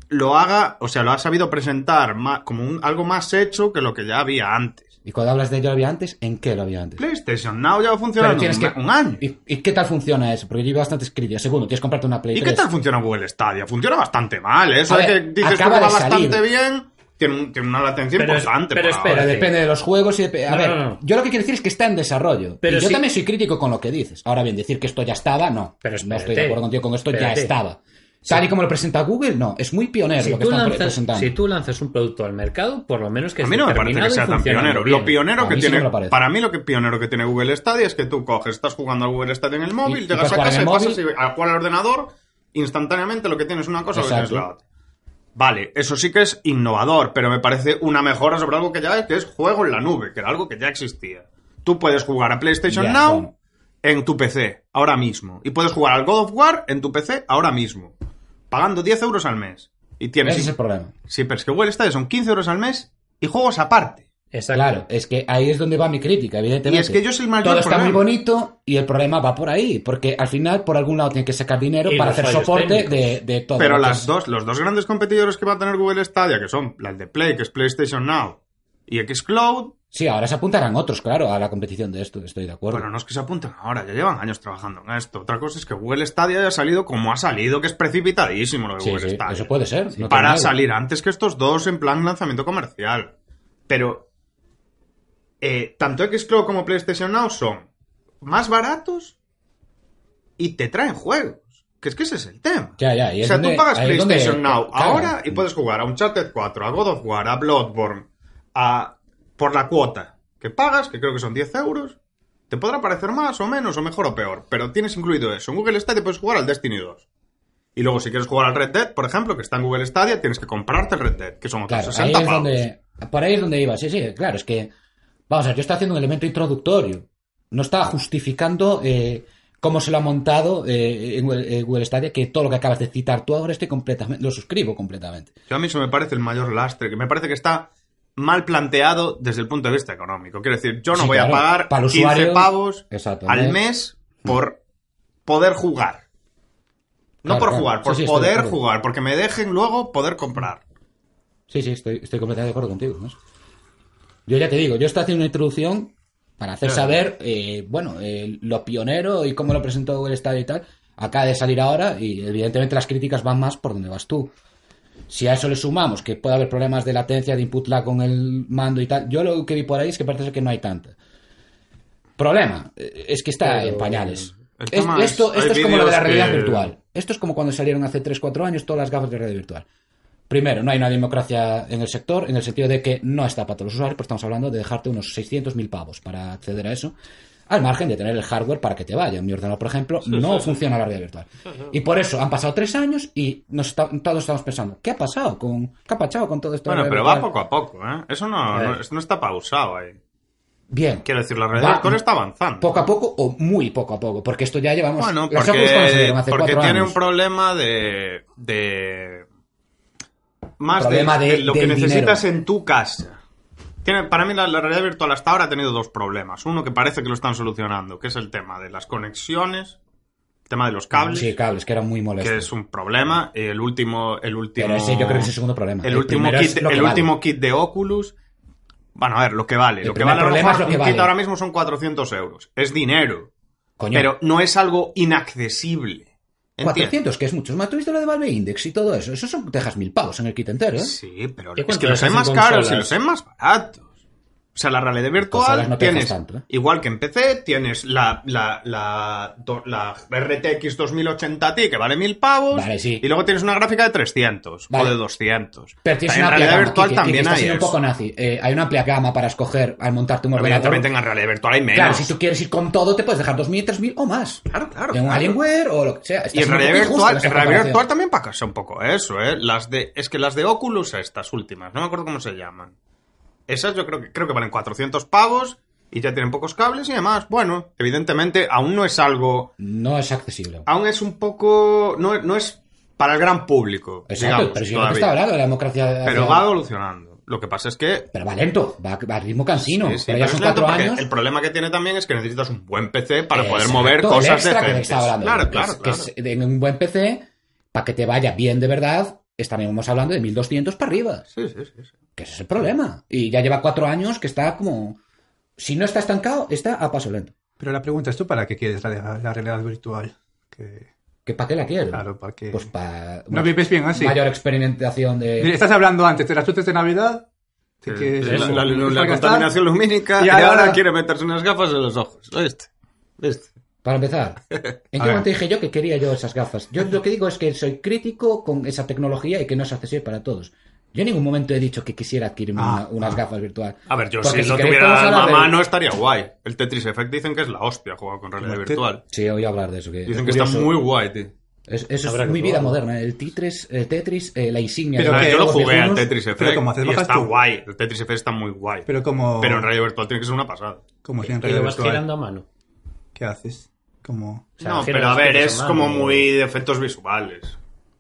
Speaker 2: lo haga, o sea, lo ha sabido presentar ma- como un- algo más hecho que lo que ya había antes.
Speaker 1: Y cuando hablas de yo lo había antes, ¿en qué lo había antes?
Speaker 2: PlayStation Now lleva funcionando
Speaker 3: Pero
Speaker 2: un,
Speaker 3: tienes que-
Speaker 2: un año. ¿Y,
Speaker 1: ¿Y, y qué tal funciona eso? Porque yo vi bastantes críticas. Segundo, tienes que comprarte una Play
Speaker 2: qué
Speaker 1: 3.
Speaker 2: tal funciona Google Stadia? Funciona bastante mal, ¿eh? Eso
Speaker 1: A
Speaker 2: de que
Speaker 1: ver,
Speaker 2: dices tú que
Speaker 1: acaba
Speaker 2: va
Speaker 1: de salir.
Speaker 2: bastante bien, tiene, un- tiene una latencia
Speaker 3: Pero es-
Speaker 2: importante.
Speaker 3: pero
Speaker 2: por
Speaker 3: espera,
Speaker 1: Pero
Speaker 2: ahora.
Speaker 1: depende de los juegos y dep- A
Speaker 3: No,
Speaker 1: ver,
Speaker 3: no, no.
Speaker 1: yo lo que quiero decir es que está en desarrollo.
Speaker 3: Pero
Speaker 1: y yo
Speaker 3: sí.
Speaker 1: también soy crítico con lo que dices. Ahora bien, decir que esto ya estaba, no.
Speaker 3: Pero
Speaker 1: no estoy
Speaker 3: espérate,
Speaker 1: de acuerdo contigo con esto,
Speaker 3: espérate.
Speaker 1: ya estaba. Tal y como lo presenta Google, no. Es muy pionero
Speaker 3: Si
Speaker 1: lo que
Speaker 3: tú,
Speaker 1: están pre-
Speaker 3: lanzas,
Speaker 1: presentando.
Speaker 3: si tú lanzas un producto al mercado, por lo menos que
Speaker 2: A
Speaker 3: esté
Speaker 2: mí no me parece que
Speaker 3: terminado y
Speaker 2: sea tan
Speaker 3: funcionando
Speaker 2: pionero.
Speaker 3: bien.
Speaker 2: Lo pionero
Speaker 1: A
Speaker 2: que
Speaker 1: mí sí
Speaker 2: tiene.
Speaker 1: me lo parece.
Speaker 2: para mí, lo que pionero que tiene Google Stadia es que tú coges, estás jugando al Google Stadia en el móvil,
Speaker 1: y
Speaker 2: llegas
Speaker 1: puedes
Speaker 2: a
Speaker 1: jugar en
Speaker 2: casa y
Speaker 1: el
Speaker 2: pasas
Speaker 1: móvil.
Speaker 2: y- a jugar al ordenador, instantáneamente lo que tienes es una cosa, lo que tienes
Speaker 1: Exacto.
Speaker 2: la otra. Vale, eso sí que es innovador, pero me parece una mejora sobre algo que ya es, que es juego en la nube, que era algo que ya existía. Tú puedes jugar a PlayStation
Speaker 1: Ya,
Speaker 2: Now
Speaker 1: bueno.
Speaker 2: en tu PC, ahora mismo. Y puedes jugar al God of War en tu PC, ahora mismo. Pagando 10 euros al mes. Y tienes
Speaker 1: Ese es el problema.
Speaker 2: Sí, pero es que Google Stadia son 15 euros al mes y juegos aparte.
Speaker 3: Exacto.
Speaker 1: Claro, es que ahí es donde va mi crítica, evidentemente.
Speaker 2: Y es que yo soy el mayor
Speaker 1: Todo está
Speaker 2: problema.
Speaker 1: muy bonito y el problema va por ahí, porque al final por algún lado tienen que sacar dinero
Speaker 3: Y
Speaker 1: para
Speaker 3: los
Speaker 1: hacer
Speaker 3: fallos
Speaker 1: soporte de,
Speaker 3: técnicos.
Speaker 1: de todo.
Speaker 2: Pero
Speaker 1: Entonces,
Speaker 2: las dos, los dos grandes competidores que va a tener Google Stadia, que son las de Play, que es PlayStation Now, y Xcloud,
Speaker 1: Sí, ahora se apuntarán otros, claro, a la competición de esto, estoy de acuerdo.
Speaker 2: bueno, no es que se apunten ahora, ya llevan años trabajando en esto. Otra cosa es que Google Stadia haya salido como ha salido, que es precipitadísimo lo de
Speaker 1: sí,
Speaker 2: Google
Speaker 1: sí,
Speaker 2: Stadia.
Speaker 1: eso puede ser. no tengo
Speaker 2: para
Speaker 1: nada.
Speaker 2: salir antes que estos dos en plan lanzamiento comercial. Pero eh, tanto Xcloud como PlayStation Now son más baratos y te traen juegos. Que es que ese es el tema.
Speaker 1: Ya, ya, y
Speaker 2: o
Speaker 1: es
Speaker 2: sea, tú
Speaker 1: donde-
Speaker 2: pagas
Speaker 1: ahí es donde
Speaker 2: PlayStation Now
Speaker 1: cagan.
Speaker 2: ahora y puedes jugar a Uncharted 4, a God of War, a Bloodborne, a por la cuota que pagas, que creo que son 10 euros. Te podrá parecer más o menos, o mejor o peor, pero tienes incluido eso. En Google Stadia puedes jugar al Destiny 2. Y luego, si quieres jugar al Red Dead, por ejemplo, que está en Google Stadia, tienes que comprarte el Red Dead, que son otros
Speaker 1: Claro, ahí
Speaker 2: 60
Speaker 1: es
Speaker 2: pavos.
Speaker 1: donde, por ahí es donde iba, sí, sí, claro, es que, vamos a ver, yo estoy haciendo un elemento introductorio, no está justificando eh, cómo se lo ha montado eh, en Google, eh, Google Stadia, que todo lo que acabas de citar tú ahora estoy completamente, lo suscribo completamente.
Speaker 2: Yo a mí eso me parece el mayor lastre, que me parece que está mal planteado desde el punto de vista económico. Quiero decir, yo no
Speaker 1: Sí,
Speaker 2: voy
Speaker 1: claro,
Speaker 2: a pagar
Speaker 1: para el
Speaker 2: 15
Speaker 1: usuario,
Speaker 2: pavos
Speaker 1: exacto,
Speaker 2: al
Speaker 1: ¿no?
Speaker 2: mes por poder jugar.
Speaker 1: Claro,
Speaker 2: No por
Speaker 1: claro.
Speaker 2: jugar, por
Speaker 1: Sí, sí, estoy de
Speaker 2: poder
Speaker 1: acuerdo.
Speaker 2: jugar, porque me dejen luego poder comprar.
Speaker 1: Sí, sí, estoy, estoy completamente de acuerdo contigo. ¿no? Yo ya te digo, yo estoy haciendo una introducción para hacer saber, eh, bueno, eh, lo pionero y cómo lo presentó Google Stadia y tal. Acaba de salir ahora y evidentemente las críticas van más por donde vas tú. Si a eso le sumamos que puede haber problemas de latencia, de input lag con el mando y tal, yo lo que vi por ahí es que parece ser que no hay tanta. Problema, eh, es que está
Speaker 3: Pero-
Speaker 1: en pañales.
Speaker 2: El
Speaker 1: Es-
Speaker 2: tema es-
Speaker 1: esto esto
Speaker 2: hay
Speaker 1: es como lo de la
Speaker 2: vídeos
Speaker 1: realidad
Speaker 2: que-
Speaker 1: virtual. Esto es como cuando salieron hace 3-4 años todas las gafas de realidad virtual. Primero, no hay una democracia en el sector, en el sentido de que no está para todos los usuarios, pero estamos hablando de dejarte unos 600.000 pavos para acceder a eso, al margen de tener el hardware para que te vaya. Mi ordenador, por ejemplo, no funciona la realidad virtual. Y por eso han pasado tres años y nos está- todos estamos pensando, ¿qué ha pasado con, qué ha pasado con todo esto? de
Speaker 2: Bueno,
Speaker 1: la
Speaker 2: pero va
Speaker 1: realidad
Speaker 2: poco a poco, ¿eh? Eso no,
Speaker 1: ver.
Speaker 2: no, eso no está pausado ahí.
Speaker 1: virtual? Bien.
Speaker 2: Quiero decir, la realidad
Speaker 1: Va
Speaker 2: virtual está avanzando.
Speaker 1: Poco a poco o muy poco a poco, porque esto ya llevamos...
Speaker 2: Bueno,
Speaker 1: las Oculus cuando
Speaker 2: porque,
Speaker 1: salieron hace
Speaker 2: porque
Speaker 1: cuatro
Speaker 2: tiene
Speaker 1: años.
Speaker 2: un problema de. de más
Speaker 1: Problema
Speaker 2: de,
Speaker 1: de-
Speaker 2: de lo que
Speaker 1: del
Speaker 2: necesitas
Speaker 1: dinero.
Speaker 2: en tu casa. Tiene, para mí, la, la realidad virtual hasta ahora ha tenido dos problemas. Uno que parece que lo están solucionando, que es el tema de las conexiones, el tema de los cables,
Speaker 1: Sí, cables, que eran muy
Speaker 2: que
Speaker 1: molestos.
Speaker 2: es un problema. y el último. El último
Speaker 1: Pero ese yo creo que es el segundo problema.
Speaker 2: el, último,
Speaker 1: primero
Speaker 2: kit,
Speaker 1: es lo que
Speaker 2: el
Speaker 1: vale.
Speaker 2: último kit de Oculus. Bueno, a ver, lo que vale.
Speaker 1: El
Speaker 2: lo que
Speaker 1: primer
Speaker 2: vale a lo
Speaker 1: problema
Speaker 2: mejor
Speaker 1: es lo que
Speaker 2: un kit
Speaker 1: vale.
Speaker 2: ahora mismo son 400 euros. Es dinero.
Speaker 1: Coño.
Speaker 2: Pero no es algo inaccesible.
Speaker 1: 400,
Speaker 2: ¿Entiendes?
Speaker 1: que es mucho. Más tuviste lo de Valve Index y todo eso. Eso son, te dejas mil pavos en el kit entero, ¿eh?
Speaker 2: Sí, pero
Speaker 3: ¿Y
Speaker 2: es que
Speaker 3: cuánto
Speaker 2: los hay
Speaker 3: dejas
Speaker 2: más
Speaker 3: en
Speaker 2: caros y
Speaker 3: consolas?
Speaker 2: los hay más baratos. O sea, la realidad virtual
Speaker 1: Consolas no te
Speaker 2: tienes,
Speaker 1: dejas tanto, ¿eh?
Speaker 2: igual que en PC, tienes la, la, la, do- la RTX 2080 Ti que vale mil pavos
Speaker 1: Vale, sí.
Speaker 2: y luego tienes una gráfica de 300 o
Speaker 1: Vale.
Speaker 2: de 200.
Speaker 1: Pero tienes
Speaker 2: en
Speaker 1: una amplia
Speaker 2: realidad
Speaker 1: gama. Kike,
Speaker 2: virtual
Speaker 1: Kike,
Speaker 2: también
Speaker 1: estás
Speaker 2: hay
Speaker 1: siendo
Speaker 2: eso.
Speaker 1: un poco nazi. Eh, hay una amplia gama para escoger al montarte un ordenador.
Speaker 2: Evidentemente en la realidad virtual hay menos.
Speaker 1: Claro, si tú quieres ir con todo, te puedes dejar 2.000, 3.000 o más.
Speaker 2: Claro, claro,
Speaker 1: De un
Speaker 2: claro.
Speaker 1: Alienware o lo que sea. Estás
Speaker 2: Y en
Speaker 1: siendo un
Speaker 2: realidad,
Speaker 1: poco injusto
Speaker 2: virtual,
Speaker 1: esa
Speaker 2: en realidad virtual
Speaker 1: comparación.
Speaker 2: también pasa un poco eso, ¿eh? Las de, es que las de Oculus, estas últimas, no me acuerdo cómo se llaman. Esas yo creo que, creo que valen 400 pavos y ya tienen pocos cables y demás. Bueno, evidentemente aún no es algo...
Speaker 1: No es accesible.
Speaker 2: Aún es un poco... No, no es para el gran público,
Speaker 1: Exacto,
Speaker 2: digamos,
Speaker 1: pero si no
Speaker 2: todavía.
Speaker 1: te está hablando de la democracia.
Speaker 2: Pero
Speaker 1: hacia-
Speaker 2: va evolucionando. Lo que pasa es que... eh,
Speaker 1: Pero va lento, va, va a ritmo cansino.
Speaker 2: sí, sí,
Speaker 1: pero ya
Speaker 2: pero
Speaker 1: son
Speaker 2: es lento
Speaker 1: cuatro
Speaker 2: porque
Speaker 1: años.
Speaker 2: El problema que tiene también es que necesitas un buen PC para poder
Speaker 1: Exacto,
Speaker 2: mover
Speaker 1: el
Speaker 2: cosas
Speaker 1: extra que
Speaker 2: decentes.
Speaker 1: estaba hablando.
Speaker 2: Claro,
Speaker 1: Es
Speaker 2: claro,
Speaker 1: que
Speaker 2: claro.
Speaker 1: es- en un buen PC, para que te vaya bien de verdad, es- también estamos hablando de 1200 para arriba.
Speaker 2: Sí, sí, sí, sí.
Speaker 1: Que ese es el problema. Y ya lleva cuatro años que está como. Si no está estancado, está a paso lento.
Speaker 4: Pero la pregunta es tú, ¿para qué quieres la, la realidad virtual? Que,
Speaker 1: ¿Que ¿Para qué la quiero?
Speaker 4: claro, ¿para qué?
Speaker 1: Pues para.
Speaker 4: no vives bien así.
Speaker 1: Mayor experimentación de.
Speaker 4: Eh, Mira, Estás hablando antes de las luces de Navidad. de que
Speaker 2: Eh, la,
Speaker 4: eso,
Speaker 2: la- la- la
Speaker 4: para gastar.
Speaker 2: contaminación lumínica
Speaker 4: Y
Speaker 2: y,
Speaker 4: ahora-
Speaker 2: ahora... quiere meterse unas gafas en los ojos. ¿Oíste? ¿Oíste?
Speaker 1: Para
Speaker 2: (laughs)
Speaker 1: empezar, ¿en qué
Speaker 4: ver.
Speaker 1: momento dije yo que quería yo esas gafas? Yo lo que digo es que soy crítico con esa tecnología y que no es accesible para todos. Yo en ningún momento he dicho que quisiera adquirirme una-
Speaker 4: Ah,
Speaker 1: unas
Speaker 4: ah.
Speaker 1: gafas virtual.
Speaker 2: A ver, yo
Speaker 1: Porque
Speaker 2: si, lo
Speaker 1: queréis
Speaker 2: tuviera
Speaker 1: podemos
Speaker 2: a la
Speaker 1: hablar de-
Speaker 2: mano estaría guay. El Tetris Effect dicen que es la hostia jugado con realidad
Speaker 4: Como el
Speaker 2: virtual.
Speaker 1: Sí, he oído hablar de eso. Que
Speaker 2: Dicen
Speaker 1: es
Speaker 2: que está
Speaker 1: curioso.
Speaker 2: muy guay, tío.
Speaker 1: Es- eso
Speaker 3: Habrá
Speaker 1: es
Speaker 3: que
Speaker 1: mi vida
Speaker 3: probarlo.
Speaker 1: moderna. El Tetris, el Tetris eh, la insignia.
Speaker 4: Pero
Speaker 1: de
Speaker 2: A
Speaker 1: los
Speaker 2: ver,
Speaker 4: que-
Speaker 2: yo lo
Speaker 1: juegos
Speaker 2: jugué al
Speaker 1: viejunos.
Speaker 2: Tetris Effect
Speaker 4: pero como haces
Speaker 2: y
Speaker 4: bajas
Speaker 2: está
Speaker 4: tú.
Speaker 2: guay. El Tetris Effect está muy guay. Pero,
Speaker 4: Pero como.
Speaker 2: en realidad virtual tiene que ser una pasada.
Speaker 4: como si en
Speaker 3: Y lo
Speaker 4: realidad
Speaker 3: vas
Speaker 4: virtual,
Speaker 3: girando a mano.
Speaker 4: ¿Qué haces? Como.
Speaker 3: O sea,
Speaker 2: no,
Speaker 3: giras
Speaker 2: pero a
Speaker 3: las
Speaker 2: ver,
Speaker 3: cosas
Speaker 2: es
Speaker 3: a mano.
Speaker 2: como muy de efectos visuales.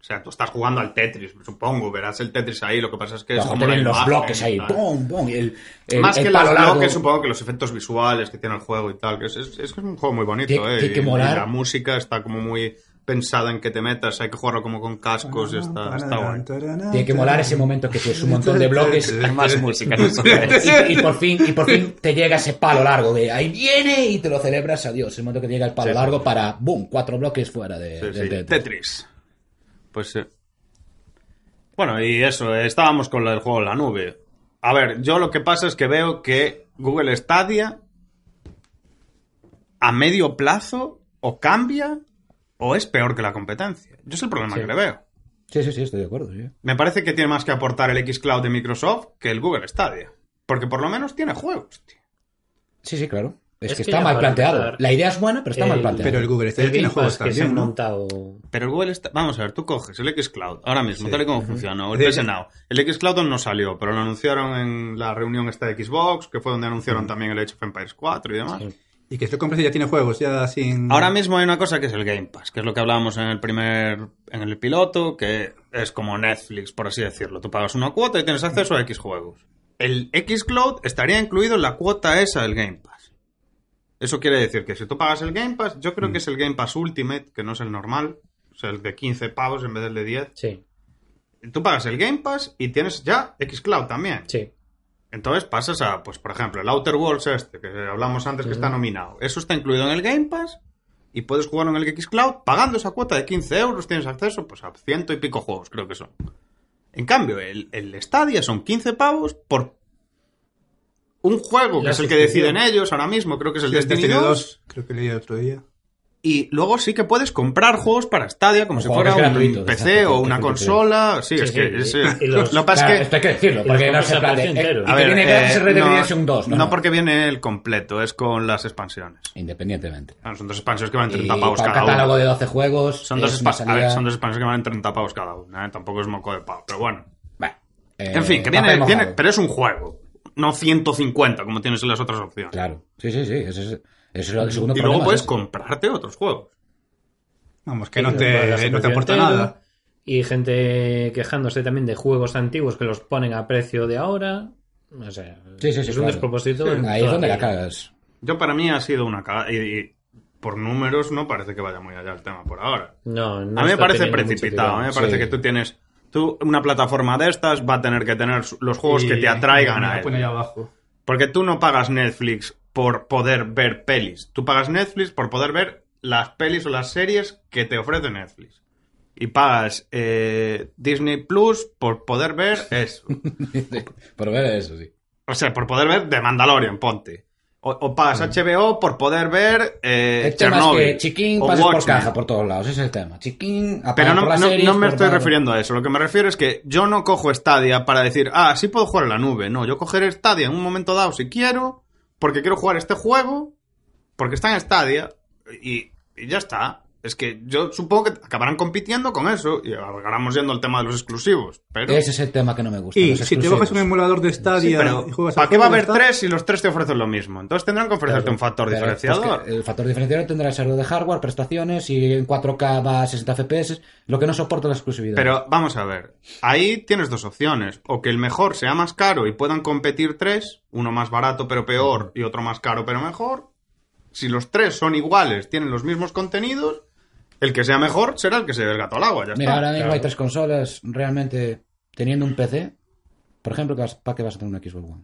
Speaker 2: O sea, tú estás jugando al Tetris, supongo, verás el Tetris ahí, lo que pasa es que es
Speaker 1: Ojo,
Speaker 2: como
Speaker 1: te
Speaker 2: la
Speaker 1: ven los
Speaker 2: imagen
Speaker 1: bloques
Speaker 2: y
Speaker 1: ahí.
Speaker 2: tal.
Speaker 1: ¡Pum, pum! y el- el-
Speaker 2: ah, eh, Más
Speaker 1: el
Speaker 2: que
Speaker 1: palo
Speaker 2: los
Speaker 1: largo.
Speaker 2: bloques, supongo que los efectos visuales que tiene el juego y tal, que es, es- es que es un juego muy bonito,
Speaker 1: Tiene-
Speaker 2: eh,
Speaker 1: tiene que
Speaker 2: y- y
Speaker 1: molar.
Speaker 2: la música está como muy pensada en que te metas, hay que jugarlo como con cascos y Pues está, está guay.
Speaker 1: Tiene que molar ese momento que tienes un montón de
Speaker 2: (laughs)
Speaker 1: bloques. eh,
Speaker 2: más
Speaker 3: (laughs)
Speaker 2: música.
Speaker 1: Y, y por fin, y por fin te llega ese palo largo de ahí viene y te lo celebras adiós. El momento que te llega el palo
Speaker 2: Sí, sí.
Speaker 1: largo para boom, cuatro bloques fuera de,
Speaker 2: Sí,
Speaker 1: del
Speaker 2: sí,
Speaker 1: Tetris.
Speaker 2: Tetris. Pues sí. Bueno, y eso, eh, estábamos con el juego de la nube. A ver, yo lo que pasa es que veo que Google Stadia a medio plazo o cambia o es peor que la competencia. Yo es el problema
Speaker 3: Sí.
Speaker 2: que le veo.
Speaker 1: Sí, sí, sí, estoy de acuerdo. sí.
Speaker 2: Me parece que tiene más que aportar el xCloud de Microsoft que el Google Stadia. Porque por lo menos tiene juegos, tío.
Speaker 1: Sí, sí, claro. Es,
Speaker 3: Es
Speaker 1: que,
Speaker 3: que
Speaker 1: está
Speaker 3: ya
Speaker 1: mal
Speaker 3: para
Speaker 1: planteado.
Speaker 3: empezar,
Speaker 1: La idea es buena, pero está mal
Speaker 3: el-
Speaker 1: planteada.
Speaker 4: Pero el Google
Speaker 3: El
Speaker 4: Stadia
Speaker 3: Game
Speaker 4: tiene
Speaker 3: Pass
Speaker 4: juegos
Speaker 3: que se han
Speaker 4: también, ¿no?
Speaker 3: montado...
Speaker 2: Pero el Google está... Vamos a ver, tú coges el xCloud, ahora mismo,
Speaker 4: Sí.
Speaker 2: tal y como funciona, o el
Speaker 4: De-
Speaker 2: PS Now. El xCloud aún no salió, pero lo anunciaron en la reunión esta de Xbox, que fue donde anunciaron también el Age of Empires 4 y demás.
Speaker 3: Sí.
Speaker 4: Y que si lo compras y ya tiene juegos, ya sin.
Speaker 2: Ahora mismo hay una cosa que es el Game Pass, que es lo que hablábamos en el primer... en el piloto, que es como Netflix, por así decirlo. Tú pagas una cuota y tienes acceso a X juegos. El xCloud estaría incluido en la cuota esa del Game Pass. Eso quiere decir que si tú pagas el Game Pass, yo creo que es el Game Pass Ultimate, que no es el normal, o sea, el de 15 pavos en vez del de 10.
Speaker 3: Sí,
Speaker 2: tú pagas el Game Pass y tienes ya xCloud también.
Speaker 3: sí.
Speaker 2: Entonces pasas a, pues por ejemplo, el Outer Worlds este, que hablamos antes que está nominado. Eso está incluido en el Game Pass y puedes jugarlo en el xCloud pagando esa cuota de 15 euros. Tienes acceso pues a ciento y pico juegos, creo que son. En cambio, el, el Stadia son 15 pavos por un juego, que
Speaker 3: La
Speaker 2: es el que
Speaker 3: suscripción.
Speaker 2: deciden ellos ahora mismo, creo que es el
Speaker 4: Sí, el
Speaker 2: Destiny,
Speaker 4: Destiny
Speaker 2: 2.
Speaker 4: 2, creo que leí el otro día.
Speaker 2: Y luego sí que puedes comprar juegos para Stadia como si
Speaker 1: Juegos
Speaker 2: fuera un
Speaker 1: gratuitos,
Speaker 2: PC
Speaker 1: exacto,
Speaker 2: o una
Speaker 1: que- que- que-
Speaker 2: consola. Sí,
Speaker 3: Sí,
Speaker 2: es
Speaker 3: sí,
Speaker 2: que...
Speaker 3: y-
Speaker 2: es-
Speaker 3: y
Speaker 2: (laughs)
Speaker 3: los-
Speaker 2: lo que pasa es
Speaker 1: Claro,
Speaker 2: que...
Speaker 1: esto hay que decirlo,
Speaker 3: y
Speaker 1: porque
Speaker 3: los
Speaker 1: no se
Speaker 3: compras al
Speaker 1: plantea.
Speaker 3: precio entero.
Speaker 1: Y
Speaker 3: A
Speaker 1: que
Speaker 2: ver,
Speaker 1: viene
Speaker 2: eh,
Speaker 1: gratis Red Dead
Speaker 2: no,
Speaker 1: Redemption 2. No,
Speaker 2: no
Speaker 1: no.
Speaker 2: porque viene el completo, es con las expansiones.
Speaker 1: Independientemente.
Speaker 2: Ah, son dos expansiones que valen
Speaker 1: Y
Speaker 2: 30 pavos
Speaker 1: para un
Speaker 2: cada
Speaker 1: catálogo
Speaker 2: una.
Speaker 1: de 12 juegos.
Speaker 2: Son dos,
Speaker 1: es
Speaker 2: expa-
Speaker 1: una
Speaker 2: a ver,
Speaker 1: salida-
Speaker 2: son dos expansiones que valen 30 pavos cada una, ¿eh? tampoco es moco de pavo, pero bueno.
Speaker 1: Bueno, eh,
Speaker 2: en fin, que
Speaker 1: papel
Speaker 2: viene,
Speaker 1: mojado.
Speaker 2: viene- pero es un juego, no 150 como tienes en las otras opciones.
Speaker 1: Claro. ¿eh? Sí, sí, sí. Ese es, ese es el segundo
Speaker 2: y
Speaker 1: problema,
Speaker 2: luego puedes
Speaker 1: es ese.
Speaker 2: comprarte otros juegos.
Speaker 4: Vamos, que
Speaker 3: Y
Speaker 4: no
Speaker 3: los pagas
Speaker 4: te,
Speaker 3: al
Speaker 4: no te
Speaker 3: precio
Speaker 4: aporta
Speaker 3: entero.
Speaker 4: nada.
Speaker 3: Y gente quejándose también de juegos antiguos que los ponen a precio de ahora. O sea,
Speaker 1: Sí, sí, sí,
Speaker 3: es un
Speaker 1: claro.
Speaker 3: despropósito. en
Speaker 1: Ahí es
Speaker 3: toda
Speaker 1: donde la
Speaker 3: regla.
Speaker 1: cagas. (laughs)
Speaker 2: Yo para mí ha sido una cagada y, y por números no parece que vaya muy allá el tema por ahora.
Speaker 3: No, no
Speaker 2: a mí me
Speaker 3: está
Speaker 2: parece
Speaker 3: teniendo mucho
Speaker 2: precipitado.
Speaker 3: tirón.
Speaker 2: A mí me parece
Speaker 1: sí.
Speaker 2: que tú tienes. Tú, una plataforma de estas va a tener que tener su- los juegos
Speaker 4: Y-
Speaker 2: que te atraigan
Speaker 4: y
Speaker 2: a
Speaker 4: la
Speaker 2: él.
Speaker 4: pone ahí abajo.
Speaker 2: Porque tú no pagas Netflix por poder ver pelis. Tú pagas Netflix por poder ver las pelis o las series que te ofrece Netflix. Y pagas eh, Disney Plus por poder ver eso.
Speaker 1: Por ver eso, sí.
Speaker 2: O sea, por poder ver The Mandalorian, ponte. O, o pagas HBO por poder ver eh,
Speaker 1: El tema es
Speaker 2: Chernobyl.
Speaker 1: Este que Chiquín
Speaker 2: o
Speaker 1: pasa por
Speaker 2: Watchmen.
Speaker 1: caja por todos lados, ese es el tema. Chiquín
Speaker 2: Pero
Speaker 1: apaga
Speaker 2: no,
Speaker 1: por las
Speaker 2: no-
Speaker 1: series,
Speaker 2: no me
Speaker 1: por
Speaker 2: estoy
Speaker 1: tal.
Speaker 2: refiriendo a eso. Lo que me refiero es que yo no cojo Stadia para decir, ah, sí puedo jugar en la nube. No, yo cogeré Stadia en un momento dado si quiero, porque quiero jugar este juego, porque está en Stadia, y, y ya está. Es que yo supongo que acabarán compitiendo con eso y acabaremos yendo al tema de los exclusivos. Pero,
Speaker 1: Ese es el tema que no me
Speaker 3: Pues
Speaker 1: gusta.
Speaker 4: Y
Speaker 1: los
Speaker 4: si te
Speaker 1: exclusivos.
Speaker 4: bajas un emulador de
Speaker 2: Sí,
Speaker 4: Stadia
Speaker 2: pero
Speaker 4: y juegas
Speaker 2: ¿para
Speaker 4: al
Speaker 2: qué va a
Speaker 4: juego,
Speaker 2: haber
Speaker 4: ya está.
Speaker 2: tres si los tres te ofrecen lo mismo? Entonces tendrán que ofrecerte un factor
Speaker 1: Pero, pues,
Speaker 2: diferenciador.
Speaker 1: que el factor diferenciador tendrá que ser lo de hardware, prestaciones y en 4K va a 60 FPS, lo que no soporta la exclusividad.
Speaker 2: Pero vamos a ver, ahí tienes dos opciones. O que el mejor sea más caro y puedan competir tres, uno más barato pero peor y otro más caro pero mejor. Si los tres son iguales, tienen los mismos contenidos, el que sea mejor será el que se dé el gato al agua. Ya
Speaker 1: Mira,
Speaker 2: está.
Speaker 1: ahora mismo
Speaker 3: claro.
Speaker 1: hay tres consolas, realmente teniendo un PC, Por ejemplo, ¿para qué vas a tener una Xbox One?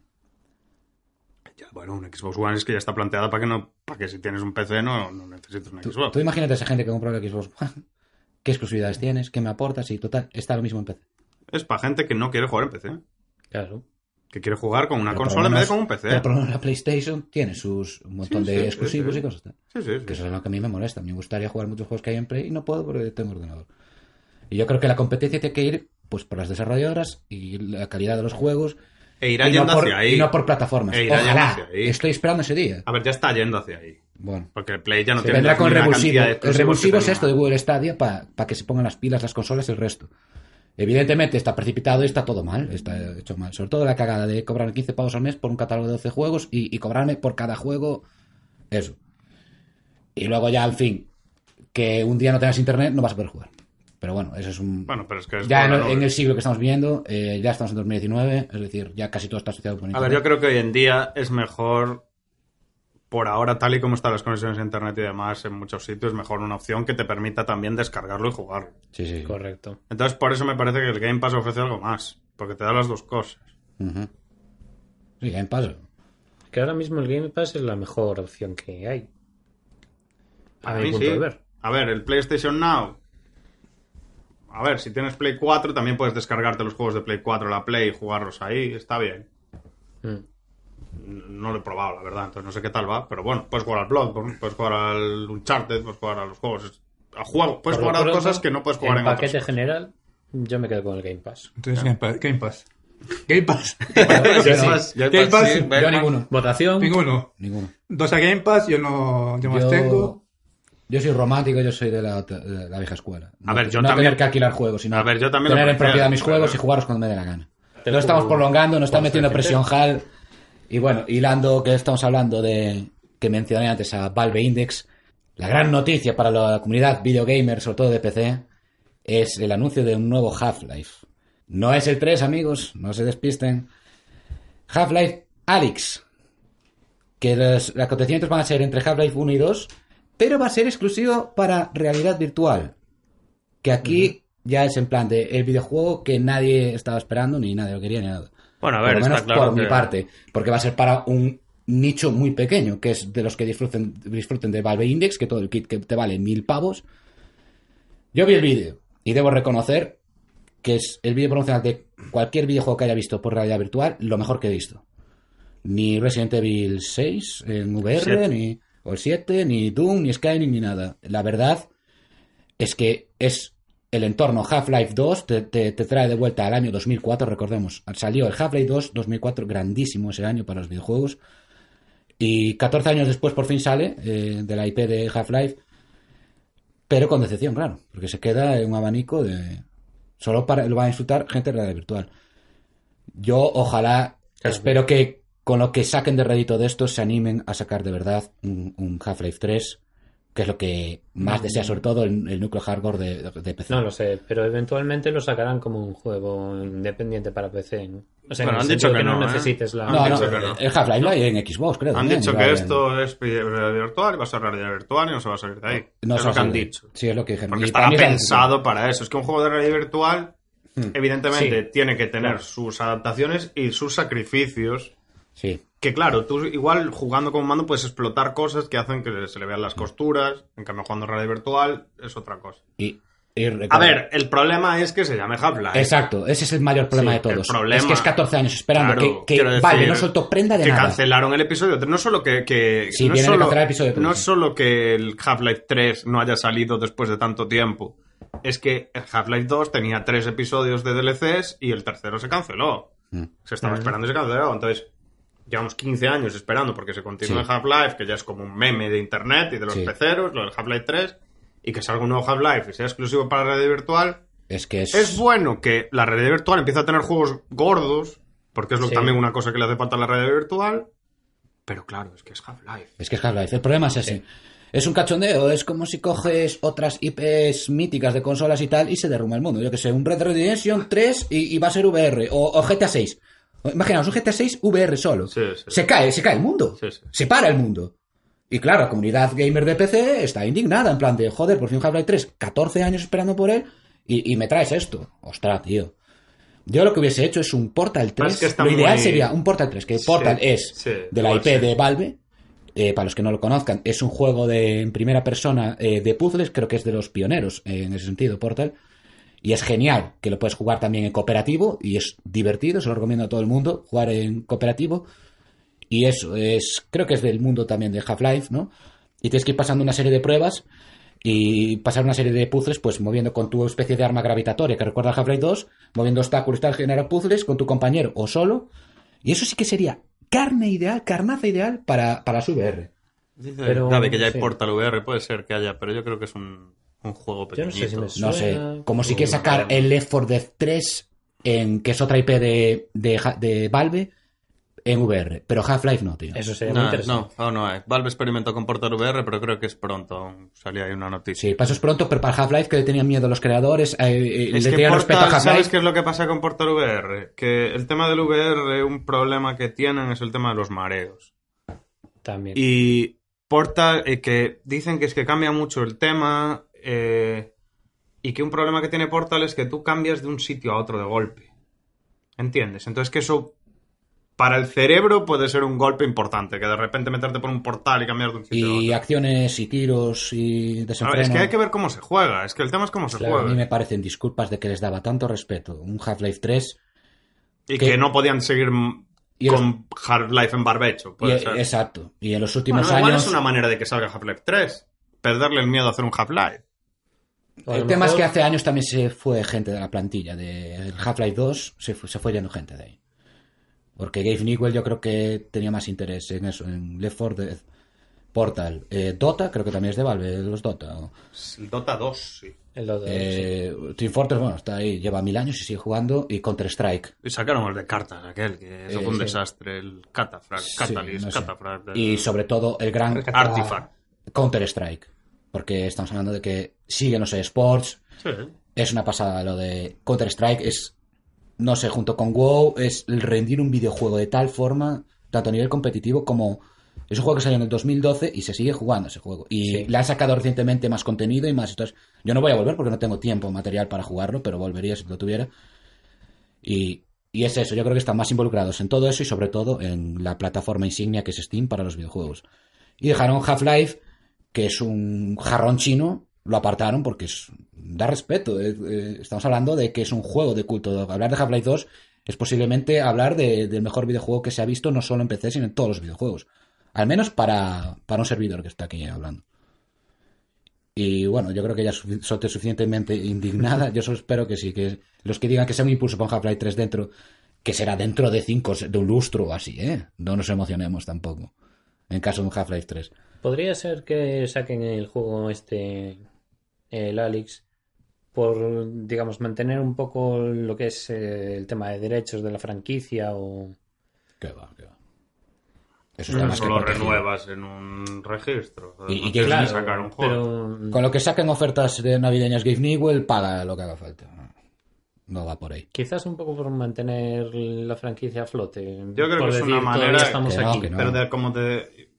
Speaker 2: Ya, bueno, un Xbox One es que ya está planteada para que no, para que si tienes un PC no, no necesites un
Speaker 1: Tú,
Speaker 2: Xbox.
Speaker 1: tú imagínate a esa gente que compra una Xbox One. (laughs) ¿Qué exclusividades tienes? ¿Qué me aportas? Y total, está lo mismo en PC.
Speaker 2: Es para gente que no quiere jugar en PC.
Speaker 3: Claro.
Speaker 2: Que quiere jugar con una
Speaker 1: Pero por
Speaker 2: consola
Speaker 1: lo
Speaker 2: en vez
Speaker 1: menos-
Speaker 2: de con un PC.
Speaker 1: Pero por lo menos la PlayStation tiene sus un montón
Speaker 2: Sí,
Speaker 1: de
Speaker 2: sí, sí,
Speaker 1: exclusivos
Speaker 2: sí.
Speaker 1: y cosas. tal.
Speaker 2: Sí, sí, sí.
Speaker 1: Que eso es lo que a mí me molesta. Me gustaría jugar muchos juegos que hay en Play y no puedo porque tengo ordenador. Y yo creo que la competencia tiene que ir pues por las desarrolladoras y la calidad de los juegos.
Speaker 2: E irá
Speaker 1: y, no
Speaker 2: yendo
Speaker 1: por,
Speaker 2: hacia ahí.
Speaker 1: y no por plataformas.
Speaker 2: E irá yendo
Speaker 1: Ojalá.
Speaker 2: hacia ahí.
Speaker 1: Estoy esperando ese día.
Speaker 2: A ver, ya está yendo hacia ahí.
Speaker 1: Bueno.
Speaker 2: Porque el Play ya no
Speaker 1: Se
Speaker 2: tiene
Speaker 1: vendrá con el
Speaker 2: la
Speaker 1: revulsivo.
Speaker 2: cantidad de
Speaker 1: El
Speaker 2: exclusivos
Speaker 1: revulsivo
Speaker 2: que
Speaker 1: es
Speaker 2: tenía.
Speaker 1: esto de Google Stadia para que se pongan las pilas, las consolas y el resto. Evidentemente está precipitado y está todo mal, está hecho mal. Sobre todo la cagada de cobrar 15 pavos al mes por un catálogo de 12 juegos y, y cobrarme por cada juego eso. Y luego ya, al fin, que un día no tengas internet, no vas a poder jugar. Pero bueno, eso es un...
Speaker 2: Bueno, pero es que es
Speaker 1: ya en,
Speaker 2: bueno, ¿no?
Speaker 1: en el siglo que estamos viviendo, eh, ya estamos en 2019, es decir, ya casi todo está asociado con
Speaker 2: A
Speaker 1: internet.
Speaker 2: ver, yo creo que hoy en día es mejor, por ahora, tal y como están las conexiones a internet y demás en muchos sitios, mejor una opción que te permita también descargarlo y jugarlo.
Speaker 1: Sí, sí.
Speaker 3: Correcto.
Speaker 2: Entonces, por eso me parece que el Game Pass ofrece algo más, porque te da las dos cosas.
Speaker 1: Ujú. Sí, en paso.
Speaker 3: Que ahora mismo el Game Pass es la mejor opción que hay. A
Speaker 2: Para
Speaker 3: mi
Speaker 2: mí
Speaker 3: punto
Speaker 2: sí.
Speaker 3: de ver.
Speaker 2: A ver, el PlayStation Now. A ver, si tienes Play 4, también puedes descargarte los juegos de Play 4 a la Play y jugarlos ahí, está bien.
Speaker 3: Mm.
Speaker 2: No lo he probado, la verdad, entonces no sé qué tal va, pero bueno, puedes jugar al Bloodborne, puedes jugar al Uncharted, puedes jugar a los juegos, a juego, puedes
Speaker 3: Por lo
Speaker 2: jugar a
Speaker 3: pronto,
Speaker 2: cosas que no puedes jugar
Speaker 3: en
Speaker 2: en
Speaker 3: paquete
Speaker 2: otros.
Speaker 3: general, yo me quedo con el
Speaker 2: (laughs)
Speaker 3: Game Pass.
Speaker 4: Entonces, Game Pass. Game Pass. Game Pass. (laughs)
Speaker 2: Game
Speaker 3: sí.
Speaker 2: Pass, Game
Speaker 4: Game
Speaker 2: Pass,
Speaker 4: Pass,
Speaker 2: sí,
Speaker 4: yo
Speaker 2: Game Pass.
Speaker 1: ninguno.
Speaker 3: Votación.
Speaker 4: Ninguno.
Speaker 1: Ninguno.
Speaker 4: Dos a Game Pass, yo no yo me abstengo.
Speaker 1: yo soy romántico, yo soy de la, de la vieja escuela. No,
Speaker 2: A ver, yo
Speaker 1: no
Speaker 2: también-
Speaker 1: tener que alquilar juegos, sino
Speaker 2: A ver, yo también lo
Speaker 1: tener en
Speaker 2: prefiero,
Speaker 1: propiedad mis
Speaker 2: pero-
Speaker 1: juegos y jugarlos cuando me dé la gana.
Speaker 3: Te
Speaker 1: Lo estamos
Speaker 3: juego-
Speaker 1: prolongando, nos está
Speaker 3: por
Speaker 1: metiendo
Speaker 3: ser
Speaker 1: presión HAL. Y bueno, hilando que estamos hablando de que mencioné antes a Valve Index, la gran noticia para la comunidad videogamer, sobre todo de PC, es el anuncio de un nuevo Half-Life. No es el 3, amigos, no se despisten. Half-Life Alyx. Que los los acontecimientos van a ser entre Half-Life 1 y 2, pero va a ser exclusivo para realidad virtual. Que aquí ya es en plan de el videojuego que nadie estaba esperando, ni nadie lo quería, ni nada.
Speaker 2: Bueno, a
Speaker 1: por
Speaker 2: ver,
Speaker 1: lo menos
Speaker 2: está claro
Speaker 1: por
Speaker 2: que-
Speaker 1: mi parte, porque va a ser para un nicho muy pequeño, que es de los que disfruten, disfruten de Valve Index, que todo el kit que te vale mil pavos. Yo vi el vídeo y debo reconocer que es el vídeo promocional de cualquier videojuego que haya visto por realidad virtual, lo mejor que he visto. Ni Resident Evil 6 en VR,
Speaker 2: Siete.
Speaker 1: ni o el 7, ni Doom, ni Skyrim, ni nada. La verdad es que es el entorno Half-Life 2 te, te- te trae de vuelta al año 2004, recordemos. Salió el Half-Life 2, 2004, grandísimo ese año para los videojuegos. Y 14 años después por fin sale eh, de la IP de Half-Life. Pero con decepción, claro. Porque se queda en un abanico de... Solo para, lo va a disfrutar gente de realidad virtual. Yo ojalá,
Speaker 3: Claro.
Speaker 1: espero que con lo que saquen de rédito de esto se animen a sacar de verdad un, un Half-Life 3, que es lo que más desea sobre todo el, el núcleo hardcore de, de PC.
Speaker 3: No lo sé, pero eventualmente lo sacarán como un juego independiente para PC. ¿no? O sea,
Speaker 2: Bueno,
Speaker 3: en
Speaker 2: han
Speaker 3: el
Speaker 2: dicho
Speaker 3: sentido
Speaker 2: que
Speaker 3: que no,
Speaker 2: no, ¿eh?
Speaker 3: necesites la.
Speaker 2: Han
Speaker 1: No,
Speaker 2: dicho
Speaker 1: no,
Speaker 2: que no.
Speaker 1: el Half-Life lo hay en Xbox, creo.
Speaker 2: Han
Speaker 1: también,
Speaker 2: dicho
Speaker 1: lo
Speaker 2: que
Speaker 1: hay en-
Speaker 2: esto es realidad virtual y va a ser realidad virtual y no se va a salir de ahí.
Speaker 1: no
Speaker 2: es
Speaker 1: se
Speaker 2: lo que han
Speaker 1: sabe.
Speaker 2: dicho.
Speaker 1: Sí, es lo que dijeron.
Speaker 2: Porque
Speaker 1: Y
Speaker 2: estará
Speaker 1: para mí es Hmm. la decepción.
Speaker 2: pensado para eso. Es que un juego de realidad virtual, evidentemente,
Speaker 3: Sí.
Speaker 2: tiene que tener
Speaker 3: Claro.
Speaker 2: sus adaptaciones y sus sacrificios.
Speaker 1: Sí.
Speaker 2: Que claro, tú igual jugando con mando puedes explotar cosas que hacen que se le vean
Speaker 1: Hmm.
Speaker 2: las costuras. En cambio, jugando en realidad virtual es otra cosa.
Speaker 1: Y, y
Speaker 2: A
Speaker 1: recuerdo-
Speaker 2: ver, el problema es que se llame Half-Life.
Speaker 1: Exacto, ese es el mayor problema
Speaker 3: Sí,
Speaker 1: de todos.
Speaker 2: el problema-
Speaker 1: es que es 14 años esperando que,
Speaker 2: Claro,
Speaker 1: que
Speaker 2: quiero
Speaker 1: Valve
Speaker 2: decir,
Speaker 1: no soltó prenda de
Speaker 2: que
Speaker 1: nada.
Speaker 2: cancelaron el episodio tres. No solo que, que-
Speaker 1: Sí,
Speaker 2: no,
Speaker 1: vienen de
Speaker 2: solo,
Speaker 1: cancelar el episodio tres,
Speaker 2: no
Speaker 1: sí.
Speaker 2: solo que el Half-Life 3 no haya salido después de tanto tiempo. Es que el Half-Life 2 tenía tres episodios de DLCs y el tercero se canceló.
Speaker 1: Mm.
Speaker 2: Se estaba esperando y se canceló. Entonces, llevamos 15 años esperando porque se continúa
Speaker 1: Sí.
Speaker 2: el Half-Life, que ya es como un meme de internet y de los
Speaker 1: Sí.
Speaker 2: peceros, lo del Half-Life 3, y que salga un nuevo Half-Life y sea exclusivo para la red virtual.
Speaker 1: Es que es,
Speaker 2: Es bueno que la realidad virtual empiece a tener juegos gordos, porque es lo,
Speaker 3: Sí.
Speaker 2: también una cosa que le hace falta a la realidad virtual. Pero claro, es que es Half-Life.
Speaker 1: es que es Half-Life. El problema es ese. Es un cachondeo, es como si coges otras IPs míticas de consolas y tal y se derrumba el mundo. Yo que sé, un Red Dead Redemption 3 y, y va a ser VR o, o GTA 6. Imaginaos, un GTA 6 VR solo.
Speaker 2: Sí, sí.
Speaker 1: Se cae, se cae el mundo.
Speaker 2: Sí, sí.
Speaker 1: Se para el mundo. Y claro, la comunidad gamer de PC está indignada, en plan de, joder, por fin Half-Life 3, 14 años esperando por él, y, y me traes esto. Ostras, tío. Yo lo que hubiese hecho es un Portal 3.
Speaker 2: Es que está
Speaker 1: lo ideal
Speaker 2: muy-
Speaker 1: sería un Portal 3, que
Speaker 2: Sí,
Speaker 1: Portal es
Speaker 2: sí,
Speaker 1: de la
Speaker 2: igual
Speaker 1: IP
Speaker 2: sí.
Speaker 1: de Valve. Eh, para los que no lo conozcan, es un juego de en primera persona eh, de puzzles, creo que es de los pioneros eh, en ese sentido, Portal. Y es genial, que lo puedes jugar también en cooperativo y es divertido, se lo recomiendo a todo el mundo, jugar en cooperativo. Y eso es, creo que es del mundo también de Half-Life, ¿no? Y tienes que ir pasando una serie de pruebas y pasar una serie de puzzles, pues moviendo con tu especie de arma gravitatoria que recuerda a Half-Life 2, moviendo obstáculos y tal, generar puzzles con tu compañero o solo. Y eso sí que sería carne ideal, carnaza ideal para, para las VR.
Speaker 2: Dice
Speaker 3: Pero,
Speaker 2: Gaby que ya hay
Speaker 3: sí.
Speaker 2: Portal VR, puede ser que haya, pero yo creo que es un, un juego
Speaker 3: Yo no
Speaker 2: pequeñito.
Speaker 3: sé si me
Speaker 1: No
Speaker 3: Suena
Speaker 1: sé, como si
Speaker 3: como
Speaker 1: quieres
Speaker 3: una
Speaker 1: sacar
Speaker 2: broma.
Speaker 1: el Left 4 Dead 3, en, que es otra IP de, de, Ha- de Valve, en VR. Pero Half-Life no, tío.
Speaker 3: Eso sería muy
Speaker 2: No,
Speaker 3: interesante.
Speaker 2: no, aún no hay. Valve experimentó con Portal VR, pero creo que es pronto. aún Salía ahí una noticia.
Speaker 1: Sí, pasos pronto, pero para Half-Life que le tenían miedo los creadores, eh, eh,
Speaker 2: Es
Speaker 1: le
Speaker 2: que
Speaker 1: tenían respeto a
Speaker 2: Portal, ¿sabes
Speaker 1: Half-Life.
Speaker 2: qué es lo que pasa con Portal VR? Que el tema del VR, un problema que tienen es el tema de los mareos.
Speaker 3: También.
Speaker 2: Y Portal, eh, que dicen que es que cambia mucho el tema eh, y que un problema que tiene Portal es que tú cambias de un sitio a otro de golpe. ¿Entiendes? Entonces que eso para el cerebro puede ser un golpe importante, que de repente meterte por un portal y cambiar de un sitio
Speaker 1: Y
Speaker 2: a otro.
Speaker 1: acciones y tiros y
Speaker 2: A
Speaker 1: desenfreno.
Speaker 2: ver, es que hay que ver cómo se juega, es que el tema es cómo se
Speaker 1: Claro, a mí
Speaker 2: juega.
Speaker 1: me parecen disculpas de que les daba tanto respeto. Un Half-Life 3.
Speaker 2: Y
Speaker 1: que-
Speaker 2: que no podían seguir m-
Speaker 1: Y el-
Speaker 2: con Half-Life en barbecho,
Speaker 1: y-
Speaker 2: puede ser.
Speaker 1: exacto. Y en los
Speaker 2: Bueno,
Speaker 1: últimos
Speaker 2: igual
Speaker 1: años.
Speaker 2: es una manera de que salga Half-Life 3, perderle el miedo a hacer un Half-Life.
Speaker 3: O a
Speaker 1: El
Speaker 3: lo
Speaker 1: tema es que
Speaker 3: mejor-
Speaker 1: hace años también se fue gente de la plantilla de el Half-Life 2, se fue, se fue yendo gente de ahí. Porque Gabe Newell yo creo que tenía más interés en eso, en Left 4 Dead, Portal, eh, Dota, creo que también es de Valve, los Dota. o-
Speaker 2: Pues, El Dota 2, sí.
Speaker 3: El Dota, sí.
Speaker 1: eh, Team Fortress, bueno, está ahí, lleva mil años y sigue jugando, y Counter-Strike.
Speaker 2: Y sacaron el de cartas, aquel, que eso
Speaker 1: Eh,
Speaker 2: fue un
Speaker 1: sí.
Speaker 2: desastre. El Catafract, Catalyst,
Speaker 1: Sí, no sé.
Speaker 2: Catafract. el
Speaker 1: Y sobre todo el gran
Speaker 2: Ah.
Speaker 4: Arca-
Speaker 2: Artifact.
Speaker 1: Counter-Strike. Porque estamos hablando de que siguen los esports,
Speaker 2: Sí.
Speaker 1: es una pasada lo de Counter Strike es no sé junto con WoW es el rendir un videojuego de tal forma tanto a nivel competitivo como es un juego que salió en el 2012 y se sigue jugando ese juego y
Speaker 3: Sí.
Speaker 1: le han sacado recientemente más contenido y más entonces yo no voy a volver porque no tengo tiempo material para jugarlo pero volvería si lo tuviera y y es eso, yo creo que están más involucrados en todo eso y sobre todo en la plataforma insignia que es Steam para los videojuegos. Y dejaron Half-Life, que es un jarrón chino, lo apartaron porque es- da respeto. eh, eh, estamos hablando de que es un juego de culto. Hablar de Half-Life 2 es posiblemente hablar de- del mejor videojuego que se ha visto no solo en PC, sino en todos los videojuegos. Al menos para, para un servidor que está aquí hablando. Y bueno, yo creo que ya sufi- soy suficientemente indignada. Yo solo espero que sí, que los que digan que sea un impulso con Half-Life 3 dentro, que será dentro de cinco, se- de un lustro o así, ¿eh? No nos emocionemos tampoco. En caso de un Half-Life 3.
Speaker 3: Podría ser que saquen el juego este, el Alex, por, digamos, mantener un poco lo que es eh, el tema de derechos de la franquicia o...
Speaker 1: Que va, que va. Eso está
Speaker 2: Eso
Speaker 1: más que
Speaker 2: lo
Speaker 1: protegido.
Speaker 2: renuevas en un registro.
Speaker 1: Y- y
Speaker 2: No
Speaker 1: que-
Speaker 2: tienes
Speaker 1: claro,
Speaker 2: sacar un juego.
Speaker 3: pero
Speaker 1: Con lo que saquen ofertas de navideñas Gabe Newell, paga lo que haga falta. No va por ahí.
Speaker 3: quizás un poco por mantener la franquicia a flote.
Speaker 2: Yo creo
Speaker 3: por
Speaker 2: que es una
Speaker 3: decir, todavía
Speaker 2: manera-
Speaker 3: estamos
Speaker 1: Que no,
Speaker 3: aquí.
Speaker 1: que no.
Speaker 2: Pero de como te...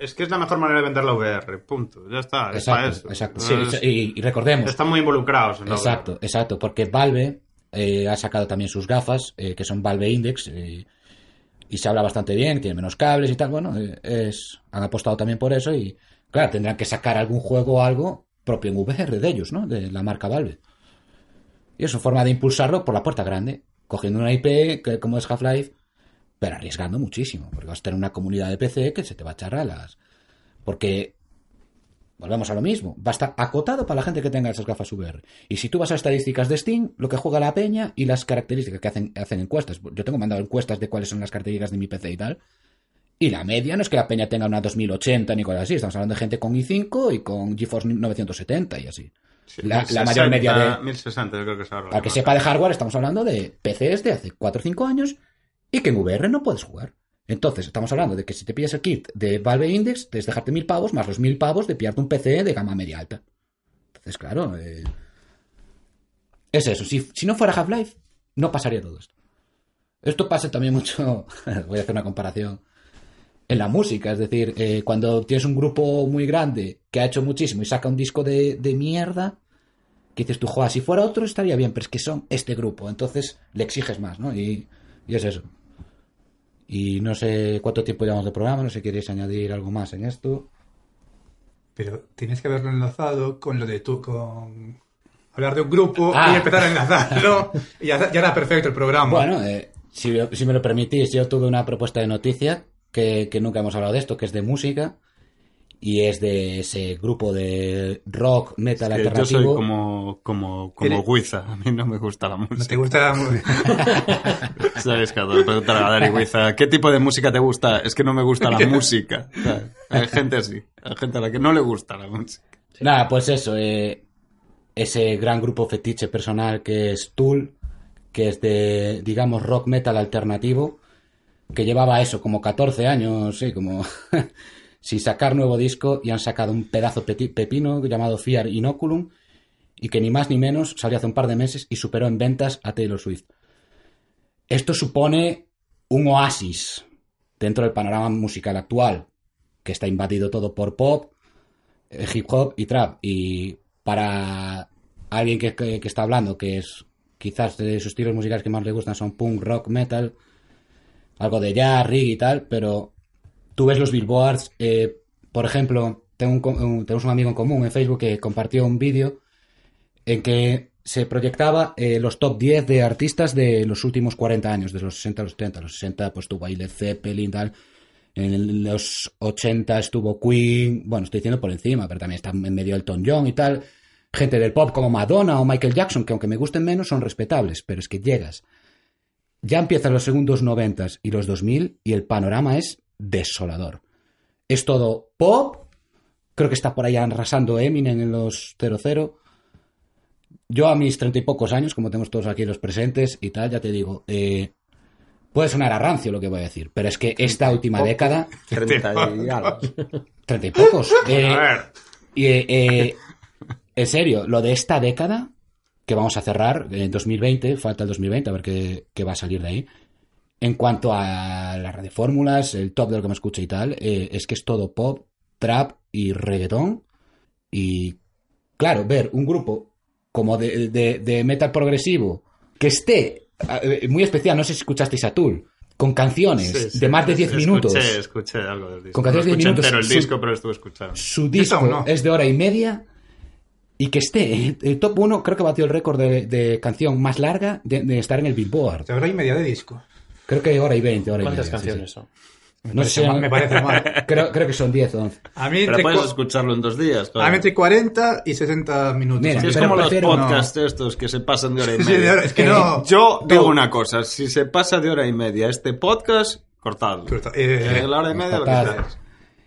Speaker 2: Es que es la mejor manera de vender la VR, punto. Ya está, es para
Speaker 1: Exacto,
Speaker 2: eso.
Speaker 1: exacto.
Speaker 2: No
Speaker 1: Sí,
Speaker 2: es-
Speaker 1: y, y recordemos,
Speaker 2: Están muy involucrados en la
Speaker 1: exacto,
Speaker 2: VR.
Speaker 1: exacto, porque Valve eh, ha sacado también sus gafas, eh, que son Valve Index, eh, y se habla bastante bien, tiene menos cables y tal. Bueno, eh, es, han apostado también por eso y, claro, tendrán que sacar algún juego o algo propio en VR de ellos, ¿no? De la marca Valve. Y es una forma de impulsarlo por la puerta grande, cogiendo una IP que, como es Half-Life, pero arriesgando muchísimo, porque vas a tener una comunidad de PC que se te va a echar a las... Porque Volvemos a lo mismo. Va a estar acotado para la gente que tenga esas gafas VR. Y si tú vas a estadísticas de Steam, lo que juega la peña y las características que hacen, hacen encuestas. Yo tengo mandado encuestas de cuáles son las características de mi PC y tal. Y la media no es que la peña tenga una 2080 ni cosas así. Estamos hablando de gente con i5 y con GeForce 970 y así.
Speaker 2: Sí,
Speaker 1: La- la mayor media de-
Speaker 2: 1060, yo creo que es ahora.
Speaker 1: Para que sepa de hardware, estamos hablando de PCs de hace 4 o 5 años y que en VR no puedes jugar. Entonces, estamos hablando de que si te pillas el kit de Valve Index, es dejarte mil pavos más los mil pavos de pillarte un PC de gama media alta. Entonces, claro, eh, es eso. Si, si no fuera Half-Life, no pasaría todo esto. Esto pasa también mucho. (laughs) Voy a hacer una comparación. En la música, es decir, eh, cuando tienes un grupo muy grande que ha hecho muchísimo y saca un disco de, de mierda, que dices tú, joder, si fuera otro estaría bien, pero es que son este grupo, entonces le exiges más, ¿no? Y, y es eso. Y no sé cuánto tiempo llevamos de programa, no sé si queréis añadir algo más en esto.
Speaker 4: Pero tienes que haberlo enlazado con lo de tú, con hablar de un grupo
Speaker 1: Ah.
Speaker 4: y empezar
Speaker 1: (laughs)
Speaker 4: a enlazarlo. y ya, ya era perfecto el programa.
Speaker 1: Bueno, eh, si, si me lo permitís, yo tuve una propuesta de noticia que, que nunca hemos hablado de esto, que es de música y es de ese grupo de rock, metal
Speaker 2: Que yo
Speaker 1: alternativo.
Speaker 2: soy como, como, como
Speaker 4: Eres-
Speaker 2: Guiza. A mí no me gusta la música.
Speaker 4: no te gusta la música.
Speaker 2: ¿Sabes? Cuando le preguntan a Dani Guiza, ¿qué tipo de música te gusta? Es que no me gusta (laughs) la música. ¿sabes? Hay gente así. Hay gente a la que no le gusta la música.
Speaker 1: Nada, pues eso, eh, ese gran grupo fetiche personal que es Tool, que es de, digamos, rock metal alternativo, que llevaba eso como 14 años, sí, como (laughs) sin sacar nuevo disco y han sacado un pedazo peti- pepino llamado Fear Inoculum y que ni más ni menos salió hace un par de meses y superó en ventas a Taylor Swift. Esto supone un oasis dentro del panorama musical actual, que está invadido todo por pop, eh, hip hop y trap. Y para alguien que, que- que está hablando, que es quizás de sus estilos musicales que más le gustan son punk, rock, metal, algo de jazz, reggae y tal, pero tú ves los billboards, eh, por ejemplo, tengo un co- un- tenemos un amigo en común en Facebook que compartió un vídeo en que se proyectaba eh, los top 10 de artistas de los últimos 40 años, desde los 60 a los 70. Los 60 pues tuvo ahí Led Zeppelin, tal, en los 80 estuvo Queen, bueno, estoy diciendo por encima, pero también está en medio Elton John y tal. Gente del pop como Madonna o Michael Jackson, que aunque me gusten menos, son respetables, pero es que llegas. Ya empiezan los segundos 90 y los 2000 y el panorama es desolador. Es todo pop, creo que está por ahí arrasando Eminem en los 00. Yo a mis treinta y pocos años, como tenemos todos aquí los presentes y tal, ya te digo, eh, puede sonar a rancio lo que voy a decir, pero es que esta última
Speaker 5: pocos.
Speaker 1: década
Speaker 5: 30 y algo.
Speaker 1: Treinta y
Speaker 2: (laughs)
Speaker 1: pocos. Eh,
Speaker 2: A ver.
Speaker 1: y, eh, eh, en serio, lo de esta década, que vamos a cerrar en 2020, falta el 2020, a ver qué, qué va a salir de ahí. En cuanto a las radiofórmulas, el top de lo que me escucha y tal, eh, es que es todo pop, trap y reggaetón. Y claro, ver un grupo como de, de- de metal progresivo que esté eh, muy especial, no sé si escuchasteis a Tool, con canciones
Speaker 2: Sí, sí,
Speaker 1: Eh, de más de 10
Speaker 2: escuché-
Speaker 1: minutos
Speaker 2: Escuché algo del disco.
Speaker 1: Con 14
Speaker 2: no escuché
Speaker 1: minutos,
Speaker 2: entero el
Speaker 1: sí.
Speaker 2: disco, pero lo estuve escuchando.
Speaker 1: su
Speaker 4: Quizá
Speaker 1: disco
Speaker 4: no.
Speaker 1: es de hora y media y que esté en el top 1, creo que batió el récord de, de canción más larga de, de estar en el Billboard.
Speaker 4: Hora y media de disco.
Speaker 1: Creo que hora y 20, hora y
Speaker 3: ¿Cuántas
Speaker 1: media, sí,
Speaker 3: canciones
Speaker 1: sí.
Speaker 3: son?
Speaker 1: No sé,
Speaker 4: Eso me parece mal.
Speaker 1: (laughs) creo, creo que son 10 o 11.
Speaker 4: A mí,
Speaker 2: Pero
Speaker 4: entre,
Speaker 2: puedes
Speaker 4: cua-
Speaker 2: escucharlo en dos días. claro.
Speaker 4: a mí entre 40 y 60 minutos.
Speaker 1: Mira,
Speaker 4: A
Speaker 2: Sí,
Speaker 4: mí-
Speaker 2: es
Speaker 1: Pero
Speaker 2: como los
Speaker 1: prefiero no.
Speaker 2: podcasts estos que se pasan de hora y
Speaker 4: Sí, de
Speaker 2: media.
Speaker 4: hora- es que
Speaker 1: Eh,
Speaker 4: no.
Speaker 2: Yo digo
Speaker 4: No.
Speaker 2: una cosa, si se pasa de hora y media este podcast, cortadlo.
Speaker 4: Corta- eh,
Speaker 2: Eh, la hora y media lo que
Speaker 1: cortad.
Speaker 2: sea.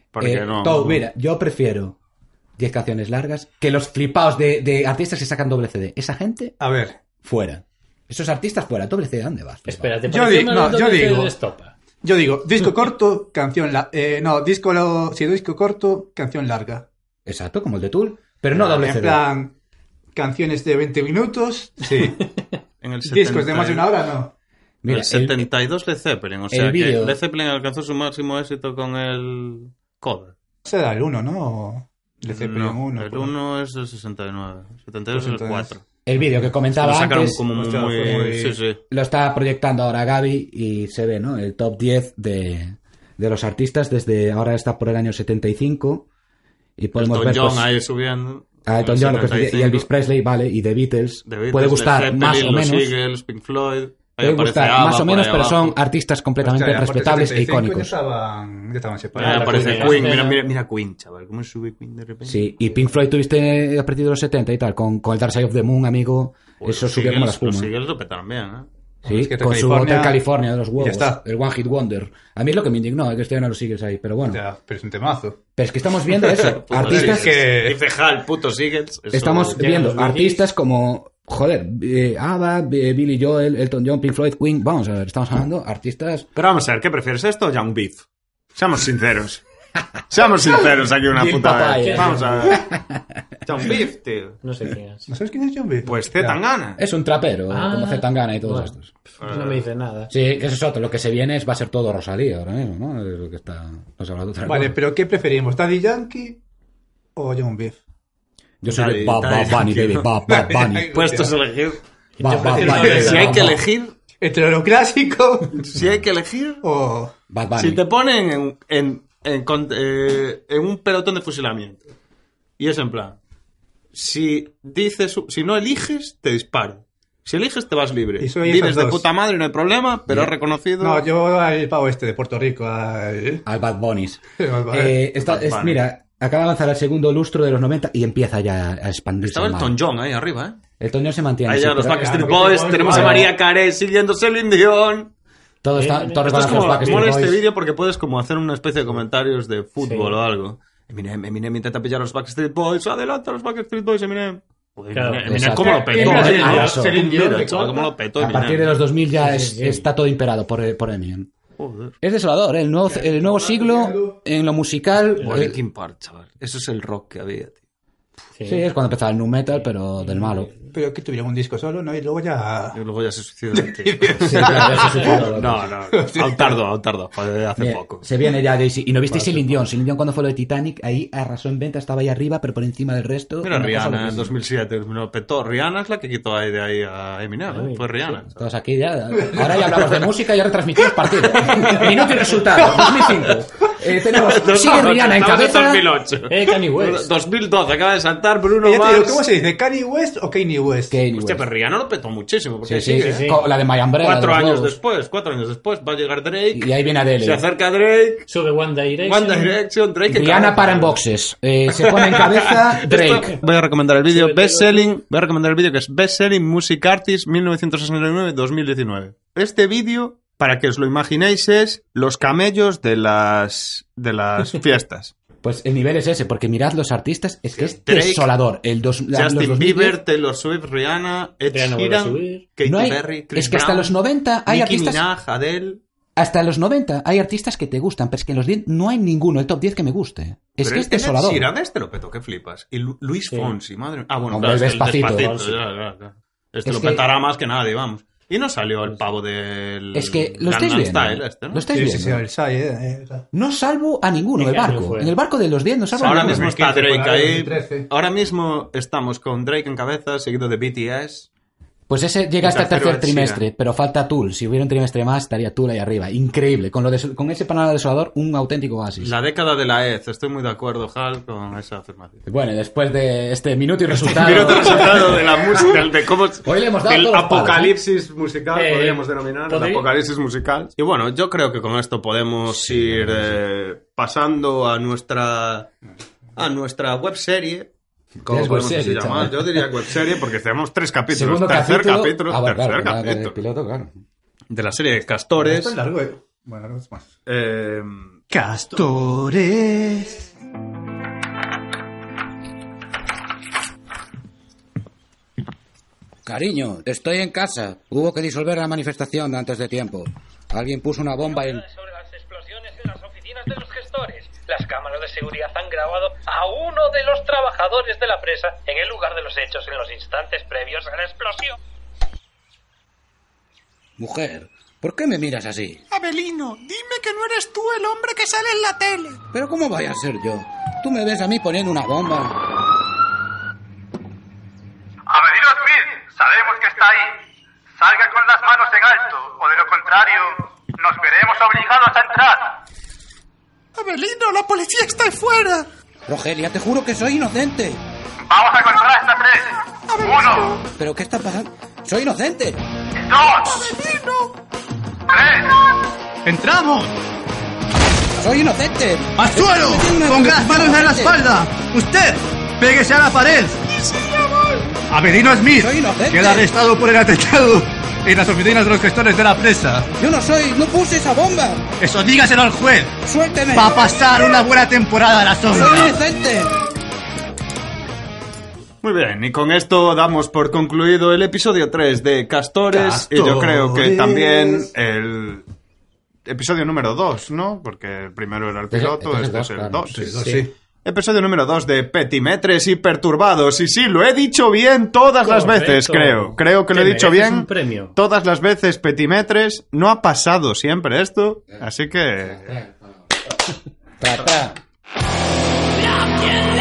Speaker 2: Porque
Speaker 1: Eh,
Speaker 2: no,
Speaker 1: todo, mira, yo prefiero 10 canciones largas que los flipados de, de artistas que sacan doble CD. Esa gente,
Speaker 4: A ver,
Speaker 1: fuera. Esos artistas fuera, doble CD, ¿a ¿dónde vas?
Speaker 3: Espérate,
Speaker 4: Yo
Speaker 3: ¿por qué
Speaker 4: di-
Speaker 3: me
Speaker 4: no,
Speaker 3: lo
Speaker 4: yo
Speaker 3: dices
Speaker 4: digo.
Speaker 3: de estopa?
Speaker 4: yo digo, disco corto, canción larga. no, disco, lo- si disco corto, canción larga.
Speaker 1: Exacto, como el de Tool, pero no doble
Speaker 4: en
Speaker 1: CD.
Speaker 4: plan, canciones de 20 minutos,
Speaker 1: (laughs)
Speaker 4: sí.
Speaker 2: en el 70
Speaker 4: Discos de más de una hora, no.
Speaker 1: Mira,
Speaker 2: el
Speaker 1: el-
Speaker 2: 72 Led Zeppelin, o sea
Speaker 1: el
Speaker 2: que
Speaker 1: vídeo-
Speaker 2: Led Zeppelin alcanzó su máximo éxito con el Cover.
Speaker 4: Será el 1, ¿no? Le Zeppelin 1.
Speaker 2: el 1 es el 69, 72 es el 4.
Speaker 1: el vídeo que
Speaker 2: Lo
Speaker 1: comentaba
Speaker 2: sacaron
Speaker 1: antes...
Speaker 2: como
Speaker 4: Hostia,
Speaker 2: muy...
Speaker 4: fue muy-
Speaker 2: Sí, sí.
Speaker 1: lo está proyectando ahora Gaby y se ve, ¿no? El top 10 de, de los artistas desde ahora está por el año 75 y podemos
Speaker 2: Elton
Speaker 1: ver
Speaker 2: John
Speaker 1: pues,
Speaker 2: ahí subiendo.
Speaker 1: a Elton John lo que os decía, y Elvis
Speaker 2: 75.
Speaker 1: Presley, vale, y The Beatles.
Speaker 2: The Beatles,
Speaker 1: puede
Speaker 2: Led
Speaker 1: gustar
Speaker 2: Zeppelin,
Speaker 1: más o
Speaker 2: los
Speaker 1: menos.
Speaker 2: Eagles, Pink Floyd. ahí
Speaker 1: Puede
Speaker 2: aparece
Speaker 1: gustar
Speaker 2: ABBA
Speaker 1: más o
Speaker 2: por
Speaker 1: menos,
Speaker 2: ahí
Speaker 1: pero son
Speaker 2: abajo.
Speaker 1: artistas completamente respetables e
Speaker 4: Ya
Speaker 1: icónicos.
Speaker 4: estaban, ya estaban
Speaker 2: Ahí
Speaker 4: separados.
Speaker 2: aparece
Speaker 3: Queen,
Speaker 4: pues,
Speaker 2: Queen,
Speaker 3: ¿no?
Speaker 2: mira, mira, mira Queen, chaval, cómo sube Queen de repente.
Speaker 1: Sí, y Pink Floyd tuviste a partir de los 70 y tal, con, con el Dark Side of the Moon, amigo,
Speaker 2: Joder,
Speaker 1: eso
Speaker 2: los
Speaker 1: subió como la
Speaker 2: Eagles-
Speaker 1: espuma.
Speaker 2: Los Eagles Pues lo petaron bien, ¿eh?
Speaker 1: Sí,
Speaker 4: Es que
Speaker 1: con su
Speaker 4: California-
Speaker 1: Hotel California de los huevos,
Speaker 4: Ya está.
Speaker 1: el One Hit Wonder. A mí es lo que me indignó, es que estén a los Eagles ahí, pero bueno.
Speaker 4: Ya, pero es un temazo.
Speaker 1: Pero es que estamos viendo
Speaker 2: (laughs)
Speaker 1: eso,
Speaker 2: Puto
Speaker 1: artistas
Speaker 2: Eagles.
Speaker 1: que...
Speaker 4: que-
Speaker 2: Dice Hal, puto Eagles. eso-
Speaker 1: Estamos
Speaker 3: llegan
Speaker 1: viendo
Speaker 3: los Bee Gees.
Speaker 1: artistas como, joder, eh, ABBA, eh, Billy Joel, Elton John, Pink Floyd, Queen. Vamos a ver, estamos hablando artistas.
Speaker 2: Pero vamos a ver, ¿qué prefieres, esto o Young Beef? Seamos sinceros. Seamos sinceros aquí una
Speaker 1: Bien
Speaker 2: puta
Speaker 1: papaya.
Speaker 4: ¿eh?
Speaker 2: vez. Vamos a ver. Young Beef, tío.
Speaker 3: No sé quién es.
Speaker 4: ¿No sabes quién es John B?
Speaker 2: Pues te tan gana.
Speaker 1: Es un trapero,
Speaker 3: Ah,
Speaker 1: como Zetangana y todos
Speaker 3: bueno.
Speaker 1: estos.
Speaker 2: Ah.
Speaker 3: Pues no me dice nada.
Speaker 1: Sí, que eso es otro. Lo que se viene es, va a ser todo Rosalía ahora mismo, ¿no? Es lo que está. No se habla de otra
Speaker 4: Vale,
Speaker 1: cosa.
Speaker 4: pero ¿qué preferimos? ¿Daddy Yankee o John Beef?
Speaker 1: Yo soy de
Speaker 2: Nadie-
Speaker 1: Bad
Speaker 2: nadie
Speaker 1: Bad Bunny,
Speaker 2: tranquilo.
Speaker 1: baby, Bad
Speaker 2: (laughs)
Speaker 1: Bad Bunny.
Speaker 2: Puestos a Pues elegir.
Speaker 1: Bad Bad
Speaker 3: prefiero-
Speaker 1: Bunny.
Speaker 2: Si hay que elegir,
Speaker 4: Entre lo clásico (laughs)
Speaker 2: si hay que elegir,
Speaker 4: o...
Speaker 1: Bad Bunny.
Speaker 2: si te ponen en, en, en con- eh, en un pelotón de fusilamiento. Y es en plan, si dices, si no eliges, te disparo. Si eliges, te vas libre.
Speaker 4: Y soy
Speaker 2: Vives
Speaker 4: esos
Speaker 2: de
Speaker 4: dos.
Speaker 2: puta madre, no hay problema, pero has reconocido...
Speaker 4: No, yo al pavo este de Puerto Rico, al...
Speaker 1: Al Bad Bunnies.
Speaker 4: al-
Speaker 1: Eh, está-
Speaker 2: Bad
Speaker 1: es-
Speaker 2: Bunny.
Speaker 1: mira, acaba de lanzar el segundo lustro de los 90 y empieza ya a expandirse.
Speaker 2: Estaba el
Speaker 1: más.
Speaker 2: Tonjón ahí arriba, ¿eh?
Speaker 1: El Toñón se mantiene.
Speaker 2: Ahí
Speaker 1: sí,
Speaker 2: ya los
Speaker 1: pero
Speaker 2: Backstreet
Speaker 4: claro,
Speaker 2: Boys,
Speaker 4: claro,
Speaker 2: tenemos a
Speaker 4: claro.
Speaker 2: María Carey siguiéndose el indión.
Speaker 1: Todo está, todo
Speaker 2: Eh, Esto es
Speaker 1: resbala
Speaker 2: como,
Speaker 1: los Backstreet
Speaker 2: mola este
Speaker 1: Boys.
Speaker 2: vídeo porque puedes como hacer una especie de comentarios de fútbol o algo. Eminem, Eminem intenta pillar a los Backstreet Boys, adelanta a los Backstreet Boys, Eminem. Joder,
Speaker 3: Claro,
Speaker 2: Eminem, Eminem,
Speaker 1: exacto.
Speaker 2: ¿cómo lo petó? eh,
Speaker 1: Eminem,
Speaker 2: Eminem,
Speaker 1: ah,
Speaker 2: ¿no?
Speaker 1: eso.
Speaker 2: Ser indión,
Speaker 4: Eminem,
Speaker 2: chaval, ¿Cómo lo petó
Speaker 1: A partir de
Speaker 2: Eminem?
Speaker 1: los 2000 ya es-
Speaker 3: Sí, sí, sí.
Speaker 1: está todo imperado por, eh, por Eminem.
Speaker 2: Joder.
Speaker 1: Es desolador, ¿eh? el nuevo, el nuevo siglo en lo musical.
Speaker 2: Joder,
Speaker 1: eh,
Speaker 2: Linkin Park, chaval. Eso es el rock que había, tío.
Speaker 3: Sí.
Speaker 1: sí, es cuando empezaba el nu metal, pero del malo.
Speaker 4: Pero que tuvieron un disco solo, ¿no? Y luego ya...
Speaker 2: Y luego ya se suicidó el tío.
Speaker 1: (laughs) Sí, claro, eso sí, claro. (laughs)
Speaker 2: (laughs) No, no, aún tardo, aún tardo. Joder, hace
Speaker 1: Bien,
Speaker 2: poco.
Speaker 1: Se viene ya Jay-Z. Y no visteis Celine Dion. Celine Dion cuando fue lo de Titanic, ahí arrasó en venta, estaba ahí arriba, pero por encima del resto.
Speaker 2: Mira,
Speaker 1: Una cosa
Speaker 2: Rihanna en
Speaker 1: loquísima.
Speaker 2: 2007 lo petó. Rihanna es la que quitó ahí de ahí a Eminem, ¿eh? Fue Rihanna.
Speaker 1: Todos aquí ya. Ahora ya hablamos de música y ahora transmitimos partido. Minuto y resultado. 2005. Eh, tenemos. Sigue Rihanna en
Speaker 2: Estamos
Speaker 1: cabeza.
Speaker 2: 2008.
Speaker 1: (laughs)
Speaker 3: Eh,
Speaker 2: (laughs)
Speaker 3: Kanye West.
Speaker 2: 2012, acaba de saltar Bruno
Speaker 4: Ya te digo, ¿Cómo
Speaker 2: Mars.
Speaker 4: se dice? ¿Kanye West o Kanye West?
Speaker 1: Kanye
Speaker 2: Hostia,
Speaker 1: West.
Speaker 2: pero Rihanna lo petó muchísimo. Porque
Speaker 1: Sí, sí,
Speaker 2: sigue,
Speaker 1: sí,
Speaker 2: ¿eh?
Speaker 1: Con La de My Umbrella.
Speaker 2: Cuatro
Speaker 1: de los
Speaker 2: años
Speaker 1: huevos.
Speaker 2: después, cuatro años después, va a llegar Drake.
Speaker 1: Y ahí viene Adele.
Speaker 2: Se acerca Drake.
Speaker 3: Sube One Direction.
Speaker 2: One Direction, Drake.
Speaker 1: Rihanna
Speaker 2: acaba-
Speaker 1: para en boxes. Eh, se pone en cabeza
Speaker 2: (laughs) Esto-
Speaker 1: Drake.
Speaker 2: Voy a recomendar el vídeo
Speaker 3: Sí,
Speaker 2: Best Selling. Voy a recomendar el vídeo que es Best Selling Music Artist 1969-2019. Este vídeo, para que os lo imaginéis, es los camellos de las,
Speaker 1: (laughs)
Speaker 2: de las fiestas.
Speaker 1: Pues el nivel es ese, porque mirad los artistas, es que es
Speaker 2: Drake,
Speaker 1: desolador. El dos, la- los
Speaker 2: Justin
Speaker 1: 2010,
Speaker 2: Bieber, Taylor Swift, Rihanna, Ed
Speaker 3: Rihanna vuelve a
Speaker 2: Sheeran,
Speaker 3: subir.
Speaker 2: Katy
Speaker 1: no hay-
Speaker 2: Perry, Chris
Speaker 1: es que hasta
Speaker 2: Brown,
Speaker 1: los 90 hay
Speaker 2: Nicki
Speaker 1: artistas.
Speaker 2: Minaj, Adele.
Speaker 1: Hasta los 90 hay artistas que te gustan, pero es que en los 10 no hay ninguno, el top 10 que me guste. Es que es
Speaker 2: Pero es que Ed
Speaker 1: desolador.
Speaker 2: Sheeran este lo petó, que flipas. Y Lu- Luis Fonsi, madre mía. Ah, bueno,
Speaker 1: Hombre,
Speaker 2: claro, es que el
Speaker 1: Despacito.
Speaker 2: Despacito, ya, ya, ya. Este
Speaker 1: Es
Speaker 2: lo
Speaker 1: que-
Speaker 2: petará más que nadie, vamos. Y no salió el pavo del.
Speaker 1: Es que lo
Speaker 2: Gangnam
Speaker 1: estáis viendo.
Speaker 2: Style este, ¿no?
Speaker 1: Lo estáis
Speaker 4: Sí,
Speaker 1: viendo.
Speaker 4: sí, sí, el Sai, eh, eh.
Speaker 1: No salvo a ninguno
Speaker 3: ¿En
Speaker 1: del
Speaker 3: qué año
Speaker 1: barco.
Speaker 3: fue?
Speaker 1: En el barco de los 10 no salvo
Speaker 2: Ahora
Speaker 1: a ninguno.
Speaker 2: mismo está
Speaker 4: 2015,
Speaker 2: Drake
Speaker 4: por ahí,
Speaker 2: ahí.
Speaker 4: 2013.
Speaker 2: Ahora mismo estamos con Drake en cabeza, seguido de BTS.
Speaker 1: Pues ese llega hasta el
Speaker 2: Tercero
Speaker 1: tercer
Speaker 2: Ed Sheeran.
Speaker 1: trimestre, pero falta Tool. Si hubiera un trimestre más, estaría Tool ahí arriba. Increíble. Con, lo des- con ese panorama desolador, un auténtico oasis.
Speaker 2: La década de la EZ. Estoy muy de acuerdo, Hal, con esa afirmación.
Speaker 1: Bueno, y después de este minuto y resultado...
Speaker 2: Mira otro resultado de la música, de cómo
Speaker 1: (laughs) Hoy le hemos dado
Speaker 2: del
Speaker 1: todos los palos, ¿eh?
Speaker 2: apocalipsis musical,
Speaker 3: Eh,
Speaker 2: podríamos denominar, el
Speaker 3: ¿podrí-
Speaker 2: apocalipsis musical. Y bueno, yo creo que con esto podemos ir eh, pasando a nuestra a nuestra webserie. ¿Cómo
Speaker 1: Es
Speaker 2: podemos
Speaker 1: webserie,
Speaker 2: llamar?
Speaker 1: chaval.
Speaker 2: Yo diría webserie porque tenemos tres
Speaker 1: (laughs)
Speaker 2: capítulos.
Speaker 1: Segundo
Speaker 2: tercer
Speaker 1: capítulo...
Speaker 2: capítulo,
Speaker 1: Ah, bueno,
Speaker 2: tercer
Speaker 1: claro, claro,
Speaker 2: capítulo.
Speaker 1: el piloto, claro.
Speaker 2: De la serie de
Speaker 4: Esto
Speaker 2: Castores.
Speaker 4: es largo, eh. Bueno, no es más.
Speaker 2: eh,
Speaker 4: Castores.
Speaker 1: Cariño, estoy en casa. Hubo que disolver la manifestación antes de tiempo. Alguien puso una bomba en...
Speaker 5: sobre las explosiones en las oficinas de los gestores. Las cámaras de seguridad han grabado a uno de los trabajadores de la presa en el lugar de los hechos en los instantes previos a la explosión.
Speaker 1: Mujer, ¿por qué me miras así?
Speaker 6: Abelino, dime que no eres tú el hombre que sale en la tele.
Speaker 1: Pero ¿cómo voy a ser yo? Tú me ves a mí poniendo una bomba.
Speaker 7: Avenida Smith, sabemos que está ahí. Salga con las manos en alto, o de lo contrario, nos veremos obligados a entrar.
Speaker 6: Abelino, la policía está ahí fuera.
Speaker 1: Rogelia, te juro que soy inocente.
Speaker 7: Vamos a contar hasta tres. Uno,
Speaker 1: ¿Pero qué está pasando? ¡Soy inocente!
Speaker 7: dos,
Speaker 6: Abelino,
Speaker 7: tres.
Speaker 6: ¡Entramos!
Speaker 1: ¡Soy inocente!
Speaker 6: ¡Al suelo! ¡Ponga las manos en la espalda! ¡Usted! ¡Péguese a la pared! Abelino Smith
Speaker 1: Soy inocente.
Speaker 6: queda arrestado por el atentado en las oficinas de los gestores de la presa.
Speaker 1: ¡Yo no soy! ¡No puse esa bomba!
Speaker 6: Eso dígaselo al juez.
Speaker 1: ¡Suélteme!
Speaker 6: Va a pasar una buena temporada a la sombra.
Speaker 1: inocente!
Speaker 2: Muy bien, y con esto damos por concluido el episodio 3 de Castores, y yo creo que
Speaker 4: Castores.
Speaker 2: también el episodio número 2, ¿no? Porque el primero era el
Speaker 1: Este es el-
Speaker 2: piloto,
Speaker 1: este es el
Speaker 2: este
Speaker 1: dos,
Speaker 2: es el
Speaker 1: claro.
Speaker 2: 2.
Speaker 4: Sí, sí. sí.
Speaker 2: Episodio número 2 de Petimetres y Perturbados. Y sí, lo he dicho bien todas las
Speaker 3: Correcto.
Speaker 2: veces, creo. Creo que lo he
Speaker 3: Te
Speaker 2: dicho
Speaker 3: mereces
Speaker 2: bien
Speaker 3: un premio.
Speaker 2: todas las veces Petimetres. No ha pasado siempre esto, así que...
Speaker 1: Tra, tra.
Speaker 8: La piel